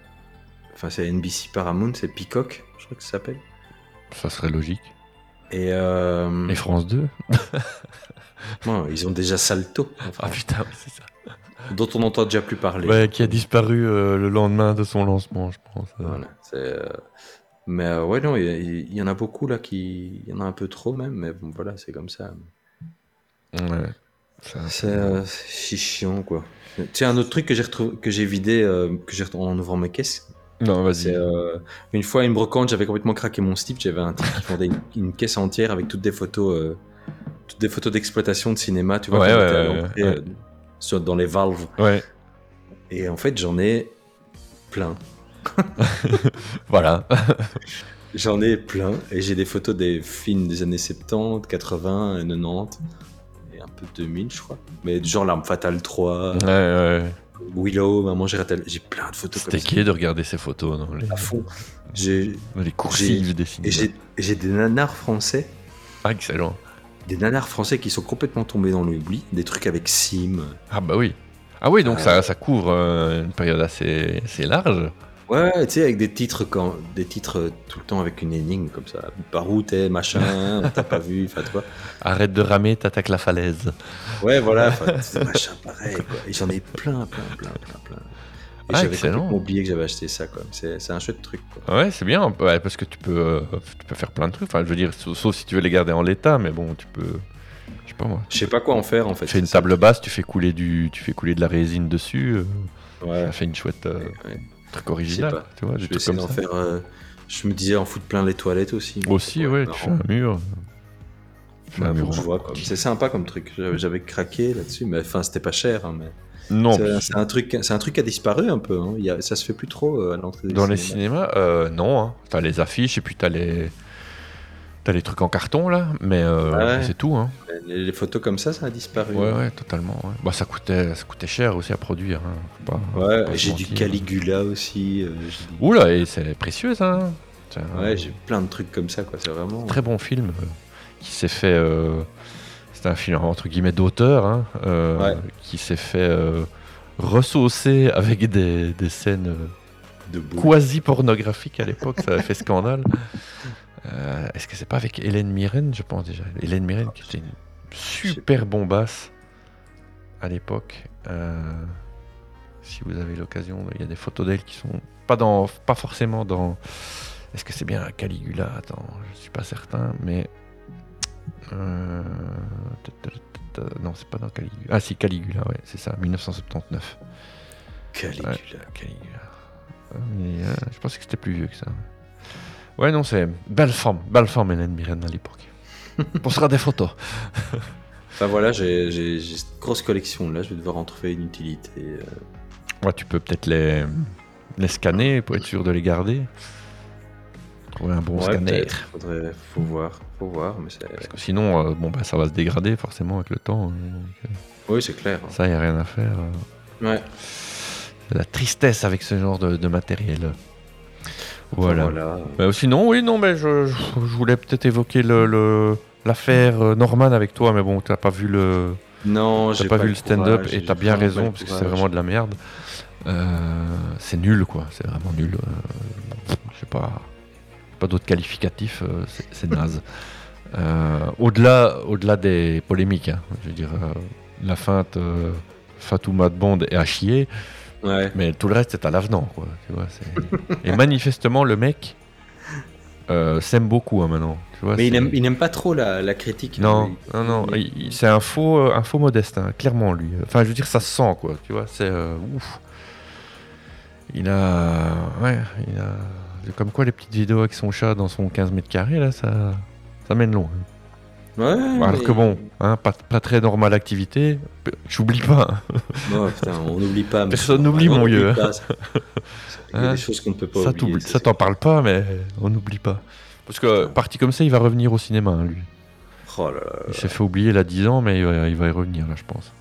Enfin, c'est NBC Paramount, c'est Peacock, je crois que ça s'appelle.
ça serait logique.
Et. euh,
Et France 2
ouais, ils ont déjà Salto,
Ah
enfin,
putain, ouais, c'est ça. Ah.
dont on n'entend déjà plus parler.
Ouais, qui a disparu euh, le lendemain de son lancement, je pense.
Voilà, c'est, euh, Mais euh, ouais, non, il y a- il y, en a beaucoup là qui. Il y en a un peu trop même, mais bon, voilà, c'est comme ça.
Ouais.
C'est euh, c'est chiant, quoi. Tu sais, un autre truc que j'ai retrouvé, que j'ai vidé, euh, que j'ai retrouvé en ouvrant mes caisses.
Non, vas-y.
c'est, euh, une fois à une brocante, j'avais complètement craqué mon slip. J'avais un type qui vendait une, une caisse entière avec toutes des photos, euh, toutes des photos d'exploitation de cinéma, tu vois,
Ouais,
qu'on
ouais,
mettait à
ouais,
l'entrée,
ouais.
euh, sur- dans les valves.
Ouais.
Et en fait, j'en ai plein.
Voilà.
J'en ai plein. Et j'ai des photos des films des années 70, 80, et 90 et un peu 2000, je crois. Mais genre L'Arme Fatale 3,
Ouais, ouais.
Willow, Maman, j'ai raté. J'ai plein de photos comme
C'était
ça.
gay de regarder ces photos, non les,
À fond. J'ai
les
j'ai-
coursives des films.
et j'ai- et j'ai des nanars français,
Ah, excellent.
des nanars français qui sont complètement tombés dans l'oubli, des trucs avec Sim.
Ah, bah oui. Ah, oui, donc
Ah.
ça, ça couvre euh, une période assez, assez large.
Ouais, tu sais, avec des titres quand, des titres euh, tout le temps avec une énigme comme ça. Par où t'es, machin, on t'a pas vu, enfin tu vois.
Arrête de ramer, t'attaques la falaise.
Ouais, voilà, enfin, c'est machin pareil. Quoi. Et j'en ai plein, plein, plein, plein, plein. Et
Ah,
j'avais
excellent.
complètement oublié que j'avais acheté ça, quoi. C'est c'est un chouette truc, quoi.
Ouais, c'est bien, ouais, parce que tu peux, euh, tu peux faire plein de trucs. Enfin, je veux dire, sauf, sauf si tu veux les garder en l'état, mais bon, tu peux. Je sais pas moi.
Je sais pas quoi en faire, en fait.
Tu fais une table basse, tu fais couler, du, tu fais couler de la résine dessus. euh,
Ouais.
Ça fait une chouette. euh,
ouais.
Truc original,
Je sais pas.
tu vois,
Je
du
vais
truc
essayer
comme
d'en
ça.
faire. euh, je me disais en foutre plein les toilettes aussi.
Aussi, ouais, tu
marrant. Bah,
fais un mur. Tu fais
Ouais,
un
faut
mur.
que je
en-
vois, quoi. C'est sympa comme truc. J'avais- J'avais craqué là-dessus, mais enfin, c'était pas cher. hein, mais...
Non,
c'est
puis-
c'est un truc, c'est un truc qui a disparu un peu. hein. Il y a- ça se fait plus trop euh, à l'entrée. des
Dans les
cinémas.
cinémas, euh, non. Hein. T'as les affiches et puis t'as les t'as les trucs en carton là, mais euh,
Ah ouais.
c'est tout. Hein.
Les, les photos comme ça, ça a disparu.
Ouais, ouais, totalement. ouais. Bah, ça coûtait ça coûtait cher aussi à produire. Hein. Faut pas- faut
Ouais,
pas se
j'ai du
mentir.
Caligula aussi. euh, j'ai du-
Oula, et c'est précieux ça. hein. C'est un
Ouais, j'ai plein de trucs comme ça, quoi. C'est vraiment.
Ah. très bon film euh, qui s'est fait. euh, c'est un film entre guillemets d'auteur hein, euh,
Ouais.
qui s'est fait euh, ressaucer avec des, des scènes. euh,
de beau.
quasi pornographique à l'époque, ça avait fait scandale. Euh, Est-ce que c'est pas avec Hélène Mirren, je pense déjà Hélène Mirren qui était une super bombasse à l'époque. Euh, si vous avez l'occasion, il y a des photos d'elle qui sont pas dans, pas forcément dans. Est-ce que c'est bien Caligula Attends, je suis pas certain, mais euh, non, c'est pas dans Caligula. Ah, si Caligula, ouais, c'est ça, 1979.
Caligula.
Caligula. Ah, mais, euh, je pensais que c'était plus vieux que ça. Ouais, non, c'est belle forme, belle forme Hélène Mirren à l'époque. On sera des photos.
Enfin voilà, j'ai j'ai- j'ai cette grosse collection là. Je vais devoir en trouver une utilité. euh.
Ouais, tu peux peut-être les, les scanner pour être sûr de les garder. Trouver un bon
Ouais,
scanner.
peut-être. Faudrait, faut voir, faut voir, mais c'est.
Parce que sinon, euh, bon, bah, ça va se dégrader forcément avec le temps. euh, donc, euh,
Oui, c'est clair. hein.
ça, il n'y a rien à faire. euh.
Ouais.
La tristesse avec ce genre de, de matériel. Voilà.
Voilà.
Euh, sinon, oui, non, mais je, je- je voulais peut-être évoquer le- le- l'affaire euh, Norman avec toi, mais bon, t'as pas vu le,
Non,
t'as
j'ai
pas vu le stand-up
courage,
et
j'ai
t'as bien
vraiment pas
raison
le
parce que c'est
courage.
vraiment de la merde. Euh, c'est nul, quoi. C'est vraiment nul. Euh, je sais pas, pas d'autres qualificatifs. euh, c'est- c'est naze. Euh, au-delà, au-delà des polémiques, hein, je veux dire, euh, la feinte euh, Fatouma de Bond est à chier.
Ouais.
Mais tout le reste est à l'avenant, quoi. Tu vois, c'est- Et manifestement, le mec euh, s'aime beaucoup hein, maintenant. Tu vois,
Mais il
c'est-
aime, il aime pas trop la, la critique. hein,
Non,
Il-
non, non,
il-
il- il- c'est un faux, euh, un faux modeste, hein, clairement lui. Enfin, je veux dire, ça se sent, quoi. Tu vois, c'est euh, ouf. Il a, ouais, il a, c'est comme quoi les petites vidéos avec son chat dans son 15 mètres carrés là, ça, ça mène loin.
Ouais,
Alors
mais-
que bon, hein, pas, pas très normale activité. J'oublie pas. hein.
Oh, putain, on n'oublie pas. mais
Personne
c'est
n'oublie,
normal,
mon
on
vieux,
n'oublie
hein.
pas, ça. Il y a
Hein
des choses qu'on ne peut pas
Ça,
oublier.
t'oublies- ça t'en parle pas, mais on n'oublie pas. Parce que parti comme ça, il va revenir au cinéma, hein, lui.
c'est- Oh là là.
Il s'est fait oublier là 10 ans, mais il va, il va y revenir, là, je pense.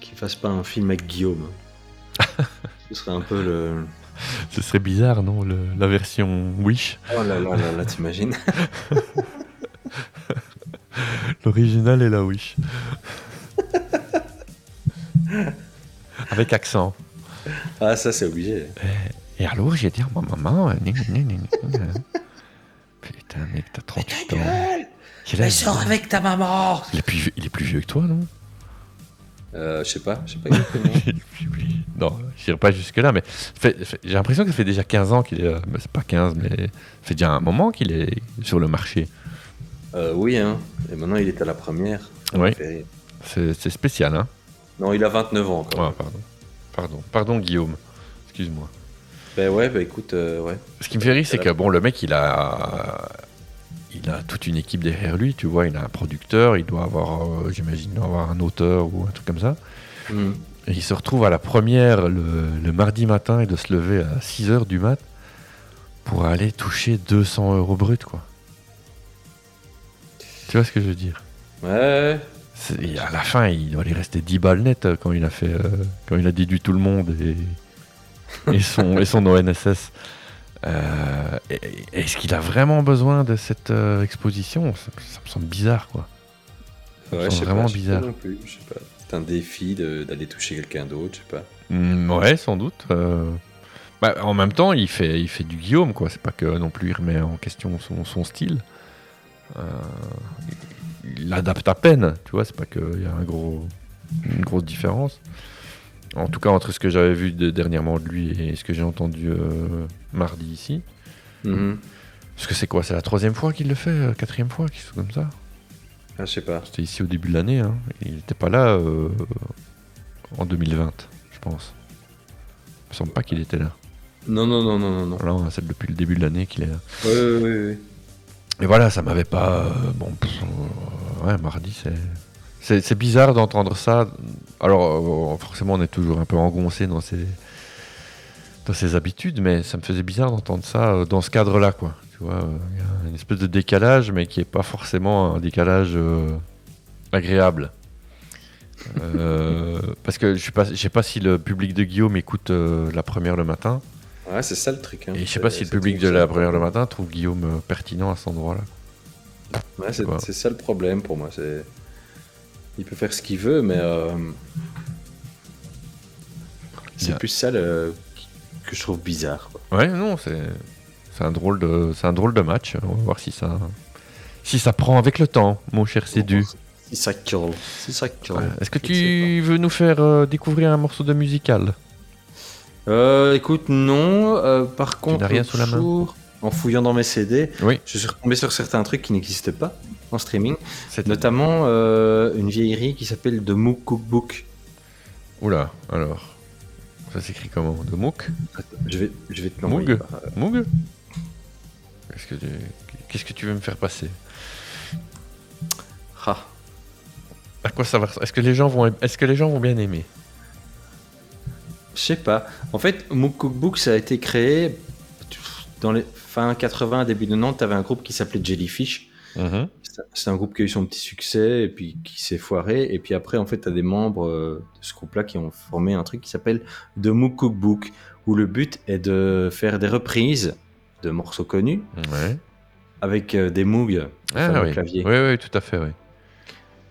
Qu'il fasse pas un film avec Guillaume. Ce serait un peu le.
Ce serait bizarre, non le- La version Wish.
Oh là là là là, t'imagines
L'original est la Wish. Avec accent.
Ah, ça, c'est obligé.
Et alors, j'ai dit à ma maman. euh, gna, gna, gna, gna, gna. hein. Putain, mec, t'as 38 ans. Il, a-
avec ta maman
il est plus, vieux- il est plus vieux que toi, non
euh, Je sais pas, je sais pas exactement.
J'ai oublié. non, j'irai pas jusque-là, mais fait- fait- j'ai l'impression que ça fait déjà 15 ans qu'il est. euh, bah, c'est pas 15, mais ça fait déjà un moment qu'il est sur le marché.
Euh, oui, hein. Et maintenant, il est à la première. Ça
Oui.
me fait rire.
C'est c'est spécial, hein
Non, il a 29 ans encore.
Ouais, pardon. Pardon, pardon Guillaume. Excuse-moi.
Ben ouais, bah écoute, euh, ouais.
Ce qui me fait rire, c'est que bon, le mec, il a, il a toute une équipe derrière lui, tu vois. Il a un producteur, il doit avoir, euh, j'imagine, il doit avoir un auteur ou un truc comme ça.
Hmm.
Et il se retrouve à la première le, le mardi matin et de se lever à 6h du mat pour aller toucher 200 euros brut, quoi. Tu vois ce que je veux dire
Ouais.
C'est- et À la fin, il doit lui rester 10 balles nettes euh, quand il a, fait, euh, quand il a déduit tout le monde et, et, son, et son ONSS. Euh, et- et- Est-ce qu'il a vraiment besoin de cette euh, exposition ça, ça me semble bizarre, quoi. Ça me
Ouais, je
semble
sais pas,
vraiment
je sais pas
bizarre.
non plus, je sais pas. C'est un défi de- d'aller toucher quelqu'un d'autre, je sais pas.
Mm, ouais, sans doute. euh. Bah, en même temps, il fait, il fait du Guillaume, quoi. C'est pas que non plus il remet en question son, son style. Euh, il- il l'adapte à peine, tu vois. C'est pas qu'il y a un gros, une grosse différence. En tout cas, entre ce que j'avais vu de- dernièrement de lui et ce que j'ai entendu euh, mardi ici. Hmm.
Mhm.
Parce que c'est quoi C'est la troisième fois qu'il le fait euh, Quatrième fois Quelque chose comme ça
Ah, je sais pas.
C'était ici au début de l'année. hein. Il n'était pas là euh, en 2020, je pense. Il me semble pas qu'il était là.
Non, non, non, non, non, non.
Là, on a celle depuis le début de l'année qu'il est là.
Ouais, ouais, ouais, ouais.
Et voilà, ça m'avait pas. euh, bon, pff, euh, ouais, mardi, c'est. C'est c'est bizarre d'entendre ça. Alors, euh, forcément, on est toujours un peu engoncé dans ses, dans ses habitudes, mais ça me faisait bizarre d'entendre ça euh, dans ce cadre-là, quoi. Tu vois, euh, il y a une espèce de décalage, mais qui est pas forcément un décalage euh, agréable. Euh, parce que je sais pas, je sais pas si le public de Guillaume écoute euh, la première le matin.
Ouais, c'est ça le truc. Hein.
Et je sais
C'est-
pas si le
c'est
public
trop
de la
ça.
première le matin trouve Guillaume euh, pertinent à cet endroit-là.
Ouais, c'est
Quoi.
c'est ça le problème pour moi. C'est il peut faire ce qu'il veut, mais euh, c'est
Yeah.
plus ça le- que je trouve bizarre. quoi.
Ouais, non, c'est c'est un drôle de c'est un drôle de match. On va voir si ça si ça prend avec le temps, mon cher Sédu.
Si ça kill, si ça kill.
Ouais. Est-ce que
Je sais
tu veux nous faire euh, découvrir un morceau de musical
pas. Euh, écoute, non. euh, par contre,
n'as rien
l'autre
sous la main
jour, en fouillant dans mes CD,
Oui.
je suis retombé sur certains trucs qui n'existent pas en streaming,
C'est
notamment euh, une vieillerie qui s'appelle The Mook Cookbook.
Oula, alors. Ça s'écrit comment De Mook
Attends, Je vais, je vais te l'envoyer.
Moog
par, euh,
Moog Qu'est-ce que tu qu'est-ce que tu veux me faire passer
ah.
À quoi ça va res- Est-ce que les gens vont est-ce que les gens vont bien aimer
Je sais pas. En fait, Mook Cookbook, ça a été créé dans les fin 80, début 90. T'avais un groupe qui s'appelait Jellyfish.
Mhm.
C'est- C'est un groupe qui a eu son petit succès et puis qui s'est foiré. Et puis après, en fait, t'as des membres euh, de ce groupe-là qui ont formé un truc qui s'appelle The Mook Cookbook, où le but est de faire des reprises de morceaux connus
Ouais.
avec euh, des Moog,
Ah oui.
clavier.
Oui oui, tout à fait, oui.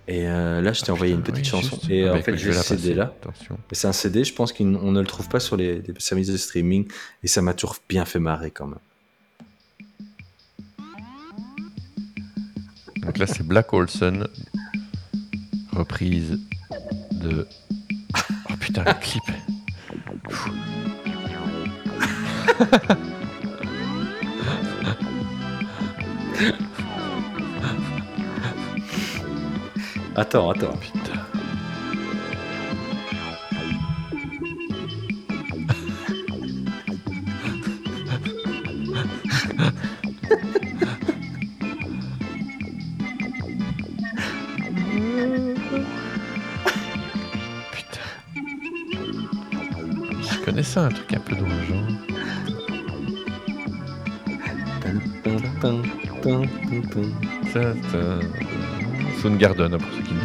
Et euh, là, je t'ai envoyé une petite
Oui,
chanson.
Ah, juste.
Et
Ah bah
euh, en fait,
écoute,
j'ai
la
ce
passer.
CD-là.
Attention.
Et C'est un CD, je pense qu'on on ne le trouve pas sur les, les services de streaming, et ça m'a toujours bien fait marrer quand même.
Donc là, c'est Black Olson, reprise de. Oh putain, le clip! Fou.
Attends, attends.
Putain. Putain. Je connais ça, un truc un peu hein dans le genre. Tin, tin. Soundgarden, hein, pour ceux qui ne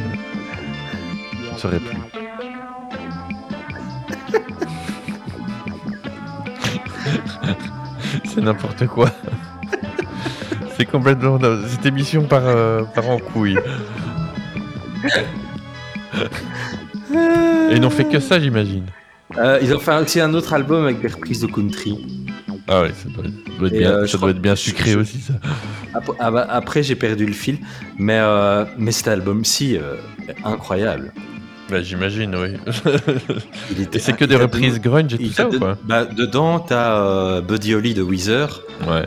ne sauraient plus. C'est n'importe quoi. C'est complètement. Cette émission part, euh, part en couille. Et ils n'ont fait que ça, j'imagine.
Euh, ils ont fait aussi un autre album avec des reprises de country.
Ah ouais, ça doit, ça doit être,
Et,
bien,
euh, je
ça doit
crois-
être bien
je-
sucré
je-
aussi, ça.
Après, ah bah, après, j'ai perdu le fil, mais, euh, mais cet album-ci, euh, est incroyable.
Bah, j'imagine, oui. Et c'est que des reprises grunge et tout ça, ou quoi
bah, Dedans, t'as euh, Buddy Holly de Weezer.
Ouais.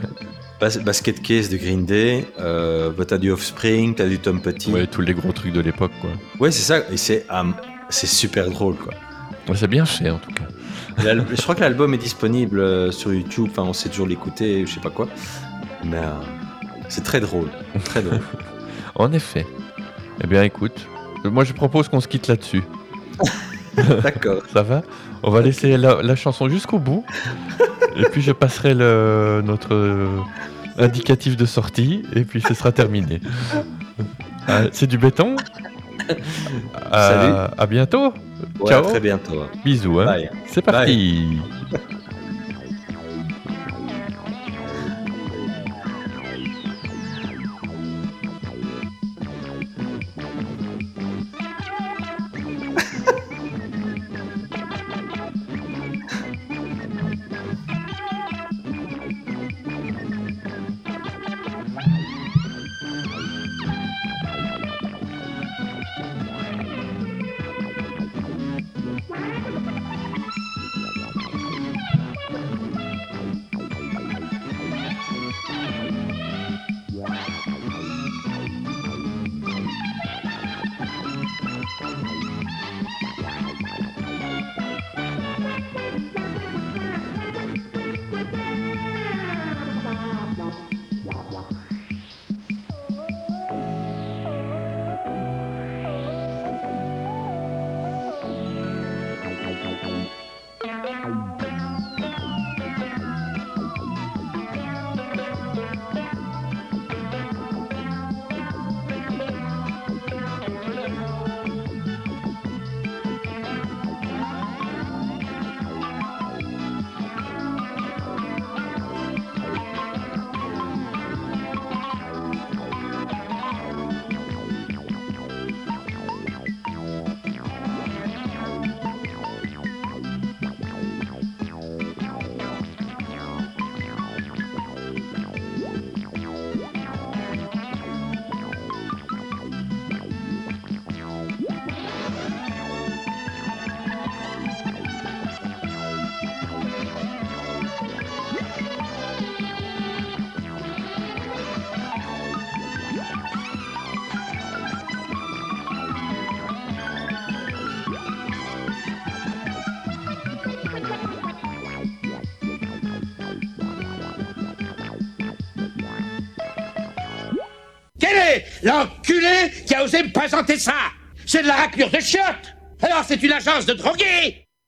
Bas- Basket Case de Green Day, euh, bah, t'as du Offspring, t'as du Tom Petty.
Ouais, tous les gros trucs de l'époque, quoi.
Ouais, c'est ça, et c'est euh, c'est super drôle, quoi.
Ouais, c'est bien fait, en tout cas.
L'al- je crois que l'album est disponible euh, sur YouTube, enfin, on sait toujours l'écouter, je sais pas quoi. Mais euh, c'est très drôle, très drôle.
En effet. Eh bien, écoute, euh, moi je propose qu'on se quitte là-dessus.
D'accord.
Ça va On va laisser la, la chanson jusqu'au bout. et puis je passerai le, notre euh, indicatif de sortie. Et puis ce sera terminé. Euh, c'est du béton À-
Salut.
À bientôt.
Ouais, à
Ciao.
très bientôt.
Bisous. hein.
Bye.
C'est parti.
Quel est l'enculé qui a osé me présenter ça C'est de la raclure de chiottes Alors c'est une agence de drogués